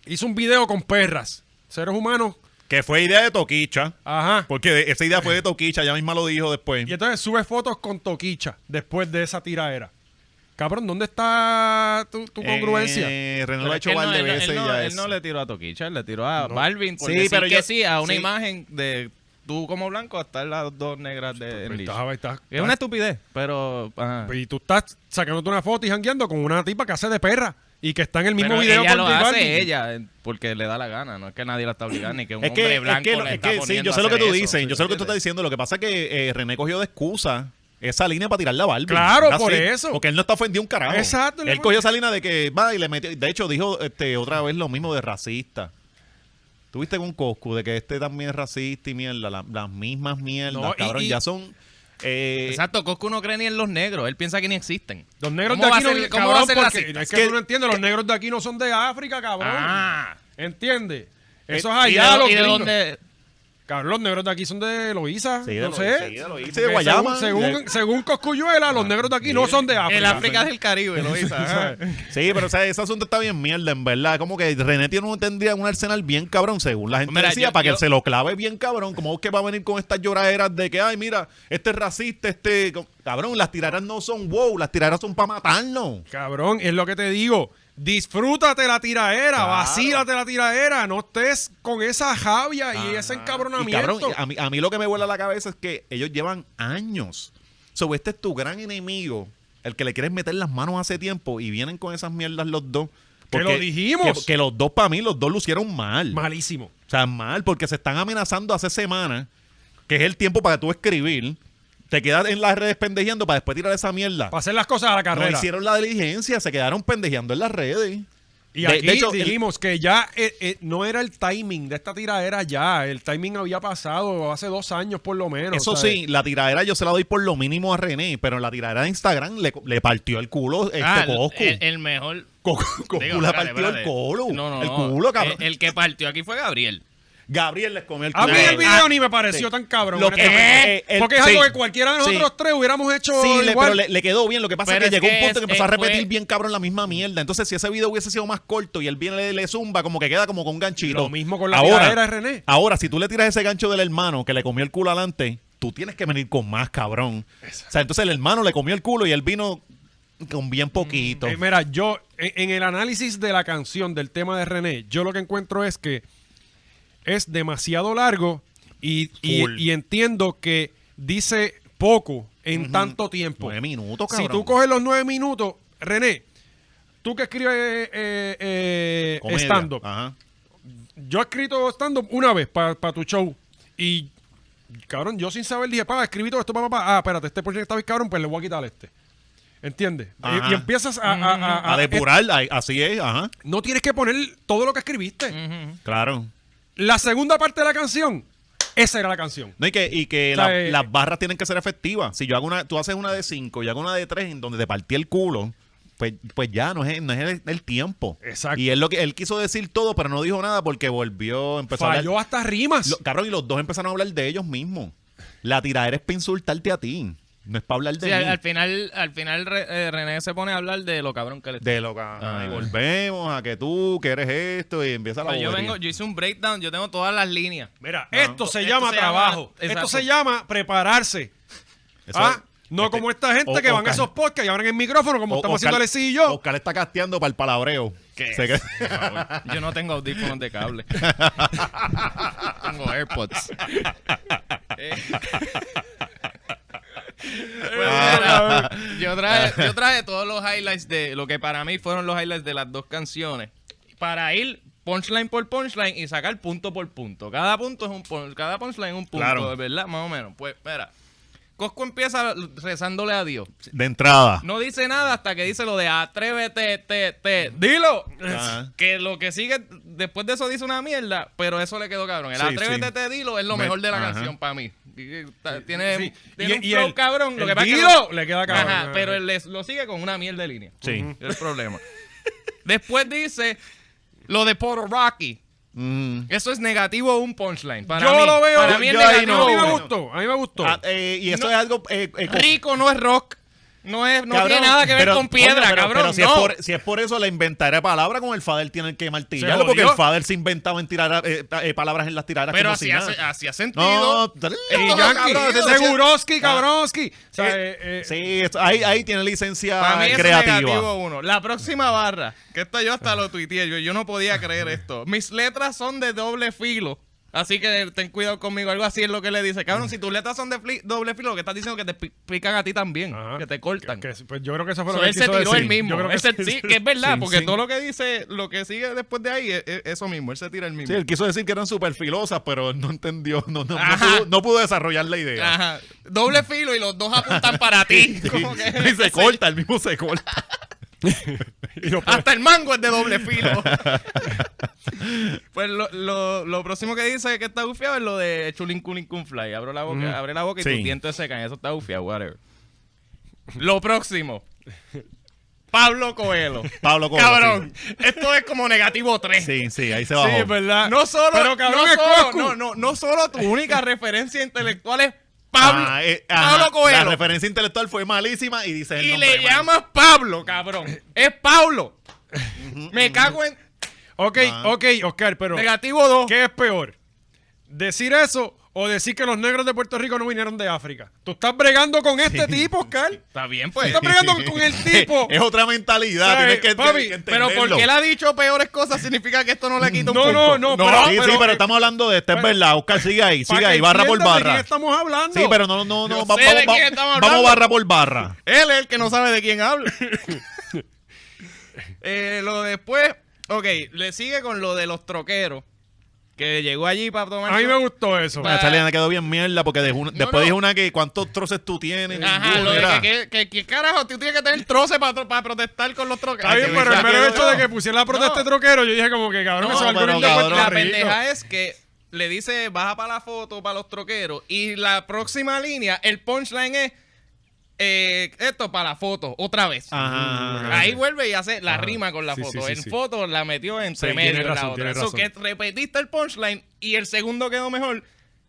Speaker 1: hizo un video con perras, seres humanos.
Speaker 2: Que fue idea de Toquicha.
Speaker 1: Ajá.
Speaker 2: Porque de- esa idea fue de Toquicha, ya misma lo dijo después.
Speaker 1: Ah. Y entonces sube fotos con Toquicha después de esa tiraera. Cabrón, ¿dónde está tu, tu congruencia?
Speaker 2: Eh, René
Speaker 3: Pero
Speaker 2: lo ha
Speaker 3: es
Speaker 2: hecho
Speaker 3: que él
Speaker 2: varias
Speaker 3: no- él no-
Speaker 2: veces
Speaker 3: él
Speaker 2: y
Speaker 3: no-
Speaker 2: ya
Speaker 3: él
Speaker 2: es-
Speaker 3: no le tiró a Toquicha, él le tiró a Balvin. Por
Speaker 2: Sí,
Speaker 3: decir
Speaker 2: pero
Speaker 3: que
Speaker 2: yo-
Speaker 3: sí, a una
Speaker 2: sí.
Speaker 3: imagen de tú como blanco hasta las dos negras
Speaker 2: Pues,
Speaker 3: de en
Speaker 1: Pues Estás- estás-
Speaker 3: Es una estupidez, pero. ajá.
Speaker 1: Y tú estás sacándote una foto y jangueando con una tipa que hace de perra y que está en el mismo
Speaker 3: Pero
Speaker 1: video
Speaker 3: ella
Speaker 1: con
Speaker 3: lo
Speaker 1: J
Speaker 3: hace
Speaker 1: Balvin.
Speaker 3: ella eh, porque le da la gana, no es que nadie la está obligando ni que un
Speaker 2: Es que,
Speaker 3: hombre
Speaker 2: es
Speaker 3: blanco
Speaker 2: que, lo-
Speaker 3: le
Speaker 2: es
Speaker 3: está
Speaker 2: que sí,
Speaker 3: poniendo
Speaker 2: yo sé
Speaker 3: a
Speaker 2: lo que
Speaker 3: hacer
Speaker 2: tú
Speaker 3: eso,
Speaker 2: dices, yo sé lo que tú estás
Speaker 3: ¿entiendes?
Speaker 2: diciendo. Lo que pasa es que eh, René cogió de excusa esa línea para tirarle a Barbie.
Speaker 1: Claro,
Speaker 2: Era
Speaker 1: por eso.
Speaker 2: Porque él no está ofendido un carajo.
Speaker 1: Exacto, le
Speaker 2: Él
Speaker 1: pon-
Speaker 2: cogió esa línea de que va y le metió. De hecho, dijo este, otra vez lo mismo de racista. Tuviste con Coscu de que este también es racista y mierda. la- las mismas mierdas,
Speaker 1: No, y-
Speaker 2: cabrón.
Speaker 1: y-
Speaker 2: ya son. eh,
Speaker 5: Exacto, Coscu no cree ni en los negros, él piensa que ni existen.
Speaker 1: Los negros
Speaker 5: ¿Cómo
Speaker 1: de
Speaker 5: va
Speaker 1: aquí
Speaker 5: a
Speaker 1: no
Speaker 5: ser- ¿Cómo va a
Speaker 1: cabrón,
Speaker 5: ser
Speaker 1: porque-
Speaker 5: racista?
Speaker 1: es que,
Speaker 2: Que-
Speaker 1: tú no entiendes, los negros de aquí no son de África, cabrón.
Speaker 5: Ah. Eh,
Speaker 1: ¿Entiendes? Eso es
Speaker 5: ¿Y de-
Speaker 1: allá los
Speaker 5: y de
Speaker 1: gringos.
Speaker 5: dónde?
Speaker 1: Cabrón, los negros de aquí son de Loíza,
Speaker 2: Sí, de
Speaker 1: no
Speaker 2: Lo-
Speaker 1: sé.
Speaker 2: sí, de Loíza y de
Speaker 1: Según-
Speaker 2: Guayama.
Speaker 1: Según,
Speaker 2: De- Ah,
Speaker 1: según Coscuyuela, los negros de aquí no son de África.
Speaker 5: El África del Caribe, lo dice.
Speaker 1: este,
Speaker 5: ajá.
Speaker 2: Sí, pero o sea, ese asunto está bien mierda, en verdad. Como que René tiene un, tendría un arsenal bien cabrón, según la gente
Speaker 5: Mira,
Speaker 2: decía,
Speaker 5: yo-
Speaker 2: para que
Speaker 5: yo-
Speaker 2: él se lo clave bien cabrón. Como es que va a venir con estas lloraderas de que, ay, mira, este es racista, este... co- Cabrón, las tiraderas no son wow, las tiraderas son para matarnos.
Speaker 1: Cabrón, es lo que te digo. Disfrútate la tiraera,
Speaker 2: Claro.
Speaker 1: vacílate la tiraera, no estés con esa javia y ese
Speaker 2: Y
Speaker 1: encabronamiento.
Speaker 2: cabrón, a mí, a mí lo que me vuela la cabeza es que ellos llevan años. Sobre este es tu gran enemigo, el que le quieres meter las manos hace tiempo y vienen con esas mierdas los dos.
Speaker 1: Que lo dijimos.
Speaker 2: Que, que los dos, para mí, los dos lucieron mal.
Speaker 1: Malísimo.
Speaker 2: O sea, mal, porque se están amenazando hace semanas, que es el tiempo para tú escribir. Te quedas en las redes pendejeando para después tirar esa mierda.
Speaker 1: Para hacer las cosas a la
Speaker 2: No
Speaker 1: carrera.
Speaker 2: hicieron la diligencia, se quedaron pendejeando en las redes.
Speaker 1: Y
Speaker 2: De-
Speaker 1: aquí
Speaker 2: de hecho, el-
Speaker 1: dijimos que ya eh, eh, no era el timing de esta tiradera ya. El timing había pasado hace dos años por lo menos.
Speaker 2: Eso
Speaker 1: ¿sabes?
Speaker 2: sí, la tiradera yo se la doy por lo mínimo a René, pero la tiradera de Instagram le, le partió el culo este
Speaker 5: Ah,
Speaker 2: Coscu.
Speaker 5: el, el mejor.
Speaker 2: Coscu- Coscu
Speaker 5: Digo,
Speaker 2: le
Speaker 5: espérate,
Speaker 2: partió el
Speaker 5: espérate.
Speaker 2: culo.
Speaker 5: No, no,
Speaker 2: el
Speaker 5: no.
Speaker 2: culo, cabrón.
Speaker 5: El, el que partió aquí fue Gabriel.
Speaker 2: Gabriel les comió el culo.
Speaker 1: A mí el video
Speaker 5: Ah,
Speaker 1: ni me pareció tan cabrón.
Speaker 2: Eh, Lo que-
Speaker 1: honestamente.
Speaker 2: eh, el-
Speaker 1: Porque es
Speaker 2: sí.
Speaker 1: algo que cualquiera de nosotros
Speaker 2: Sí.
Speaker 1: tres hubiéramos hecho
Speaker 2: Sí, le-
Speaker 1: igual.
Speaker 2: pero le, le quedó bien. Lo que pasa
Speaker 5: Pero
Speaker 2: es que
Speaker 5: es
Speaker 2: llegó un
Speaker 5: que
Speaker 2: punto que
Speaker 5: es-
Speaker 2: empezó a
Speaker 5: eh,
Speaker 2: repetir
Speaker 5: fue-
Speaker 2: bien cabrón la misma mierda. Entonces, si ese video hubiese sido más corto y él viene le, le zumba, como que queda como con un ganchito.
Speaker 1: Lo mismo con la tiradera de René.
Speaker 2: Ahora, si tú le tiras ese gancho del hermano que le comió el culo adelante, tú tienes que venir con más cabrón. O sea, entonces el hermano le comió el culo y él vino con bien poquito.
Speaker 1: Eh, mira, yo en, en el análisis de la canción del tema de René, yo lo que encuentro es que es demasiado largo y, y-
Speaker 2: Full.
Speaker 1: y entiendo que dice poco en tanto tiempo.
Speaker 2: Nueve minutos,
Speaker 1: Si
Speaker 2: cabrón.
Speaker 1: tú coges los nueve minutos, René, tú que escribes eh, eh, eh,
Speaker 2: Comedia. Ah.
Speaker 1: stand-up,
Speaker 2: Ajá.
Speaker 1: yo he escrito stand-up una vez para tu show y, cabrón, yo sin saber dije, pa, escribí todo esto, pa, pa, pa. ah, espérate, este proyecto está bien cabrón, pues le voy a quitar este. ¿Entiendes?
Speaker 2: Ajá.
Speaker 1: Y, y empiezas a, a- a- a-
Speaker 2: A depurar, ahí- así es, ajá.
Speaker 1: no tienes que poner todo lo que escribiste.
Speaker 2: Claro.
Speaker 1: La segunda parte de la canción, esa era la canción.
Speaker 2: No, y que, y que
Speaker 1: O sea,
Speaker 2: la-
Speaker 1: eh,
Speaker 2: las barras tienen que ser efectivas. Si yo hago una, tú haces una de cinco y hago una de tres en donde te partí el culo, pues, pues ya no es, no es el, el tiempo.
Speaker 1: Exacto.
Speaker 2: Y es lo que él quiso decir todo, pero no dijo nada porque volvió, empezó a
Speaker 1: Falló
Speaker 2: Pues hablar.
Speaker 1: hasta rimas.
Speaker 2: Lo- cabrón, y los dos empezaron a hablar de ellos mismos. La tiradera es para insultarte a ti. No es para hablar de
Speaker 5: Sí,
Speaker 2: mí.
Speaker 5: al, al final, al final re- eh, René se pone a hablar de lo cabrón que le
Speaker 2: De lo que ay, volvemos a que tú, que eres esto, y empieza la
Speaker 5: Pues yo
Speaker 2: bobería.
Speaker 5: vengo, yo hice un breakdown, yo tengo todas las líneas.
Speaker 1: Mira,
Speaker 5: No.
Speaker 1: esto se
Speaker 5: Esto
Speaker 1: llama
Speaker 5: se llama-
Speaker 1: trabajo.
Speaker 5: Exacto.
Speaker 1: Esto se llama prepararse.
Speaker 2: Eso
Speaker 1: Ah, No
Speaker 2: Este,
Speaker 1: como esta gente
Speaker 2: o-
Speaker 1: que van
Speaker 2: Oscar-
Speaker 1: a esos podcasts y abren el micrófono como
Speaker 2: O-
Speaker 1: estamos haciendo
Speaker 2: Oscar-
Speaker 1: Alexis y yo.
Speaker 2: Oscar está casteando para el palabreo.
Speaker 5: ¿Qué
Speaker 2: Se
Speaker 5: es?
Speaker 2: cree-
Speaker 5: Por favor. Yo no tengo audífonos de cable. tengo AirPods. Eh. Mira, yo, traje, yo traje todos los highlights de lo que para mí fueron los highlights de las dos canciones. Para ir punchline por punchline y sacar punto por punto. Cada punto es un pun- cada punchline es un punto,
Speaker 2: Claro.
Speaker 5: ¿verdad? Más o menos. Pues, espera. Cosco empieza rezándole a Dios.
Speaker 2: De entrada.
Speaker 5: No dice nada hasta que dice lo de atrévete, te, te. ¡Dilo!
Speaker 2: Ajá.
Speaker 5: Que lo que sigue, después de eso dice una mierda, pero eso le quedó cabrón. El
Speaker 2: Sí,
Speaker 5: atrévete,
Speaker 2: sí.
Speaker 5: te, dilo es lo
Speaker 2: Me-
Speaker 5: mejor de la
Speaker 2: ajá.
Speaker 5: canción para mí. Y- y- ta- Tiene,
Speaker 1: Sí.
Speaker 5: tiene
Speaker 1: Y-
Speaker 5: un
Speaker 1: y
Speaker 5: flow
Speaker 1: el-
Speaker 5: cabrón. Lo
Speaker 1: el
Speaker 5: que pasa es que
Speaker 1: dilo
Speaker 5: lo-
Speaker 1: le queda cabrón.
Speaker 5: Ajá, pero él les- lo sigue con una mierda de línea.
Speaker 2: Sí.
Speaker 5: Ujú. Es el problema. después dice lo de Poro Rocky.
Speaker 2: Mm.
Speaker 5: Eso es negativo un punchline. Para
Speaker 1: yo
Speaker 5: mí.
Speaker 1: lo veo.
Speaker 5: Para mí es
Speaker 1: yo
Speaker 2: ahí
Speaker 1: ahí
Speaker 5: negativo.
Speaker 1: no. a mí me
Speaker 5: uno.
Speaker 1: gustó. A mí me gustó.
Speaker 2: Ah, eh, y eso
Speaker 5: No.
Speaker 2: es algo. eh, eh, co-
Speaker 5: Rico no es rock. No, es, no
Speaker 2: cabrón,
Speaker 5: tiene nada que ver
Speaker 2: pero,
Speaker 5: con piedra,
Speaker 2: coño, pero-
Speaker 5: cabrón.
Speaker 2: pero si,
Speaker 5: no.
Speaker 2: es por, si es por eso, le inventaré palabra con el Fader tiene que
Speaker 1: Se
Speaker 2: martillarlo.
Speaker 1: jodió.
Speaker 2: Porque el Fader se inventaba en tirar, eh, ta- eh, palabras en las tiradas.
Speaker 5: Pero
Speaker 2: como
Speaker 5: así
Speaker 2: si
Speaker 5: hace,
Speaker 2: nada.
Speaker 5: así ha sentido. Eh,
Speaker 2: No, dale.
Speaker 1: y
Speaker 5: todo
Speaker 1: Yankee,
Speaker 5: cabrón,
Speaker 1: ese
Speaker 2: sí,
Speaker 5: Ah.
Speaker 1: Seguroski, cabronski. O sea,
Speaker 2: sí,
Speaker 1: eh, eh,
Speaker 2: sí, esto- ahí, ahí tiene licencia
Speaker 5: Para mí es
Speaker 2: creativa.
Speaker 5: negativo uno. La próxima barra, que esta yo hasta lo tuiteé, yo, yo no podía creer esto. Mis letras son de doble filo. Así que ten cuidado conmigo, algo así es lo que le dice. Cabrón, si tus letras son de fli- doble filo, lo que estás diciendo es que te pi- pican a ti también,
Speaker 1: ajá.
Speaker 5: que te cortan.
Speaker 1: Que- que- pues yo creo que eso fue lo que
Speaker 5: eh, So, él se
Speaker 1: quiso
Speaker 5: tiró
Speaker 1: decir.
Speaker 5: él
Speaker 1: Yo
Speaker 5: mismo.
Speaker 1: creo que
Speaker 5: Ese- sí, que es verdad,
Speaker 1: Sí,
Speaker 5: porque
Speaker 1: sí.
Speaker 5: todo lo que dice, lo que sigue después de ahí, es, es eso mismo. Él se tira el mismo.
Speaker 2: Sí, él quiso decir que eran súper filosas, pero no entendió, no, no, no
Speaker 5: Ajá.
Speaker 2: pudo, no pudo desarrollar la idea.
Speaker 5: Ajá. Doble filo y los dos apuntan para ti. Como que-
Speaker 2: y se corta, el mismo se corta. pues,
Speaker 1: Y lo pone-
Speaker 5: Hasta el mango es de doble filo. pues lo, lo, lo próximo que dice que está bufiado es lo de chulin culin cun fly. Abro la boca, abre la boca y
Speaker 2: Sí.
Speaker 5: tus dientes secan. Eso está bufiado, whatever. Lo próximo. Pablo Coelho.
Speaker 2: Pablo Coelho,
Speaker 5: Cabrón, esto es como negativo 3.
Speaker 2: Sí, sí, ahí se
Speaker 1: Sí,
Speaker 2: bajó.
Speaker 1: es verdad.
Speaker 5: No solo,
Speaker 1: Pero, cabrón,
Speaker 5: no,
Speaker 1: es
Speaker 5: solo
Speaker 1: Coscu.
Speaker 5: no, no, no solo tu única referencia intelectual es Pablo,
Speaker 2: Ah, eh,
Speaker 5: Pablo
Speaker 2: ajá,
Speaker 5: Coelho.
Speaker 2: La referencia intelectual fue malísima y dice el
Speaker 5: Y
Speaker 2: nombre
Speaker 5: le
Speaker 2: mal.
Speaker 5: llamas Pablo, cabrón. Es Pablo. Me cago en
Speaker 1: Ok, ok, Oscar, pero
Speaker 5: negativo 2.
Speaker 1: ¿qué es peor? ¿Decir eso o decir que los negros de Puerto Rico no vinieron de África? Tú estás bregando con este tipo, Oscar.
Speaker 5: Está bien,
Speaker 1: Tú
Speaker 5: pues.
Speaker 1: estás bregando con el tipo.
Speaker 2: Es otra mentalidad,
Speaker 1: ¿Sabes,
Speaker 2: tienes que,
Speaker 1: papi?
Speaker 2: tienes que
Speaker 5: Pero
Speaker 2: entenderlo.
Speaker 5: porque él ha dicho peores cosas, significa que esto no le quita un
Speaker 1: No,
Speaker 5: punto.
Speaker 1: no, no,
Speaker 2: No,
Speaker 1: pero-
Speaker 2: sí, sí,
Speaker 1: pero-
Speaker 2: pero estamos hablando de esto, es
Speaker 1: pero-
Speaker 2: verdad. Oscar, sigue ahí,
Speaker 1: Para
Speaker 2: sigue
Speaker 1: que
Speaker 2: ahí, barra por
Speaker 1: entiendas de quién
Speaker 2: barra.
Speaker 1: estamos hablando.
Speaker 2: Sí, pero no, no,
Speaker 5: Yo
Speaker 2: no, va-
Speaker 5: sé de
Speaker 2: vamos,
Speaker 5: quién
Speaker 2: vamos-
Speaker 5: estamos
Speaker 2: vamos
Speaker 5: hablando.
Speaker 2: barra por barra.
Speaker 5: Él es el que no sabe de quién habla. Eh, lo después, ok, le sigue con lo de los troqueros. Que llegó allí para tomar.
Speaker 1: A mí me gustó eso.
Speaker 5: Pa-
Speaker 2: A Charlie le quedó bien mierda porque dejó una- después
Speaker 5: no.
Speaker 2: dijo una que cuántos troces tú tienes.
Speaker 5: Ajá,
Speaker 2: Ninguno,
Speaker 5: lo de
Speaker 2: era.
Speaker 5: que, que, que- que carajo, tú tienes que tener troce para protestar con los troqueros.
Speaker 1: Está bien,
Speaker 5: Ay,
Speaker 1: pero el
Speaker 5: verdad.
Speaker 1: mero hecho de
Speaker 5: No.
Speaker 1: que pusiera la protesta
Speaker 5: No.
Speaker 1: de troquero, yo dije como que cabrón,
Speaker 2: No,
Speaker 1: eso es algo
Speaker 2: pero
Speaker 1: lindo de
Speaker 2: cabrón,
Speaker 1: Puerto
Speaker 5: la
Speaker 1: pues, Rico.
Speaker 5: pendeja es que le dice baja para la foto para los troqueros y la próxima línea el punchline es eh, esto para la foto otra vez
Speaker 2: Ajá.
Speaker 5: ahí vuelve y hace la
Speaker 1: Ajá.
Speaker 5: rima con la
Speaker 1: Ah, Sí,
Speaker 5: foto
Speaker 1: sí, sí,
Speaker 5: en
Speaker 1: sí.
Speaker 5: foto la metió entre
Speaker 1: Sí,
Speaker 5: medio
Speaker 1: tienes
Speaker 5: de la
Speaker 1: razón,
Speaker 5: otra
Speaker 1: tienes
Speaker 5: eso
Speaker 1: razón.
Speaker 5: que repetiste el punchline y el segundo quedó mejor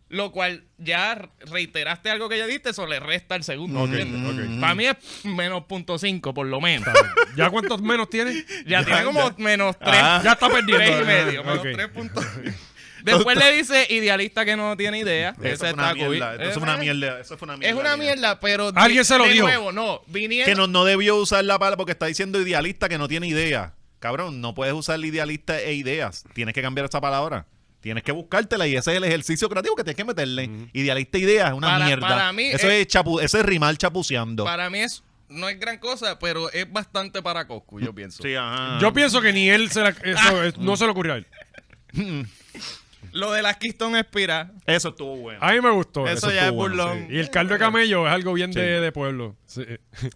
Speaker 5: lo cual ya reiteraste algo que ya diste eso le resta el segundo
Speaker 1: ok. Mm.
Speaker 5: para mí es menos punto cinco por lo menos
Speaker 1: ¿Ya cuántos menos tiene?
Speaker 5: ya tiene como menos tres
Speaker 2: Ah.
Speaker 1: Ya está perdiendo.
Speaker 5: Tres y medio, menos
Speaker 1: Ok.
Speaker 5: tres puntos. Después le dice idealista que no tiene idea.
Speaker 2: Eso
Speaker 5: Ese
Speaker 2: fue una
Speaker 5: está cool.
Speaker 2: mierda, eso fue una mierda, eso fue una mierda.
Speaker 5: Es una
Speaker 2: mía.
Speaker 5: mierda, pero. de-
Speaker 1: Alguien se lo
Speaker 5: de
Speaker 1: dijo.
Speaker 5: nuevo, no. Viniendo.
Speaker 2: Que no, no debió usar la palabra porque está diciendo idealista que no tiene idea. Cabrón, no puedes usar idealista e ideas. Tienes que cambiar esa palabra. Tienes que buscártela y ese es el ejercicio creativo que tienes que meterle. Idealista e ideas es una
Speaker 5: Para-
Speaker 2: mierda.
Speaker 5: para mí
Speaker 2: eso,
Speaker 5: es-
Speaker 2: es chapu- eso es rimar chapuceando.
Speaker 5: Para mí es, no es gran cosa, pero es bastante para Coscu, yo pienso.
Speaker 2: Sí, ajá.
Speaker 1: Yo pienso que ni él se la-
Speaker 2: Ah.
Speaker 1: eso, eh, no se le ocurrió a él.
Speaker 5: Lo de las Keystone Espira,
Speaker 2: Eso estuvo bueno.
Speaker 1: A mí me gustó.
Speaker 5: eso,
Speaker 1: Eso.
Speaker 5: ya es
Speaker 2: estuvo bueno,
Speaker 5: burlón.
Speaker 1: Y el caldo de camello es algo bien de, de pueblo. Sí.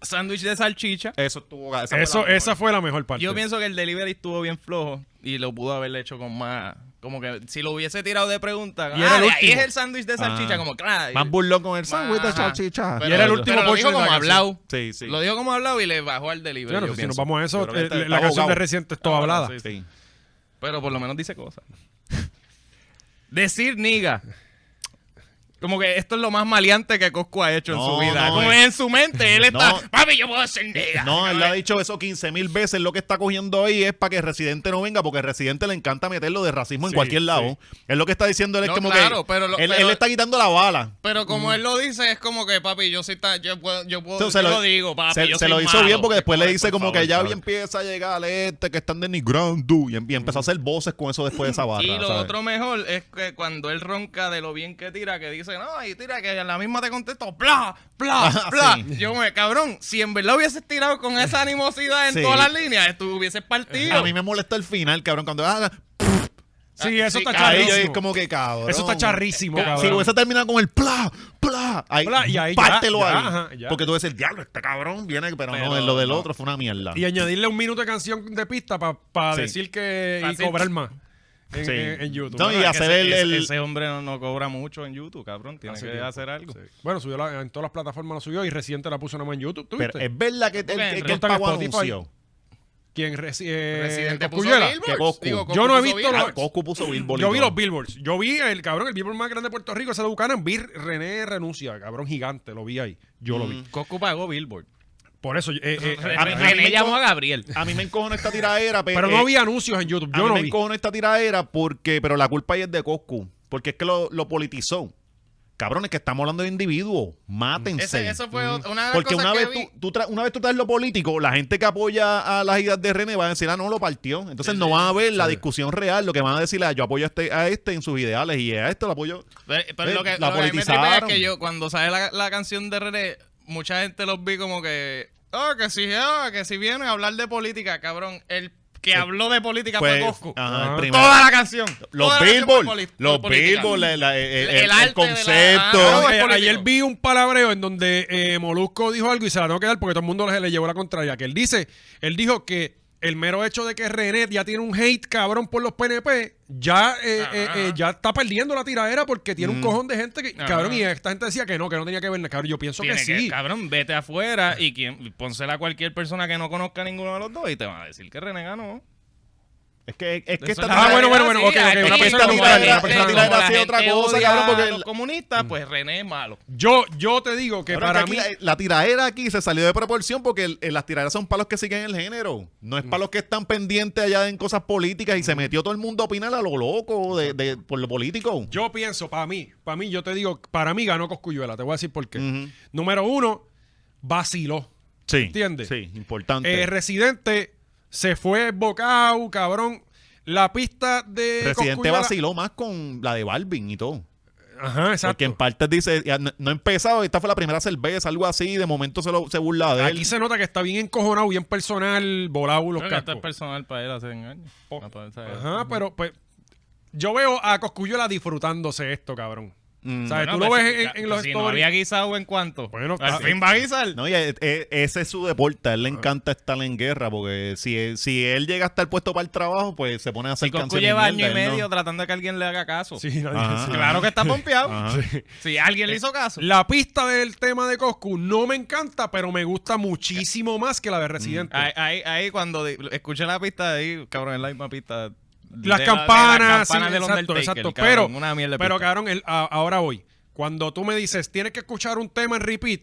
Speaker 5: Sándwich de salchicha.
Speaker 2: Eso estuvo. Esa fue
Speaker 1: Eso,
Speaker 2: la mejor.
Speaker 1: esa fue la mejor parte.
Speaker 5: Yo pienso que el delivery estuvo bien flojo y lo pudo haber hecho con más. Como que si lo hubiese tirado de pregunta.
Speaker 1: Y era
Speaker 5: ah,
Speaker 1: el
Speaker 5: de ahí
Speaker 1: último.
Speaker 5: es el sándwich de salchicha,
Speaker 2: Ah.
Speaker 5: como claro.
Speaker 2: Más burlón con el sándwich de
Speaker 5: Ajá.
Speaker 2: salchicha.
Speaker 5: Pero-
Speaker 1: Y era el último
Speaker 5: pero lo
Speaker 1: punchline
Speaker 5: dijo
Speaker 1: de la
Speaker 5: como
Speaker 1: canción.
Speaker 5: hablado.
Speaker 2: Sí, sí.
Speaker 5: Lo dijo como hablado y le bajó al delivery.
Speaker 1: Yo no
Speaker 5: yo
Speaker 1: sé si nos
Speaker 5: pienso.
Speaker 1: vamos a eso,
Speaker 2: Yo creo que
Speaker 1: eh,
Speaker 2: está-
Speaker 1: la
Speaker 2: está
Speaker 1: canción de
Speaker 2: ahogado.
Speaker 1: reciente es toda hablada.
Speaker 2: Sí, Ah, sí.
Speaker 5: Pero por lo menos dice cosas. Decir niga. Como que esto es lo más maleante que Coscu ha hecho
Speaker 2: No,
Speaker 5: en su vida.
Speaker 2: no,
Speaker 5: como
Speaker 2: es-
Speaker 5: en su mente, él está.
Speaker 2: No.
Speaker 5: Papi, yo puedo ser nega.
Speaker 2: No, él lo ha dicho eso 15 mil veces. Lo que está cogiendo ahí es para que Residente no venga, porque Residente le encanta meterlo de racismo en
Speaker 1: Sí,
Speaker 2: cualquier lado. Es lo que está diciendo él, es
Speaker 5: No,
Speaker 2: como
Speaker 5: claro,
Speaker 2: que
Speaker 5: pero lo-
Speaker 2: él,
Speaker 5: pero-
Speaker 2: él le está quitando la bala.
Speaker 5: Pero como él lo dice, es como que, papi, yo sí ta- yo puedo, yo puedo,
Speaker 2: Entonces,
Speaker 5: yo lo, digo, papi.
Speaker 2: se,
Speaker 5: yo
Speaker 2: se
Speaker 5: soy
Speaker 2: lo hizo
Speaker 5: malo.
Speaker 2: bien porque después le dice por como favor, que ya cabrón. empieza a llegar este que están denigrando y, em- y empezó a hacer voces con eso después de esa barra.
Speaker 5: Y lo
Speaker 2: ¿sabes?
Speaker 5: otro mejor es que cuando él ronca de lo bien que tira, que dice, no, y tira, que la misma te contesto, bla, bla,
Speaker 2: Ah,
Speaker 5: bla.
Speaker 2: sí.
Speaker 5: Yo me, cabrón, si en verdad hubieses tirado con esa animosidad en
Speaker 2: Sí.
Speaker 5: todas las líneas, tú hubieses partido.
Speaker 2: A mí me molesta el final, cabrón, cuando ah,
Speaker 1: Sí, eso
Speaker 5: sí,
Speaker 1: está
Speaker 2: ahí yo es
Speaker 1: charrísimo.
Speaker 2: como que cabrón.
Speaker 1: Eso está charrísimo, cabrón.
Speaker 2: Si hubiese terminado con el pla, pla, ahí,
Speaker 1: Pla, y ahí ya,
Speaker 2: pártelo
Speaker 1: ya,
Speaker 2: ahí.
Speaker 1: ajá, ya.
Speaker 2: Porque tú ves el diablo, este cabrón viene, pero, no,
Speaker 5: Pero
Speaker 2: en lo del
Speaker 5: no.
Speaker 2: otro fue una mierda.
Speaker 1: Y añadirle un minuto de canción de pista para
Speaker 2: Sí.
Speaker 1: decir que y
Speaker 5: Fácil.
Speaker 1: cobrar más en,
Speaker 2: Sí.
Speaker 1: en- en YouTube.
Speaker 2: No,
Speaker 1: Bueno,
Speaker 2: y
Speaker 1: es
Speaker 2: hacer
Speaker 1: que
Speaker 2: el-
Speaker 1: se-
Speaker 2: el-
Speaker 3: Ese hombre no, no cobra mucho en YouTube, cabrón. Tiene
Speaker 1: Hace
Speaker 3: que
Speaker 1: tiempo.
Speaker 3: hacer algo.
Speaker 1: sí. Bueno, subió la- en todas las plataformas lo subió y reciente la puso nomás en YouTube. ¿tú
Speaker 2: pero eh,
Speaker 1: viste?
Speaker 2: es verdad que él-
Speaker 5: Porque
Speaker 2: que,
Speaker 5: en
Speaker 2: que
Speaker 1: Rotten
Speaker 2: él pagó
Speaker 1: Spotify-
Speaker 2: anuncio.
Speaker 1: ¿Quién reci- eh,
Speaker 5: Residente puso
Speaker 1: Cosculluela?
Speaker 5: Billboard.
Speaker 2: Que Coscu.
Speaker 5: Digo, Coscu
Speaker 1: Yo no he
Speaker 5: puso
Speaker 1: visto
Speaker 5: Billboard.
Speaker 2: Ah, Coscu puso Billboard. y
Speaker 1: Yo vi
Speaker 2: todo.
Speaker 1: los billboards. Yo vi el cabrón, el billboard más grande de Puerto Rico, ese de Buchanan. Vi René renuncia, cabrón gigante, lo vi ahí. Yo lo vi.
Speaker 3: Coscu pagó Billboard.
Speaker 1: Por eso, eh, eh, eh,
Speaker 2: A mí- a mí me
Speaker 5: René llamó a
Speaker 2: encojona-
Speaker 5: Gabriel.
Speaker 2: A mí me encojona esta tiraera, pe-
Speaker 1: pero
Speaker 2: eh,
Speaker 1: no vi anuncios en YouTube.
Speaker 2: A
Speaker 1: Yo
Speaker 2: mí
Speaker 1: no
Speaker 2: me
Speaker 1: vi.
Speaker 2: encojonó esta tiraera porque, pero la culpa ahí es de Coscu, porque es que lo, lo politizó. Cabrones, que estamos hablando de individuos, mátense.
Speaker 5: Ese- eso fue ot- una de las
Speaker 2: porque
Speaker 5: cosas
Speaker 2: una
Speaker 5: que
Speaker 2: vez,
Speaker 5: vi.
Speaker 2: tú, tú tra- una vez tú traes lo político, la gente que apoya a las ideas de René va a decir, ah, no, lo partió. Entonces no van a ver la discusión real, lo que van a decir, ah, yo apoyo a este, a este en sus ideales y a este lo apoyo.
Speaker 5: Pero, pero
Speaker 2: Eh,
Speaker 5: lo que,
Speaker 2: la
Speaker 5: lo que a mí me
Speaker 2: politizaron.
Speaker 5: tripea es que yo, cuando sale la, la canción de René, mucha gente los vi como que. Ah, que si, ah, que si vienen a hablar de política, cabrón. El que habló de política fue
Speaker 2: Pues,
Speaker 5: Coscu.
Speaker 2: ajá, el
Speaker 1: Ajá.
Speaker 2: primero.
Speaker 5: Toda la canción.
Speaker 2: Los
Speaker 5: Toda la canción fue
Speaker 2: billboards,
Speaker 5: poli- fue
Speaker 2: los
Speaker 5: política.
Speaker 2: billboards, la- la- el,
Speaker 5: El-
Speaker 2: el-
Speaker 5: el
Speaker 2: el
Speaker 5: arte de la-
Speaker 2: concepto.
Speaker 5: ah,
Speaker 1: Cabrón,
Speaker 5: no, es
Speaker 1: eh,
Speaker 5: político.
Speaker 1: ayer vi un palabreo en donde eh, Molusco dijo algo y se la tengo que dar porque todo el mundo le, le llevó la contraria. Que él dice, él dijo que el mero hecho de que René ya tiene un hate cabrón por los PNP, ya, eh, eh, eh, ya está perdiendo la tiradera porque tiene un
Speaker 2: Mm.
Speaker 1: cojón de gente que,
Speaker 5: Ajá.
Speaker 1: cabrón, y esta gente decía que no, que no tenía que ver nada. Cabrón, yo pienso que
Speaker 3: Tiene que,
Speaker 1: sí.
Speaker 3: cabrón, vete afuera y quien, pónsela a cualquier persona que no conozca a ninguno de los dos y te va a decir que René ganó.
Speaker 2: Es que, es que esta
Speaker 3: Eso es la
Speaker 1: Ah, bueno,
Speaker 3: realidad,
Speaker 1: bueno, bueno,
Speaker 3: sí,
Speaker 1: ok, ok,
Speaker 3: aquí
Speaker 1: una persona
Speaker 3: esta
Speaker 1: como
Speaker 3: tiradera-
Speaker 1: René, una persona
Speaker 3: como
Speaker 1: como
Speaker 2: Ah, René.
Speaker 3: la
Speaker 2: hacía otra
Speaker 3: gente
Speaker 2: cosa,
Speaker 3: odia
Speaker 2: cabrón, porque
Speaker 3: a los
Speaker 2: el-
Speaker 1: Mm.
Speaker 3: comunistas, pues René es malo.
Speaker 1: Yo, yo te digo que
Speaker 2: Pero
Speaker 1: para
Speaker 2: es que
Speaker 1: mí...
Speaker 2: aquí la, la tiraera aquí se salió de proporción porque el- el- las tiraderas son palos que siguen el género. No
Speaker 1: Mm.
Speaker 2: es palos que están pendientes allá en cosas políticas y se metió todo el mundo a opinar a lo loco de, de- por lo político.
Speaker 1: Yo pienso, para mí, para mí, yo te digo, para mí ganó Coscuyuela, te voy a decir por qué.
Speaker 2: Ujú.
Speaker 1: Número uno, vaciló.
Speaker 2: sí.
Speaker 1: ¿entiendes?
Speaker 2: Sí, importante.
Speaker 1: Eh, Residente se fue bocao, cabrón. La pista de.
Speaker 2: Residente
Speaker 1: Coscuyuela-
Speaker 2: vaciló más con la de Balvin y todo.
Speaker 1: Ajá,
Speaker 2: Porque en
Speaker 1: exacto.
Speaker 2: partes dice, ya no, no he empezado, esta fue la primera cerveza, algo así, de momento se, lo, se burla de él.
Speaker 1: Aquí se nota que está bien encojonado, bien personal, volado los
Speaker 3: Creo que esto es
Speaker 1: cascos. Oh.
Speaker 3: personal para él hace 100 años. No, para él, ¿sabes?
Speaker 1: Ajá, pero pues. Yo veo a Coscuyuela disfrutándose esto, cabrón.
Speaker 2: Mm.
Speaker 1: ¿Sabes?
Speaker 3: Bueno,
Speaker 1: Tú lo
Speaker 3: pues,
Speaker 1: ves en-
Speaker 3: ya,
Speaker 1: en, en
Speaker 3: pues,
Speaker 1: los
Speaker 3: si no
Speaker 1: stories.
Speaker 3: había guisado en cuánto.
Speaker 1: Bueno,
Speaker 3: al
Speaker 1: está-
Speaker 3: fin va a guisar.
Speaker 2: No, y e- e- ese es su deporte. A él le
Speaker 1: Ah.
Speaker 2: encanta estar en guerra porque si, él- si él llega a estar puesto para el trabajo, pues se pone a hacer
Speaker 3: Si Coscu
Speaker 2: canciones.
Speaker 3: lleva año
Speaker 2: mierda,
Speaker 3: y
Speaker 2: él no.
Speaker 3: medio tratando de que alguien le haga caso. Ah.
Speaker 1: Sí, nadie-
Speaker 2: Ajá.
Speaker 1: sí.
Speaker 3: Claro que está pompeado.
Speaker 2: Ajá.
Speaker 3: Si alguien le hizo caso.
Speaker 1: La pista del tema de Coscu no me encanta, pero me gusta muchísimo más que la de Residente.
Speaker 3: Ahí, ahí, ahí cuando di- escuché la pista ahí, cabrón, es la misma pista. de la-
Speaker 1: las
Speaker 3: de
Speaker 1: campanas,
Speaker 3: las campanas
Speaker 1: sí,
Speaker 3: del
Speaker 1: exacto,
Speaker 3: Undertaker,
Speaker 1: exacto.
Speaker 3: cabrón,
Speaker 1: pero,
Speaker 3: una mierda de
Speaker 1: pero
Speaker 3: pista.
Speaker 1: cabrón, el- a- ahora voy. Cuando tú me dices, tienes que escuchar un tema en repeat,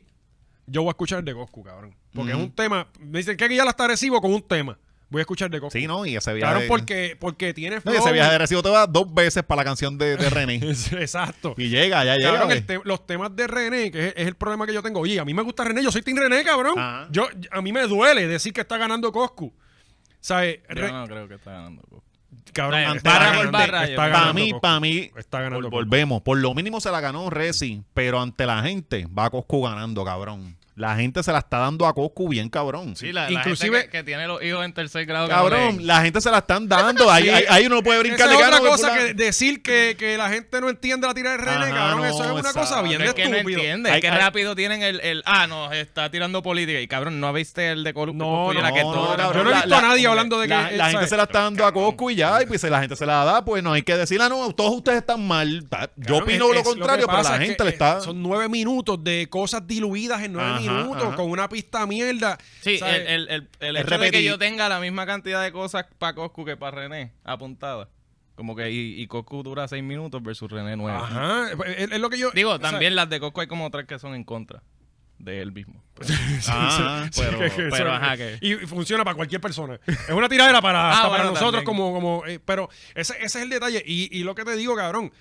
Speaker 1: yo voy a escuchar el de Goku, cabrón. Porque es un tema, me dicen que ya la está recibo con un tema. Voy a escuchar de Goku.
Speaker 2: Sí, no, y ese viaje.
Speaker 1: Claro,
Speaker 2: de-
Speaker 1: porque, porque tiene
Speaker 2: No, y ese
Speaker 1: flow.
Speaker 2: viaje de recibo te va dos veces para la canción de, de René.
Speaker 1: Exacto.
Speaker 2: y llega, ya llega.
Speaker 1: Cabrón, este
Speaker 2: güey.
Speaker 1: el te- los temas de René, que es, es el problema que yo tengo. Oye, a mí me gusta René, yo soy Team René, cabrón.
Speaker 2: Ajá.
Speaker 1: Yo, a mí me duele decir que está ganando Coscu. ¿Sabes?
Speaker 3: Yo
Speaker 1: Re-
Speaker 3: no creo que está ganando. Coscu.
Speaker 1: Cabrón,
Speaker 3: Eh,
Speaker 1: está
Speaker 3: barra
Speaker 1: ganando,
Speaker 3: por barra,
Speaker 1: está
Speaker 3: yo creo.
Speaker 2: para
Speaker 1: ganando
Speaker 2: mí,
Speaker 1: Coscu.
Speaker 2: para mí.
Speaker 1: Está ganando
Speaker 2: vol- volvemos. Por lo mínimo se la ganó Resi, pero ante la gente va Coscu ganando, cabrón. La gente se la está dando a Coscu bien, cabrón.
Speaker 3: Sí, la,
Speaker 1: Inclusive-
Speaker 3: Inclusive, que, que tiene los hijos en tercer grado. que no
Speaker 2: Cabrón,
Speaker 3: leen.
Speaker 2: la gente se la están dando. Ahí,
Speaker 1: Sí.
Speaker 2: ahí- ahí uno no puede brincar
Speaker 1: Esa
Speaker 2: de
Speaker 1: es otra
Speaker 2: cara,
Speaker 1: cosa
Speaker 2: fulano.
Speaker 1: que decir que, que la gente no entiende la tira de René,
Speaker 2: Ajá,
Speaker 1: cabrón,
Speaker 2: no,
Speaker 1: eso es una
Speaker 2: exacto.
Speaker 1: cosa bien
Speaker 3: No es que no
Speaker 1: estúpido.
Speaker 3: entiende, es
Speaker 2: Hay-
Speaker 3: que
Speaker 2: hay-
Speaker 3: rápido tienen el, el, ah, no, está tirando política. Y cabrón, ¿no viste el de Colu?
Speaker 1: No,
Speaker 3: Coscu y la
Speaker 1: no,
Speaker 3: que
Speaker 1: no,
Speaker 3: todo-
Speaker 1: cabrón. Yo no he visto a nadie hablando de que-
Speaker 2: La,
Speaker 1: eh,
Speaker 2: la gente
Speaker 1: ¿sabes?
Speaker 2: se la está dando a Coscu y ya, y pues si la gente se la da, pues no hay que decir, ah, no, todos ustedes están mal. Ta- Yo
Speaker 1: Cabrón,
Speaker 2: opino
Speaker 1: es-
Speaker 2: lo
Speaker 1: es- que
Speaker 2: contrario, pero
Speaker 1: pasa
Speaker 2: la
Speaker 1: es que,
Speaker 2: gente le
Speaker 1: eh,
Speaker 2: está.
Speaker 1: Son nueve minutos de cosas diluidas en nueve
Speaker 2: Ajá,
Speaker 1: minutos,
Speaker 2: ajá.
Speaker 1: con una pista mierda.
Speaker 3: Sí,
Speaker 1: ¿sabes?
Speaker 3: el, el, el, el
Speaker 2: Es
Speaker 3: hecho de
Speaker 2: repetir.
Speaker 3: que yo tenga la misma cantidad de cosas para Coscu que para René apuntada. Como que y, y Coscu dura seis minutos versus René nueve.
Speaker 1: Ajá. Es, es lo que yo. o
Speaker 3: Digo,
Speaker 1: sea,
Speaker 3: también las de Coscu hay como tres que son en contra de él mismo.
Speaker 2: Ah,
Speaker 1: sí,
Speaker 2: pero-
Speaker 1: que- que
Speaker 3: pero,
Speaker 1: eso-
Speaker 3: ajá, que-
Speaker 1: Y y funciona para cualquier persona. Es una tiradera para,
Speaker 3: Ah,
Speaker 1: hasta para
Speaker 3: bueno,
Speaker 1: nosotros
Speaker 3: también.
Speaker 1: como... como eh, pero ese, ese es el detalle. Y, y lo que te digo, cabrón.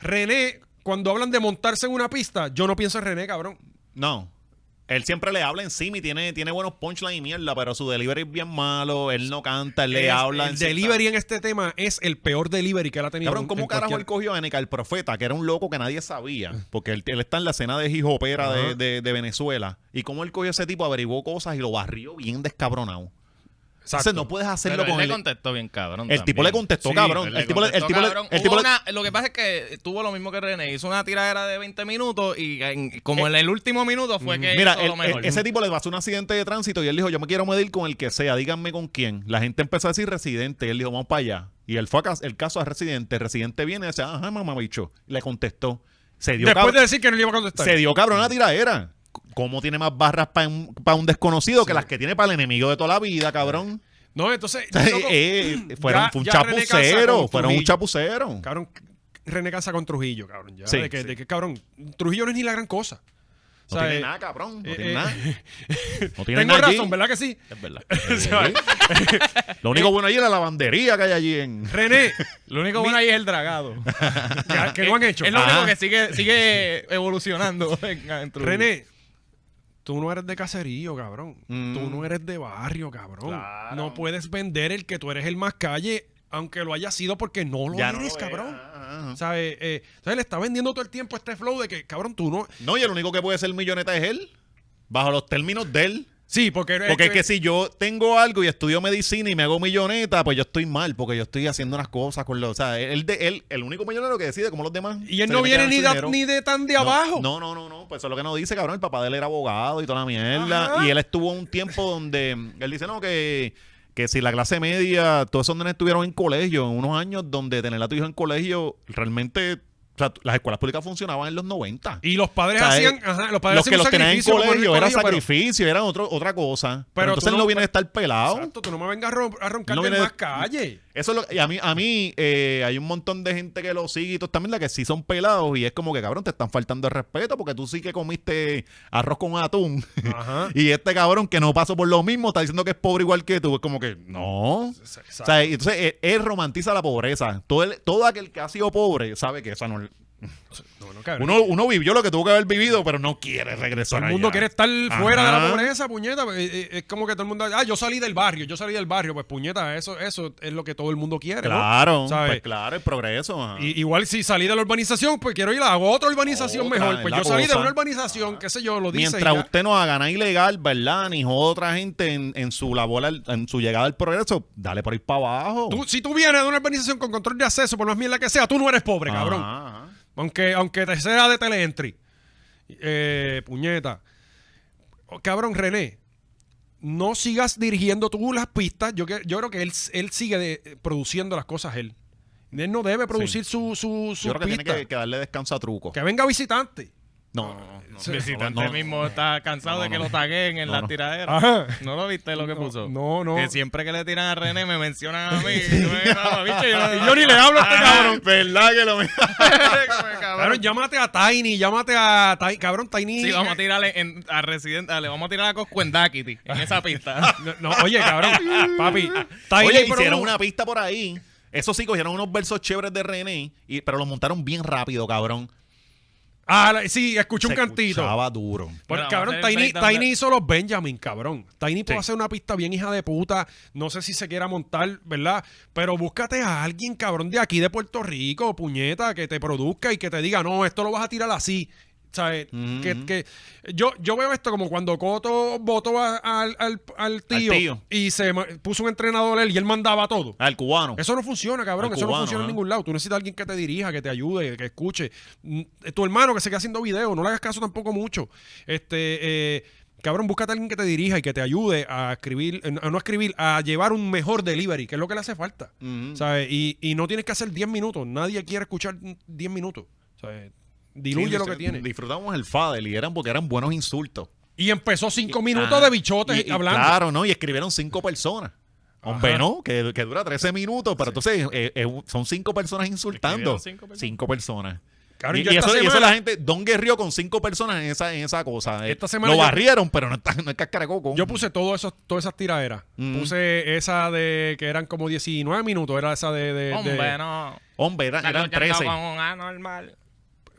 Speaker 1: René, cuando hablan de montarse en una pista, yo no pienso en René, cabrón.
Speaker 2: No. Él siempre le habla encima y tiene, tiene buenos punchlines y mierda, pero su delivery es bien malo, él no canta, él le
Speaker 1: Es-
Speaker 2: habla. en
Speaker 1: El
Speaker 2: cierta-
Speaker 1: delivery en este tema es el peor delivery que él ha tenido.
Speaker 2: Cabrón, ¿cómo
Speaker 1: en
Speaker 2: carajo
Speaker 1: cualquier-
Speaker 2: él cogió a Neca el Profeta, que era un loco que nadie sabía?
Speaker 3: Eh.
Speaker 2: Porque él, él está en la escena de hijopera de, de, de Venezuela. ¿Y cómo él cogió a ese tipo, averiguó cosas y lo barrió bien descabronado?
Speaker 1: Exacto.
Speaker 2: Entonces no puedes
Speaker 3: Pero
Speaker 2: hacerlo
Speaker 3: él
Speaker 2: con
Speaker 3: le
Speaker 2: él.
Speaker 3: contestó bien cabrón.
Speaker 2: El tipo le
Speaker 3: también.
Speaker 2: contestó,
Speaker 3: Sí,
Speaker 2: cabrón.
Speaker 3: él
Speaker 2: El
Speaker 3: le
Speaker 2: tipo le- el
Speaker 3: contestó,
Speaker 2: tipo le-
Speaker 3: cabrón.
Speaker 2: el tipo
Speaker 5: Hubo
Speaker 2: le-
Speaker 5: una- lo que pasa es que tuvo lo mismo que René, hizo una tiradera de 20 minutos y en- como en el último minuto fue que
Speaker 2: Eh, Mira,
Speaker 5: hizo
Speaker 2: el-
Speaker 5: lo mejor.
Speaker 2: el- ese tipo le pasó un accidente de tránsito y él dijo, yo me quiero medir con el que sea, díganme con quién. La gente empezó a decir residente, y él dijo, vamos para allá. Y él fue a cas- el caso a residente, residente viene y dice, ajá, mamá bicho, le contestó. Se dio,
Speaker 1: Después
Speaker 2: cabrón,
Speaker 1: de decir que no le iba a contestar.
Speaker 2: se dio cabrón la tiradera. C- ¿Cómo tiene más barras para un, pa' un desconocido que las que tiene para el enemigo de toda la vida, cabrón?
Speaker 1: No, entonces...
Speaker 2: O sea,
Speaker 1: loco,
Speaker 2: eh, eh, fueron
Speaker 1: ya-
Speaker 2: fue un
Speaker 1: ya René Calza
Speaker 2: chapucero,
Speaker 1: con
Speaker 2: fueron un
Speaker 1: Trujillo.
Speaker 2: chapucero.
Speaker 1: Cabrón, René Casa con Trujillo, cabrón. Ya,
Speaker 2: Sí,
Speaker 1: de, que,
Speaker 2: sí.
Speaker 1: de que, cabrón, Trujillo no es ni la gran cosa.
Speaker 2: No
Speaker 1: O sea,
Speaker 2: tiene
Speaker 1: eh,
Speaker 2: nada, cabrón. No
Speaker 1: eh,
Speaker 2: tiene
Speaker 1: eh,
Speaker 2: nada. No tiene
Speaker 1: Tengo
Speaker 2: nada allí.
Speaker 1: razón, ¿verdad que sí?
Speaker 2: Es verdad. Eh,
Speaker 1: O sea,
Speaker 2: Lo único bueno allí es la lavandería que hay allí en...
Speaker 1: René,
Speaker 3: Lo único bueno ahí es el dragado.
Speaker 1: ya, ¿qué no han hecho?
Speaker 5: Es lo único
Speaker 2: Ajá.
Speaker 5: que sigue, sigue evolucionando en, en Trujillo.
Speaker 1: René, tú no eres de caserío, cabrón.
Speaker 2: Mm.
Speaker 1: Tú no eres de barrio, cabrón. No puedes vender el que tú eres el más calle, aunque lo haya sido porque no lo
Speaker 2: Ya no
Speaker 1: eres,
Speaker 2: lo
Speaker 1: cabrón.
Speaker 2: es. Ah, ah.
Speaker 1: ¿Sabes? Eh, entonces le está vendiendo todo el tiempo este flow de que, cabrón, tú no.
Speaker 2: No, y el único que puede ser milloneta es él. Bajo los términos de él.
Speaker 1: Sí, porque.
Speaker 2: Porque es que si yo tengo algo y estudio medicina y me hago milloneta, pues yo estoy mal, porque yo estoy haciendo unas cosas con los. O sea, él, de, él el único millonario que decide como los demás.
Speaker 1: Y él
Speaker 2: se
Speaker 1: no
Speaker 2: le
Speaker 1: viene
Speaker 2: quedan
Speaker 1: ni
Speaker 2: su
Speaker 1: de,
Speaker 2: dinero.
Speaker 1: ni de tan de
Speaker 2: No,
Speaker 1: abajo.
Speaker 2: No, no, no, no. Pues eso es lo que nos dice, cabrón. El papá de él era abogado y toda la mierda.
Speaker 1: Ajá.
Speaker 2: Y él estuvo un tiempo donde. mm, Él dice, no, que. Que si la clase media, todos esos nenes estuvieron en colegio, en unos años donde tener a tu hijo en colegio, realmente, o sea, las escuelas públicas funcionaban en los 90
Speaker 1: Y los padres
Speaker 2: sea,
Speaker 1: hacían.
Speaker 2: eh,
Speaker 1: Ajá, los padres
Speaker 2: los que
Speaker 1: hacían un
Speaker 2: los tenían en
Speaker 1: sacrificio para poner el
Speaker 2: colegio era
Speaker 1: colegio, pero-
Speaker 2: sacrificio, era otro, otra cosa. Pero,
Speaker 1: Pero tú
Speaker 2: entonces él
Speaker 1: no-
Speaker 2: no viene de estar pelado.
Speaker 1: Exacto, tú no me vengas a rom- a roncar
Speaker 2: No
Speaker 1: de
Speaker 2: viene-
Speaker 1: más calle.
Speaker 2: Eso es lo y a mí, a mí eh, hay un montón de gente que lo sigue y todo también la que sí son pelados y es como que cabrón, te están faltando el respeto porque tú sí que comiste arroz con atún
Speaker 1: Ah, Ajá.
Speaker 2: y este cabrón que no pasó por lo mismo está diciendo que es pobre igual que tú. Es como que no. O sea, entonces él, él romantiza la pobreza. Todo, el- todo aquel que ha sido pobre sabe que esa no es-
Speaker 1: No, no, cabrón.
Speaker 2: uno, uno vivió lo que tuvo que haber vivido, pero no quiere
Speaker 1: Todo
Speaker 2: regresar.
Speaker 1: el mundo
Speaker 2: allá.
Speaker 1: quiere estar fuera de la
Speaker 2: Ajá.
Speaker 1: pobreza, puñeta. Eh, eh, Es como que todo el mundo. Ah, yo salí del barrio, yo salí del barrio. Pues puñeta, eso, eso es lo que todo el mundo quiere. ¿no?
Speaker 2: Claro,
Speaker 1: ¿Sabes?
Speaker 2: pues claro, el progreso. ajá.
Speaker 1: Y- igual si salí de la urbanización, pues quiero ir a otra urbanización
Speaker 2: Otra,
Speaker 1: mejor.
Speaker 2: es
Speaker 1: Pues
Speaker 2: la
Speaker 1: yo salí de
Speaker 2: cosa.
Speaker 1: una urbanización, qué sé yo, lo dice. y
Speaker 2: Mientras
Speaker 1: ya.
Speaker 2: usted no haga nada ilegal, ¿verdad? Ni joda a otra gente en, en su labor, al- en su llegada al progreso, dale por ir para abajo.
Speaker 1: Tú- si tú vienes de una urbanización con control de acceso, por más mierda que sea, tú no eres pobre,
Speaker 2: Ajá,
Speaker 1: cabrón.
Speaker 2: ajá.
Speaker 1: Aunque, aunque te sea de teleentry. Eh, puñeta. Oh, Cabrón, René. No sigas dirigiendo tú las pistas. Yo, que- yo creo que él, él sigue de- produciendo las cosas él. Él no debe producir su, su, su
Speaker 2: Yo creo que tiene
Speaker 1: pista.
Speaker 2: que,
Speaker 1: Que,
Speaker 2: que darle descanso a truco.
Speaker 1: venga visitante.
Speaker 2: No, no, no.
Speaker 1: Sí.
Speaker 3: Visitante
Speaker 2: No, no,
Speaker 3: mismo está cansado de que lo taguen en
Speaker 2: No,
Speaker 3: la
Speaker 2: no.
Speaker 3: tiradera.
Speaker 1: Ajá.
Speaker 3: ¿No lo viste lo que
Speaker 1: No,
Speaker 3: puso?
Speaker 1: no, no.
Speaker 3: Que siempre que le tiran a René me mencionan a mí. Y yo, eh, no, bicho, yo-
Speaker 1: Y yo ni le hablo a
Speaker 2: Ah,
Speaker 1: este cabrón.
Speaker 2: ¿Verdad que lo
Speaker 1: Cabrón, llámate a Tiny, llámate a Ti- cabrón Tiny.
Speaker 3: Sí, vamos a tirarle en- a Resident, a- le vamos a tirar a Coscu en Dakity,
Speaker 2: Este,
Speaker 3: en esa pista.
Speaker 1: No, no, oye, cabrón, papi, Tiny
Speaker 2: Oye,
Speaker 1: Pro-
Speaker 2: hicieron una pista por ahí. Eso sí, cogieron unos versos chéveres de René, y, pero los montaron bien rápido, cabrón.
Speaker 1: Ah, la- sí, escuché un
Speaker 2: Se
Speaker 1: cantito.
Speaker 2: escuchaba duro.
Speaker 1: Porque,
Speaker 3: Mira,
Speaker 1: cabrón,
Speaker 3: vamos a hacer el
Speaker 1: Tiny,
Speaker 3: breakdown de-
Speaker 1: Tiny hizo los Benjamin, cabrón. Tiny puede
Speaker 2: Sí.
Speaker 1: hacer una pista bien hija de puta. No sé si se quiera montar, ¿verdad? Pero búscate a alguien, cabrón, de aquí de Puerto Rico, puñeta, que te produzca y que te diga, no, esto lo vas a tirar así. ¿Sabes?
Speaker 2: Ujú.
Speaker 1: que, que- yo, yo veo esto como cuando Coto votó a- al, al- al tío,
Speaker 2: tío.
Speaker 1: y se ma- puso un entrenador él y él mandaba todo.
Speaker 2: Al cubano.
Speaker 1: Eso no funciona, cabrón.
Speaker 2: Al
Speaker 1: Eso no
Speaker 2: cubano,
Speaker 1: funciona en
Speaker 2: ¿eh?
Speaker 1: ningún lado. Tú necesitas a alguien que te dirija, que te ayude, que escuche. Mm, Tu hermano que se queda haciendo video, no le hagas caso tampoco mucho. Este, eh, cabrón, búscate a alguien que te dirija y que te ayude a escribir, eh, a no escribir, a llevar un mejor delivery, que es lo que le hace falta.
Speaker 2: Ujú.
Speaker 1: ¿Sabes? Y, y no tienes que hacer 10 minutos. Nadie quiere escuchar 10 minutos. ¿Sabes? Diluye
Speaker 2: Sí,
Speaker 1: lo que
Speaker 2: sí,
Speaker 1: tiene.
Speaker 2: Disfrutamos el Fadel y eran porque eran buenos insultos.
Speaker 1: Y empezó 5 minutos
Speaker 2: Ajá.
Speaker 1: de bichotes
Speaker 2: Y- y
Speaker 1: hablando.
Speaker 2: Claro, ¿no? Y escribieron cinco personas. Hombre, no, que, que dura 13 minutos, pero entonces eh, eh, son cinco personas insultando.
Speaker 3: Escribieron cinco personas.
Speaker 2: Cinco personas.
Speaker 1: Cabrón,
Speaker 2: y,
Speaker 1: yo
Speaker 2: y
Speaker 1: esta
Speaker 2: eso, y eso
Speaker 1: semana-
Speaker 2: la gente, Don guerrió con cinco personas en esa, en esa cosa. eh.
Speaker 1: Esta semana
Speaker 2: Lo
Speaker 1: yo-
Speaker 2: barrieron, pero no, está, no es cascaracoco.
Speaker 1: Yo puse todo eso, todas esas tiraderas. Puse esa de que eran como 19 minutos, era esa de. de- de-
Speaker 5: Hombre, no.
Speaker 2: Hombre, era-
Speaker 5: Carlos
Speaker 2: eran
Speaker 5: ya andaba
Speaker 2: 13.
Speaker 5: con un anormal.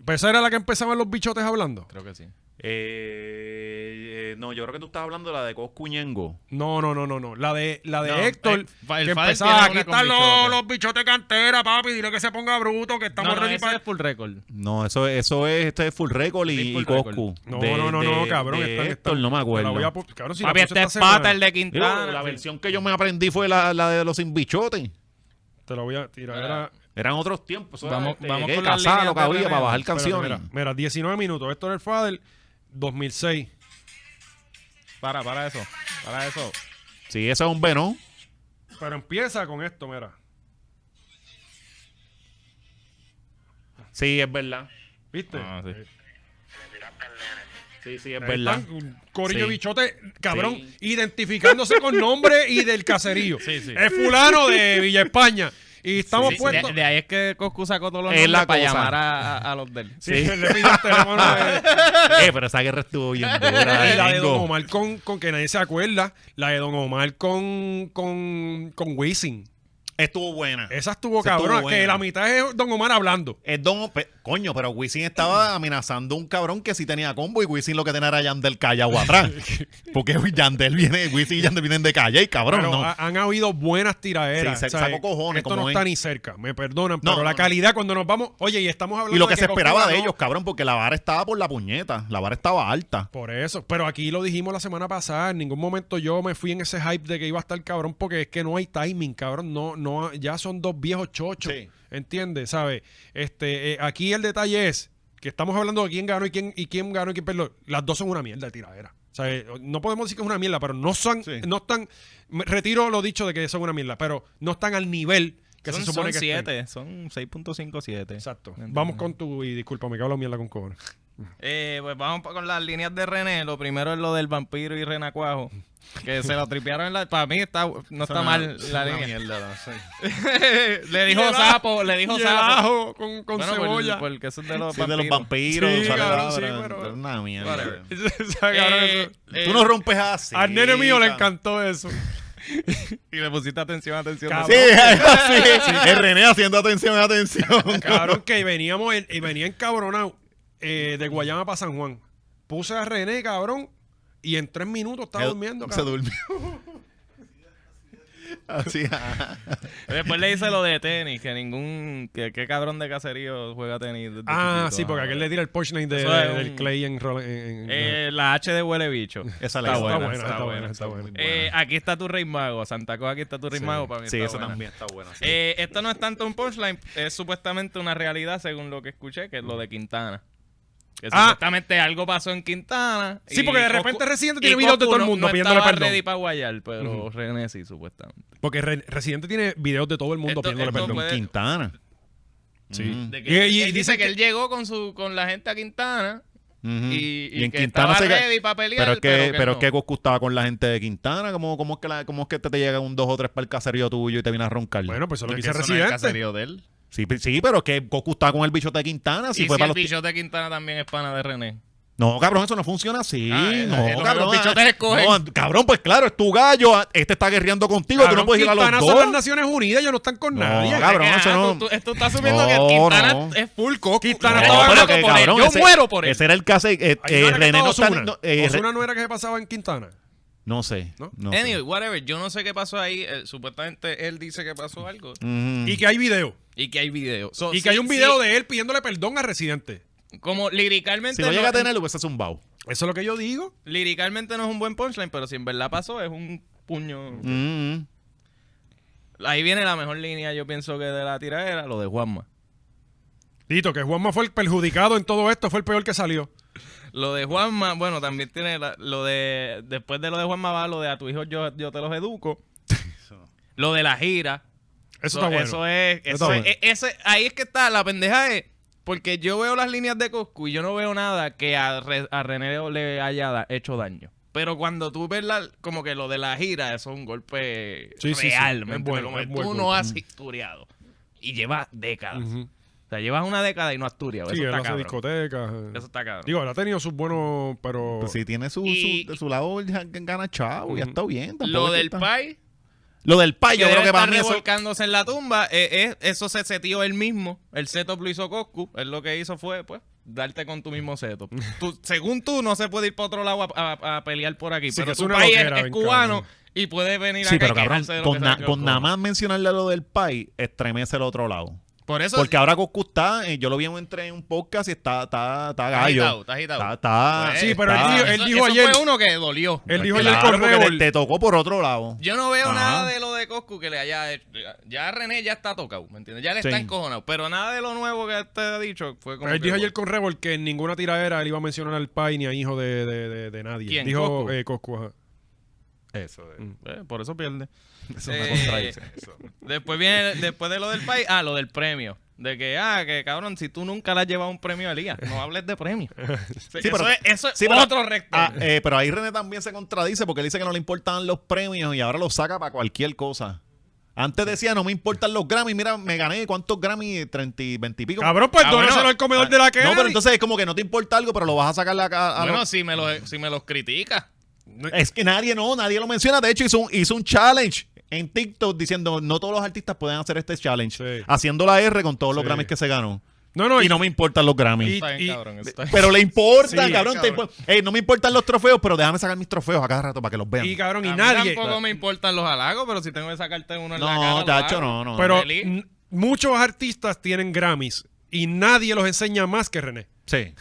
Speaker 1: Pero esa era la que empezaban los bichotes hablando.
Speaker 3: Creo que sí.
Speaker 2: Eh, eh, no, yo creo que tú estás hablando de la de Coscuñengo.
Speaker 1: No, no, no, no, no. La de, la de
Speaker 3: No,
Speaker 1: Héctor.
Speaker 3: eh, fa- el
Speaker 1: que
Speaker 3: Fader
Speaker 1: empezaba,
Speaker 3: tiene
Speaker 1: aquí
Speaker 3: una con
Speaker 1: están los,
Speaker 3: bichotes".
Speaker 1: los bichotes cantera, papi. Dile que se ponga bruto, que estamos
Speaker 3: no, no,
Speaker 1: ready
Speaker 3: ese
Speaker 1: para-
Speaker 3: es full record.
Speaker 2: No, eso, eso es, este es Full Record
Speaker 3: Sí,
Speaker 2: y,
Speaker 3: Full
Speaker 2: y Coscu.
Speaker 3: Record.
Speaker 1: No,
Speaker 2: De-
Speaker 1: no, no,
Speaker 2: de-
Speaker 1: no, cabrón.
Speaker 2: de
Speaker 1: están-
Speaker 2: Héctor,
Speaker 1: están-
Speaker 2: no me
Speaker 1: la
Speaker 2: acuerdo.
Speaker 1: voy a pu- cabrón, si la
Speaker 5: Papi,
Speaker 1: puse
Speaker 5: este es
Speaker 1: esta semana,
Speaker 5: pata, el de
Speaker 2: Digo,
Speaker 5: Quintana.
Speaker 2: la versión que yo me aprendí fue la, la de los sin bichotes.
Speaker 1: Te la voy a tirar.
Speaker 3: Mira,
Speaker 1: era-
Speaker 2: Eran otros tiempos. eso era,
Speaker 3: Vamos-
Speaker 2: este,
Speaker 3: vamos
Speaker 2: que
Speaker 3: con las
Speaker 2: cazar
Speaker 3: líneas
Speaker 2: lo que
Speaker 3: de
Speaker 2: había
Speaker 3: René.
Speaker 2: para bajar
Speaker 1: espérate,
Speaker 2: canciones.
Speaker 1: mira, mira, 19 minutos. Héctor el Fader, 2006.
Speaker 3: Para, para eso. Para eso.
Speaker 2: Sí, ese es un venón.
Speaker 1: Pero empieza con esto, mira.
Speaker 2: Sí, es verdad.
Speaker 1: ¿Viste?
Speaker 3: Ah, sí.
Speaker 1: Eh,
Speaker 2: Sí, sí, es
Speaker 1: Ahí
Speaker 2: verdad.
Speaker 1: están, un Corillo
Speaker 2: Sí.
Speaker 1: bichote, cabrón,
Speaker 2: Sí.
Speaker 1: identificándose con nombre y del caserío.
Speaker 3: Sí, sí.
Speaker 1: Es fulano de Villa España. Y estamos
Speaker 3: Sí,
Speaker 1: puestos.
Speaker 3: de, de ahí es que Coscu sacó todos los
Speaker 2: Es la
Speaker 3: nombres para
Speaker 2: cosa.
Speaker 3: llamar a, a- a los del.
Speaker 1: Sí, le pido el teléfono de-
Speaker 2: Eh, pero esa guerra estuvo bien
Speaker 1: Ah, y la
Speaker 2: dura. eh.
Speaker 1: de
Speaker 2: Ringo.
Speaker 1: Don Omar con, con que nadie se acuerda. La de Don Omar con, con, con Wisin.
Speaker 2: Estuvo buena.
Speaker 1: Esa estuvo
Speaker 2: Esa estuvo
Speaker 1: cabrón. que
Speaker 2: buena.
Speaker 1: la mitad es Don Omar hablando.
Speaker 2: Es Don, pe- coño, pero Wisin estaba amenazando a un cabrón que sí tenía combo y Wisin lo que tenía era Yandel Callao atrás. Porque Yandel viene, Wisin y Yandel vienen de calle y cabrón,
Speaker 1: Pero ah,
Speaker 2: no.
Speaker 1: ha- han habido buenas tiraderas.
Speaker 2: Sí, se- sacó cojones,
Speaker 1: Esto
Speaker 2: como
Speaker 1: no
Speaker 2: ven.
Speaker 1: está ni cerca. Me perdonan,
Speaker 2: No,
Speaker 1: pero la
Speaker 2: no, no.
Speaker 1: calidad cuando nos vamos. Oye, y estamos hablando
Speaker 2: Y lo que,
Speaker 1: de
Speaker 2: se
Speaker 1: Coscu
Speaker 2: esperaba de
Speaker 1: ganó.
Speaker 2: ellos, cabrón, porque la vara estaba por la puñeta. La vara estaba alta.
Speaker 1: Por eso, pero aquí lo dijimos la semana pasada, en ningún momento yo me fui en ese hype de que iba a estar cabrón porque es que no hay timing, cabrón, no no ya son dos viejos chochos.
Speaker 2: Sí.
Speaker 1: ¿Entiendes? ¿Sabes? Este eh, aquí el detalle es que estamos hablando de quién ganó y quién y quién ganó y quién perdió. Las dos son una mierda de tiradera. O sea, eh, no podemos decir que es una mierda, pero no son
Speaker 2: Sí.
Speaker 1: no están me- retiro lo dicho de que son una mierda, pero no están al nivel que
Speaker 3: son,
Speaker 1: se supone
Speaker 3: son
Speaker 1: que estén.
Speaker 3: siete, son 6.57.
Speaker 1: Exacto.
Speaker 3: ¿Me entiendes?
Speaker 1: Vamos con tu y discúlpame que hablo mierda con cojones.
Speaker 5: Eh, pues vamos pa- con las líneas de René. Lo primero es lo del vampiro y Renacuajo. Que se lo tripearon en la. Para mí está, no está mal la línea. le dijo sapo, le dijo
Speaker 1: Y el
Speaker 5: sapo.
Speaker 1: ajo con, con
Speaker 5: Bueno, pues, por-
Speaker 1: cebolla.
Speaker 5: porque eso es de los
Speaker 2: Sí, de
Speaker 5: vampiros.
Speaker 2: los vampiros.
Speaker 1: Sí,
Speaker 2: ¿sabes?
Speaker 1: cabrón, sí,
Speaker 2: Pero-
Speaker 1: pero-
Speaker 2: pero una mierda.
Speaker 5: Whatever.
Speaker 1: Esa, cabrón,
Speaker 5: Eh,
Speaker 1: eso-
Speaker 5: eh,
Speaker 2: Tú no rompes así.
Speaker 1: Al nene mío le
Speaker 2: cabrón.
Speaker 1: encantó eso.
Speaker 3: Y le pusiste atención, atención.
Speaker 1: Cabrón.
Speaker 2: Sí, sí. Es René haciendo atención, atención.
Speaker 1: Cabrón, que veníamos en- y venía encabronado eh, de Guayama para San Juan. Puse a René, cabrón, y en tres minutos estaba durmiendo,
Speaker 2: Se
Speaker 1: cabrón.
Speaker 2: durmió. Así, ajá.
Speaker 3: Después le hice lo de tenis, que ningún. que qué cabrón de caserío juega tenis. desde
Speaker 1: Ah,
Speaker 3: chiquito,
Speaker 1: sí, porque
Speaker 3: ajá.
Speaker 1: aquel le tira el Porsche de,
Speaker 3: Eso es
Speaker 1: del
Speaker 3: un-
Speaker 1: Clay en... Roland- en- en-
Speaker 3: Eh, la H de huele bicho.
Speaker 2: Esa la
Speaker 3: Está
Speaker 2: hizo.
Speaker 3: buena,
Speaker 1: buena,
Speaker 3: está
Speaker 1: está
Speaker 3: buena,
Speaker 1: buena,
Speaker 3: está
Speaker 1: está
Speaker 3: buena.
Speaker 1: buena.
Speaker 3: Eh, aquí está tu rey mago. Santa Cruz, aquí está tu rey mago. Para mí
Speaker 2: Sí,
Speaker 3: está
Speaker 2: esa
Speaker 3: buena.
Speaker 2: también Pues está buena. sí.
Speaker 5: eh, esto no es tanto un punchline, es supuestamente una realidad según lo que escuché, que es lo de Quintana. Que
Speaker 1: Ah.
Speaker 5: supuestamente algo pasó en Quintana.
Speaker 1: Sí,
Speaker 5: y
Speaker 1: porque de
Speaker 5: Coscu-
Speaker 1: repente Residente
Speaker 5: y
Speaker 1: tiene videos de
Speaker 5: Coscu
Speaker 1: todo el
Speaker 5: no-
Speaker 1: mundo
Speaker 5: no
Speaker 1: pidiéndole
Speaker 5: estaba
Speaker 1: perdón.
Speaker 5: ready para guayar, pero René sí, supuestamente.
Speaker 1: Porque Re- Residente tiene videos de todo el mundo
Speaker 5: Esto-
Speaker 1: pidiéndole
Speaker 5: esto
Speaker 1: perdón.
Speaker 5: puede-
Speaker 2: Quintana.
Speaker 1: Sí.
Speaker 2: Mm.
Speaker 5: De que-
Speaker 1: Y- y dicen
Speaker 5: él dice que,
Speaker 1: eh, que-
Speaker 5: él llegó con su con la gente a Quintana
Speaker 2: Ujú.
Speaker 5: y, y
Speaker 2: en
Speaker 5: que
Speaker 2: Quintana
Speaker 5: estaba
Speaker 2: se ca-
Speaker 5: ready para pelear,
Speaker 2: Pero es que, pero es
Speaker 5: no.
Speaker 2: que Coscu estaba con la gente de Quintana. ¿Cómo, cómo es, que la- cómo es que te, te llega un dos o tres para el caserío tuyo y te viene a roncar?
Speaker 1: Bueno, pues eso es lo que
Speaker 3: Porque
Speaker 1: dice
Speaker 3: eso no es el
Speaker 1: Residente.
Speaker 3: caserío de él.
Speaker 2: sí, pe- sí, pero es que Coscu estaba con el bichote de Quintana. Si
Speaker 5: y
Speaker 2: fue
Speaker 5: si
Speaker 2: para
Speaker 5: el
Speaker 2: los ti-
Speaker 5: bichote de Quintana también es pana de René.
Speaker 2: No, cabrón, eso no funciona así.
Speaker 5: Ah, eh,
Speaker 2: no,
Speaker 5: eh, los-
Speaker 2: cabrón. Ah,
Speaker 5: los bichotes escogen.
Speaker 2: No, cabrón, pues claro, es tu gallo. ah, Este está guerreando contigo. tú
Speaker 1: Cabrón,
Speaker 2: no puedes ir a los
Speaker 1: Quintana son las
Speaker 2: dos.
Speaker 1: Naciones Unidas, ellos no están con
Speaker 2: No,
Speaker 1: nadie.
Speaker 2: cabrón,
Speaker 5: Que,
Speaker 2: eso
Speaker 5: ah,
Speaker 2: no.
Speaker 5: tú, tú- tú estás asumiendo
Speaker 2: No,
Speaker 5: que el Quintana
Speaker 2: no.
Speaker 5: es full coco. Eh,
Speaker 1: Quintana
Speaker 2: No,
Speaker 1: estaba
Speaker 2: pero
Speaker 1: loco
Speaker 2: que,
Speaker 5: por él.
Speaker 2: cabrón,
Speaker 5: Yo
Speaker 2: ese-
Speaker 5: muero por él.
Speaker 2: Ese era el caso. eh,
Speaker 1: Ahí
Speaker 2: eh,
Speaker 1: no era que
Speaker 2: René
Speaker 1: estaba
Speaker 2: no está.
Speaker 1: Ozuna.
Speaker 2: No, eh, Re-
Speaker 1: Ozuna no era que se pasaba en Quintana.
Speaker 2: no sé.
Speaker 1: ¿No?
Speaker 2: no sé.
Speaker 5: Anyway, whatever. Yo no sé qué pasó ahí. eh, supuestamente él dice que pasó algo
Speaker 2: Ujú.
Speaker 1: Y que hay video.
Speaker 5: y que hay video. So,
Speaker 1: Y
Speaker 5: sí,
Speaker 1: que hay un video
Speaker 5: sí,
Speaker 1: de él pidiéndole perdón a Residente.
Speaker 5: Como liricalmente.
Speaker 2: Si no llega a
Speaker 5: no-
Speaker 2: tenerlo, pues, hubiese zumbado.
Speaker 1: Eso es lo que yo digo.
Speaker 5: Liricalmente no es un buen punchline, pero si en verdad pasó, es un puño.
Speaker 2: Mm.
Speaker 5: Ahí viene la mejor línea, yo pienso que de la tiradera, lo de Juanma.
Speaker 1: Dito, que Juanma fue el perjudicado en todo esto, fue el peor que salió.
Speaker 5: Lo de Juanma, bueno, también tiene la- lo de. Después de lo de Juanma va lo de a tu hijo yo, yo te los educo. lo de la gira.
Speaker 1: Eso está bueno.
Speaker 5: Eso es.
Speaker 1: Eso
Speaker 5: eso
Speaker 1: está
Speaker 5: es-
Speaker 1: bueno.
Speaker 5: e- ese- ahí es que está. La pendeja es. Porque yo veo las líneas de Coscu y yo no veo nada que a, Re- a René le haya da- hecho daño.
Speaker 3: Pero cuando tú ves la, como que lo de la gira, eso es un golpe
Speaker 1: Sí, sí, sí.
Speaker 3: real.
Speaker 1: Es
Speaker 3: ¿me entiendes?
Speaker 1: bueno,
Speaker 3: Como
Speaker 1: es
Speaker 3: que
Speaker 1: bueno.
Speaker 3: tú no has historiado. Y llevas décadas.
Speaker 1: Ujú.
Speaker 3: O sea, llevas una década y no has turiado.
Speaker 1: Sí,
Speaker 3: eso,
Speaker 1: él
Speaker 3: está
Speaker 1: hace
Speaker 3: cabrón.
Speaker 1: discotecas. eh.
Speaker 3: eso está cabrón.
Speaker 1: Digo, él ha tenido sus buenos, pero...
Speaker 2: Pues si tiene su,
Speaker 3: Y-
Speaker 2: su, de su lado el ja- gana chavo, ya
Speaker 1: Ujú.
Speaker 2: está bien. tampoco
Speaker 3: Lo
Speaker 2: es que
Speaker 3: del
Speaker 2: está-
Speaker 3: pai,
Speaker 2: Lo del pay, yo
Speaker 3: debe
Speaker 2: creo que para
Speaker 3: estar
Speaker 2: mí eso...
Speaker 3: revolcándose en la tumba, eh, eh, eso se setió él mismo. El setup lo hizo Coscu. Él lo que hizo fue, pues, darte con tu mismo setup. Tú- según tú, no se puede ir para otro lado a, a- a pelear por aquí.
Speaker 1: Sí, que
Speaker 3: pero
Speaker 1: es
Speaker 3: tu
Speaker 1: una
Speaker 3: país es,
Speaker 1: loquera,
Speaker 3: es
Speaker 1: bien
Speaker 3: cubano
Speaker 1: cabrón.
Speaker 3: y puede venir
Speaker 2: Sí,
Speaker 3: acá
Speaker 2: pero
Speaker 3: y
Speaker 2: cabrón,
Speaker 3: quejarse de lo
Speaker 2: con,
Speaker 3: que se
Speaker 2: na-
Speaker 3: metió
Speaker 2: con
Speaker 3: el
Speaker 2: nada
Speaker 3: culo.
Speaker 2: más mencionarle lo del pay, estremece el otro lado.
Speaker 3: Por eso
Speaker 2: Porque ahora Coscu está, eh, yo lo vi entre en un podcast y está, está, está
Speaker 5: Está
Speaker 2: gallo.
Speaker 5: agitado, está
Speaker 2: Está,
Speaker 5: agitado.
Speaker 2: está-
Speaker 1: Sí, pero él
Speaker 2: está-
Speaker 1: dijo- él
Speaker 5: Eso-
Speaker 1: dijo
Speaker 5: eso
Speaker 1: ayer-
Speaker 5: fue uno que dolió.
Speaker 1: Él dijo
Speaker 2: Claro,
Speaker 1: ayer con
Speaker 2: porque te,
Speaker 1: Rebel.
Speaker 2: te tocó por otro lado.
Speaker 5: Yo no veo
Speaker 2: Ajá.
Speaker 5: nada de lo de Coscu que le haya hecho. Ya René ya está tocado, ¿me entiendes? Ya le está
Speaker 2: Sí.
Speaker 5: encojonado. Pero nada de lo nuevo que te ha dicho fue como.
Speaker 1: Él
Speaker 5: que,
Speaker 1: dijo ayer con Rebel que en ninguna tiradera él iba a mencionar al pai ni a hijo de, de, de, de nadie.
Speaker 3: ¿Quién?
Speaker 1: Dijo
Speaker 3: ¿Coscu?
Speaker 1: eh, Coscu, ajá.
Speaker 3: Eso, eh. Eh, por eso pierde.
Speaker 2: es una
Speaker 5: Eh,
Speaker 2: contradicción,
Speaker 5: Después viene, después de lo del país, ah, lo del premio. De que, ah, que cabrón, si tú nunca le has llevado un premio a Elías, no hables de premio. eso,
Speaker 2: pero-
Speaker 5: es, eso es
Speaker 2: sí, pero-
Speaker 5: otro rector.
Speaker 2: Ah, eh, pero ahí René también se contradice porque él dice que no le importaban los premios y ahora los saca para cualquier cosa. Antes decía, no me importan los Grammys, mira, me gané cuántos Grammys, 30, y 20 y pico.
Speaker 1: Cabrón, pues
Speaker 5: Ah,
Speaker 1: dónaselo
Speaker 5: bueno.
Speaker 1: al comedor de la que
Speaker 2: no, pero entonces es como que no te importa algo, pero lo vas a sacar la ca- a
Speaker 5: bueno,
Speaker 2: los-
Speaker 5: si me los, si me los critica.
Speaker 2: Es que nadie, no, nadie lo menciona. De hecho, hizo un, hizo un challenge en TikTok diciendo, no todos los artistas pueden hacer este challenge.
Speaker 1: Sí.
Speaker 2: Haciendo la R con todos los
Speaker 1: Sí.
Speaker 2: Grammys que se ganó.
Speaker 1: No, no,
Speaker 2: y no me importan los Grammys.
Speaker 1: y-
Speaker 5: Está bien,
Speaker 1: y-
Speaker 5: cabrón. Está bien.
Speaker 2: Pero le importa,
Speaker 1: Sí,
Speaker 2: cabrón. te
Speaker 5: cabrón.
Speaker 2: impo- Ey, no me importan los trofeos, pero déjame sacar mis trofeos a cada rato para que los vean.
Speaker 1: y cabrón, y
Speaker 5: A mí
Speaker 1: nadie.
Speaker 5: Tampoco me importan los halagos, pero si tengo que sacarte uno en la cara.
Speaker 2: no,
Speaker 5: lo
Speaker 2: tacho,
Speaker 5: hago.
Speaker 2: no, no.
Speaker 1: Pero
Speaker 5: Feliz.
Speaker 1: n- muchos artistas tienen Grammys y nadie los enseña más que René.
Speaker 2: sí.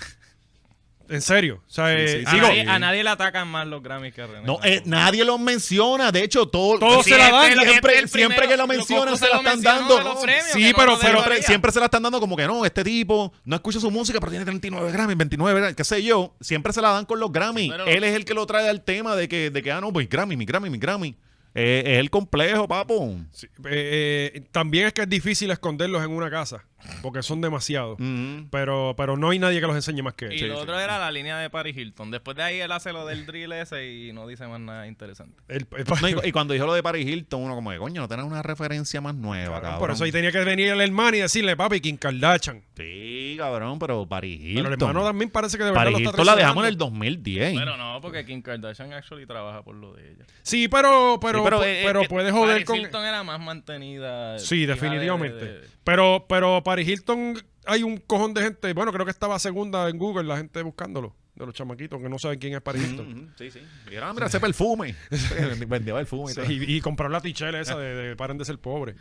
Speaker 1: En serio. O sea, eh,
Speaker 2: sí,
Speaker 5: A,
Speaker 2: sí.
Speaker 1: digo,
Speaker 5: nadie, a nadie le atacan más los Grammys que a René.
Speaker 2: No,
Speaker 5: tampoco.
Speaker 2: eh, nadie los menciona. De hecho, todo-
Speaker 1: Todos
Speaker 2: sí,
Speaker 1: se la
Speaker 2: este
Speaker 1: dan,
Speaker 2: es el-
Speaker 5: este
Speaker 2: Siempre,
Speaker 5: es el
Speaker 2: siempre
Speaker 5: primero.
Speaker 2: que la
Speaker 5: Lo
Speaker 2: mencionan,
Speaker 5: Coscu
Speaker 2: se la
Speaker 5: lo
Speaker 2: están
Speaker 5: mencionó
Speaker 2: dando.
Speaker 5: de los premios,
Speaker 1: Sí,
Speaker 5: que no
Speaker 1: pero-
Speaker 5: lo
Speaker 1: pero-
Speaker 2: Siempre,
Speaker 5: debería.
Speaker 2: siempre se la están dando como que no, este tipo no escucha su música, pero tiene 39 Grammys, 29 Grammys, qué sé yo. Siempre se la dan con los Grammys.
Speaker 5: pero-
Speaker 2: Él es el que lo trae al tema de que, de que ah, no, pues Grammy, mi Grammy, mi Grammy. Eh, es el complejo, papo.
Speaker 1: sí, eh, eh, también es que es difícil esconderlos en una casa porque son demasiados.
Speaker 2: Mm.
Speaker 1: Pero, pero no hay nadie que los enseñe más que él.
Speaker 5: Y lo otro era la línea de Paris Hilton. Después de ahí él hace lo del drill ese y no dice más nada interesante.
Speaker 1: El- el-
Speaker 2: No, y, y cuando dijo lo de Paris Hilton, uno como de coño, no tenés una referencia más nueva,
Speaker 1: Cabrón,
Speaker 2: cabrón.
Speaker 1: Por eso ahí tenía que venir el hermano y decirle, papi, Kim Kardashian.
Speaker 2: Sí, cabrón, pero Paris
Speaker 1: Pero el
Speaker 2: Hilton.
Speaker 1: hermano también parece que de verdad
Speaker 2: Paris
Speaker 1: lo está
Speaker 2: Hilton la dejamos en el
Speaker 1: traicionando.
Speaker 2: 2010.
Speaker 5: Pero no, porque Kim Kardashian actually trabaja por lo de ella.
Speaker 1: Sí, pero, pero,
Speaker 2: Sí, pero,
Speaker 1: pu-
Speaker 2: eh,
Speaker 1: pero
Speaker 2: eh,
Speaker 1: puede
Speaker 5: Paris
Speaker 1: joder con...
Speaker 5: Hilton era más mantenida.
Speaker 1: Sí,
Speaker 5: hija de-
Speaker 1: definitivamente.
Speaker 5: de- de-
Speaker 1: Pero, pero Paris Hilton hay un cojón de gente, bueno, creo que estaba segunda en Google, la gente buscándolo, de los chamaquitos que no saben quién es Paris
Speaker 2: Mm,
Speaker 1: Hilton.
Speaker 2: Sí, sí. Mira, mira ese perfume. Vendió perfume. y
Speaker 1: Sí,
Speaker 2: todo.
Speaker 1: y, y comprar la tichela esa de, de paren de ser pobre.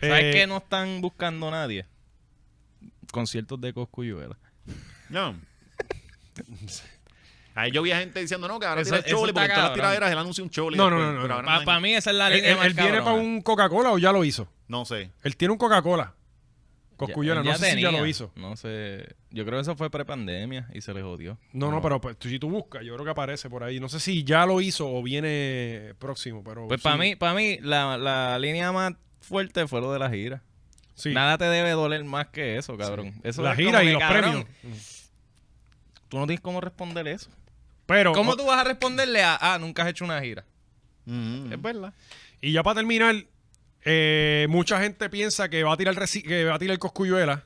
Speaker 5: ¿Sabes
Speaker 1: Eh,
Speaker 5: qué no están buscando nadie? Conciertos de Coscu Lluela.
Speaker 2: No. Ahí yo vi a gente diciendo, no, que ahora
Speaker 5: Eso-
Speaker 2: tira el
Speaker 5: eso
Speaker 2: chole,
Speaker 5: está
Speaker 2: porque en todas las
Speaker 5: cabrón.
Speaker 2: tiraderas él anuncia un chole. y
Speaker 1: No,
Speaker 2: después-
Speaker 1: no, no, no,
Speaker 2: pero
Speaker 1: no.
Speaker 2: ahora
Speaker 5: Para
Speaker 2: no hay-
Speaker 5: mí esa es la
Speaker 1: él,
Speaker 5: línea
Speaker 1: él-
Speaker 5: más
Speaker 1: él viene
Speaker 5: cabrona.
Speaker 1: para un Coca-Cola o ya lo hizo.
Speaker 2: No sé.
Speaker 1: Él tiene un Coca-Cola. Coscuyola,
Speaker 5: Él
Speaker 1: no sé si ya
Speaker 5: tenía.
Speaker 1: lo hizo.
Speaker 5: No sé. Yo creo que eso fue prepandemia y se le jodió.
Speaker 1: No, no, pero pues, tú- si tú buscas, yo creo que aparece por ahí. No sé si ya lo hizo o viene próximo, pero...
Speaker 5: Pues
Speaker 1: sí.
Speaker 5: para mí, para mí la, la línea más fuerte fue lo de la gira.
Speaker 1: Sí.
Speaker 5: Nada te debe doler más que eso, cabrón. Eso
Speaker 1: la
Speaker 5: es
Speaker 1: gira
Speaker 5: como
Speaker 1: y
Speaker 5: que,
Speaker 1: los
Speaker 5: cabrón,
Speaker 1: premios.
Speaker 5: Tú no tienes cómo responder eso.
Speaker 1: Pero,
Speaker 5: ¿Cómo tú vas a responderle a, ah, nunca has hecho una gira?
Speaker 2: Mm.
Speaker 5: Es verdad.
Speaker 1: Y ya para terminar, eh, mucha gente piensa que va a tirar resi- que va a tirar Coscuyuela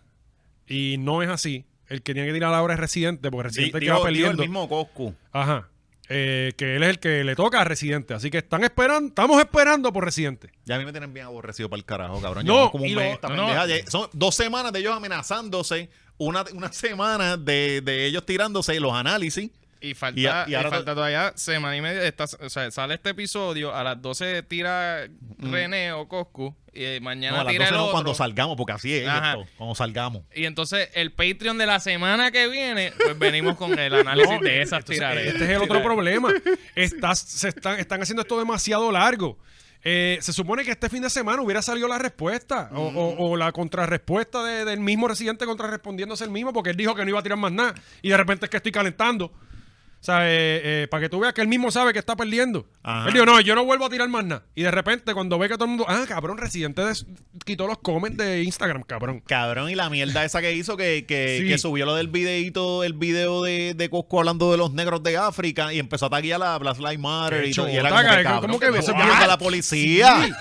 Speaker 1: y no es así. El que tiene que tirar ahora es Residente, porque
Speaker 2: Di-
Speaker 1: Residente es el
Speaker 2: digo-
Speaker 1: que va
Speaker 2: digo
Speaker 1: peleando.
Speaker 2: el mismo Coscu.
Speaker 1: Ajá. Eh, que él es el que le toca a Residente. Así que están esperando, estamos esperando por Residente.
Speaker 2: Ya a mí me tienen bien aborrecido para el carajo, cabrón.
Speaker 1: No,
Speaker 2: Llevamos como
Speaker 1: y
Speaker 2: un
Speaker 1: lo-
Speaker 2: mes esta
Speaker 1: no,
Speaker 2: pendeja. Ya- Son dos semanas de ellos amenazándose, una, una semana de, de ellos tirándose los análisis.
Speaker 5: Y falta,
Speaker 2: Y a- y
Speaker 5: y
Speaker 2: ahora-
Speaker 5: falta todavía semana y media. Está, o sea, sale este episodio, a las 12 tira René o Coscu, y eh,
Speaker 2: Mm. No,
Speaker 5: mañana
Speaker 2: a las
Speaker 5: tira
Speaker 2: 12
Speaker 5: el
Speaker 2: no,
Speaker 5: otro.
Speaker 2: cuando salgamos, porque así es
Speaker 5: Ajá.
Speaker 2: esto, cuando salgamos.
Speaker 5: y entonces el Patreon de la semana que viene, pues venimos con el análisis de esas tiraderas.
Speaker 1: Este es el otro problema. Estás, se están, están haciendo esto demasiado largo. Eh, se supone que este fin de semana hubiera salido la respuesta o, o- o la contrarrespuesta de- del mismo residente contrarrespondiéndose el mismo porque él dijo que no iba a tirar más nada y de repente es que estoy calentando. O O sea, eh, eh, para que tú veas que él mismo sabe que está perdiendo.
Speaker 2: Ajá.
Speaker 1: Él dijo, no, yo no vuelvo a tirar más nada. Y de repente, cuando ve que todo el mundo, ah, cabrón, Residente des- quitó los comments de Instagram, cabrón.
Speaker 2: Cabrón, y la mierda esa que hizo que, que,
Speaker 1: Sí.
Speaker 2: que subió lo del videito, el video de, de Cosco hablando de los negros de África y empezó a taguear a Black Lives Matter
Speaker 1: Qué
Speaker 2: y, todo, y
Speaker 1: chota,
Speaker 2: era como que,
Speaker 1: cabrón,
Speaker 2: cabrón,
Speaker 1: ¿cómo que
Speaker 2: que
Speaker 1: ves?
Speaker 2: eso es mierda a la policía.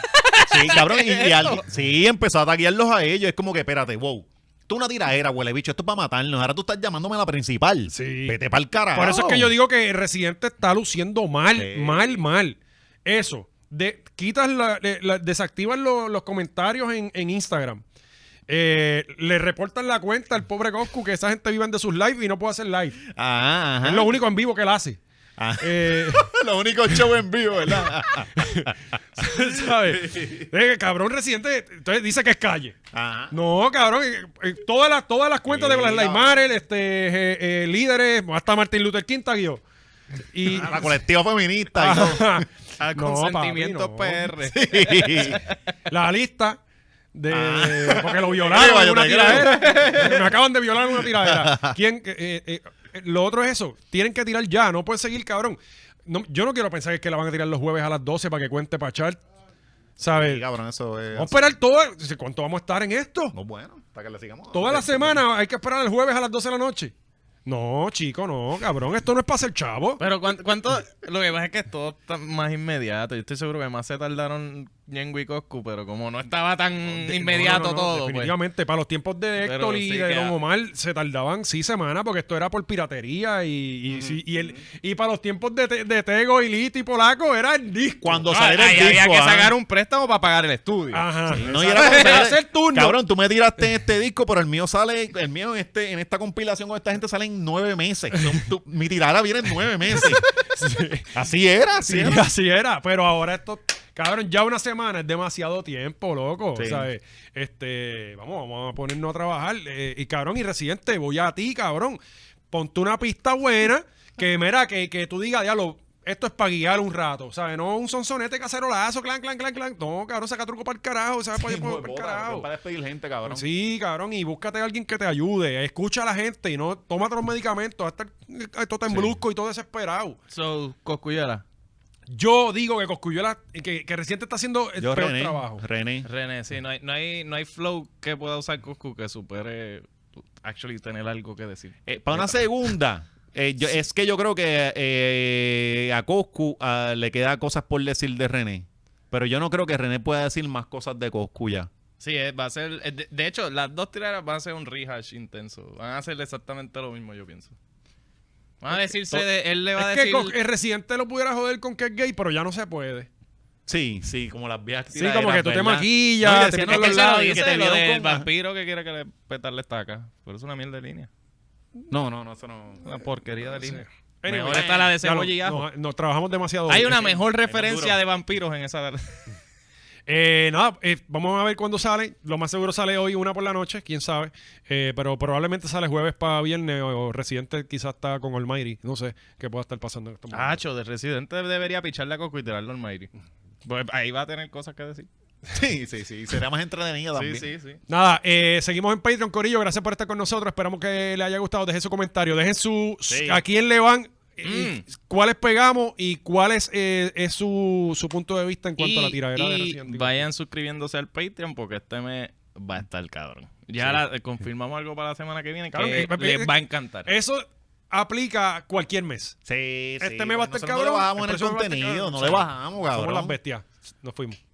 Speaker 2: Sí, cabrón, y, y alguien- sí, empezó a taguearlos a ellos. Es como que, espérate, wow. Tú una tiradera, huele bicho, esto es para matarnos. Ahora tú estás llamándome a la principal.
Speaker 1: Sí.
Speaker 2: Vete para el carajo.
Speaker 1: Por eso es que yo digo que Residente está luciendo mal,
Speaker 2: Sí.
Speaker 1: mal, mal. Eso, de, quitas la- le- la- desactivas lo- los comentarios en, en Instagram. Eh, le reportan la cuenta al pobre Coscu que esa gente vive de sus lives y no puede hacer live.
Speaker 2: Ah, Ajá, ajá.
Speaker 1: Es lo único en vivo que él hace.
Speaker 2: Ah.
Speaker 1: Eh,
Speaker 2: Los únicos shows en vivo, ¿verdad?
Speaker 1: ¿Sabes? Eh, cabrón residente, entonces dice que es calle.
Speaker 2: Ajá.
Speaker 1: No, cabrón, eh, eh, todas las todas las cuentas de Black Lives Matter, este, eh, eh, líderes, hasta Martin Luther King taguió. Y
Speaker 2: A Ah, la colectiva feminista. y todo.
Speaker 1: Ajá.
Speaker 3: Al
Speaker 1: No,
Speaker 3: consentimiento
Speaker 1: papi,
Speaker 2: pues.
Speaker 1: no.
Speaker 3: PR.
Speaker 1: la lista de
Speaker 2: Ah.
Speaker 1: porque lo
Speaker 2: Yo
Speaker 1: violaron
Speaker 2: te
Speaker 1: en una
Speaker 2: creo.
Speaker 1: tiradera. Me acaban de violar en una tiradera. ¿Quién, eh, eh, eh, lo otro es eso, tienen que tirar ya, no pueden seguir, cabrón. No, yo no quiero pensar que la van a tirar los jueves a las 12 para que cuente para echar. ¿Sabes?
Speaker 2: Sí, cabrón, eso es.
Speaker 1: Vamos a esperar todo. ¿Cuánto vamos a estar en esto?
Speaker 2: pues, No, bueno, para que le sigamos.
Speaker 1: Toda la semana hay que esperar el jueves a las 12 de la noche. No, chico, no, cabrón. Esto no es para ser chavo.
Speaker 3: Pero cuán- ¿cuánto, Lo que pasa es que es todo tan más inmediato. Yo estoy seguro que más se tardaron Ñengo y Coscu, pero como no estaba tan inmediato
Speaker 1: No, no, no,
Speaker 3: todo, pues,
Speaker 1: Definitivamente, para los tiempos de
Speaker 3: Pero
Speaker 1: Héctor y
Speaker 3: sí
Speaker 1: de
Speaker 3: que-
Speaker 1: Don Omar se tardaban sí semanas porque esto era por piratería y, y, sí, y, el, y para los tiempos de, Te- de Tego y Liti y Polaco era el disco.
Speaker 2: Cuando
Speaker 3: Ah,
Speaker 2: saliera
Speaker 3: ahí
Speaker 2: el disco.
Speaker 3: había que
Speaker 2: ah.
Speaker 3: sacar un préstamo para pagar el estudio.
Speaker 1: Ajá.
Speaker 2: No, y
Speaker 1: Exacto.
Speaker 2: era como
Speaker 1: Era
Speaker 2: sacar-
Speaker 1: hacer turno.
Speaker 2: Cabrón, tú me tiraste este disco, pero el mío sale, el mío en este, en esta compilación con esta gente sale en nueve meses. Tú- tú- mi tirada viene en nueve meses. Así era, así
Speaker 1: Sí,
Speaker 2: era.
Speaker 1: así era. Pero ahora esto, cabrón, ya una semana es demasiado tiempo, loco.
Speaker 2: Sí.
Speaker 1: ¿sabes? Este, vamos, vamos a ponernos a trabajar. eh, y cabrón, y residente, voy a ti, cabrón. Ponte una pista buena que, mira, que, que tú digas, diablo, esto es para guiar un rato, ¿sabes? No un sonsonete cacerolazo, clan, clan, clan, clan. No, cabrón, saca truco para el carajo, ¿sabes? Para, para- para el carajo.
Speaker 2: despedir gente, cabrón.
Speaker 1: Sí, cabrón, y búscate a alguien que te ayude. Escucha a la gente y no tómate los medicamentos. Hasta esto tan brusco y todo desesperado.
Speaker 3: So, Coscuyuela.
Speaker 1: Yo digo que Coscuyuela, que, que reciente está haciendo el
Speaker 2: Yo,
Speaker 1: peor
Speaker 2: René,
Speaker 1: trabajo.
Speaker 2: René.
Speaker 3: René, Eh, sí, no hay, no, hay, no hay flow que pueda usar Coscu que supere actually tener algo que decir.
Speaker 2: Eh, para una segunda, eh, yo- es que yo creo que eh, a Coscu ah, le queda cosas por decir de René. Pero yo no creo que René pueda decir más cosas de Coscu ya.
Speaker 3: Sí, eh, va a ser. eh, De, de hecho, las dos tiradas van a ser un rehash intenso. Van a hacer exactamente lo mismo, yo pienso. Van a decirse de- él le va a
Speaker 1: Es que
Speaker 3: decir.
Speaker 1: Cos- el residente lo pudiera joder con que es gay, pero ya no se puede.
Speaker 2: Sí, sí, como las viejas.
Speaker 1: Sí,
Speaker 2: tiraderas,
Speaker 1: como que tú te
Speaker 2: ¿verdad?
Speaker 1: maquillas,
Speaker 2: No, y
Speaker 1: te
Speaker 2: decían
Speaker 1: pintas
Speaker 3: Ah, que
Speaker 1: los
Speaker 3: se lo
Speaker 1: labios,
Speaker 2: que
Speaker 3: dice
Speaker 2: te
Speaker 3: lo
Speaker 2: vieron
Speaker 3: del
Speaker 2: con-
Speaker 3: vampiro que quiere que le petarle estaca. Pero es una mierda de línea.
Speaker 2: No, no, no, eso no.
Speaker 3: Una porquería de línea.
Speaker 1: Anyway,
Speaker 3: mejor está la de
Speaker 1: ya lo-
Speaker 3: cebolla y ajo.
Speaker 1: Nos, nos trabajamos demasiado.
Speaker 3: Hay
Speaker 1: duro.
Speaker 3: una mejor referencia
Speaker 2: duro.
Speaker 3: de vampiros en esa.
Speaker 1: Eh, nada, eh, vamos a ver cuándo sale. Lo más seguro sale hoy, una por la noche, quién sabe. Eh, pero probablemente sale jueves para viernes o, o residente quizás está con Almighty. No sé qué pueda estar pasando en estos momentos.
Speaker 3: Hacho, de residente debería picharle a Coscu y tirarlo al Mayri. Pues ahí va a tener cosas que decir.
Speaker 2: Sí, sí, sí. Será más entretenida también.
Speaker 3: Sí, sí, sí.
Speaker 1: Nada, eh, seguimos en Patreon, Corillo. Gracias por estar con nosotros. Esperamos que le haya gustado. Dejen su comentario. Dejen su.
Speaker 2: Sí.
Speaker 1: ¿A quién le van? y eh, ¿Cuáles pegamos? ¿Y cuál es, eh, es su, su punto de vista en cuanto a la
Speaker 3: Y-
Speaker 1: tiradera de
Speaker 3: y
Speaker 1: Resident Evil?
Speaker 3: Vayan suscribiéndose al Patreon porque este mes va a estar cabrón. Ya la- eh, confirmamos algo para la semana que viene que
Speaker 1: Cabrón, eh, eh,
Speaker 3: les
Speaker 1: eh,
Speaker 3: va a encantar.
Speaker 1: Eso aplica cualquier mes.
Speaker 2: Sí, sí.
Speaker 1: Este me va a estar
Speaker 2: Nosotros
Speaker 1: cabrón,
Speaker 2: No le bajamos en
Speaker 1: el
Speaker 2: el
Speaker 1: próximo me va a estar
Speaker 2: contenido,
Speaker 1: cabrón.
Speaker 2: no le bajamos,
Speaker 1: Somos
Speaker 2: cabrón.
Speaker 1: las bestias. Nos fuimos.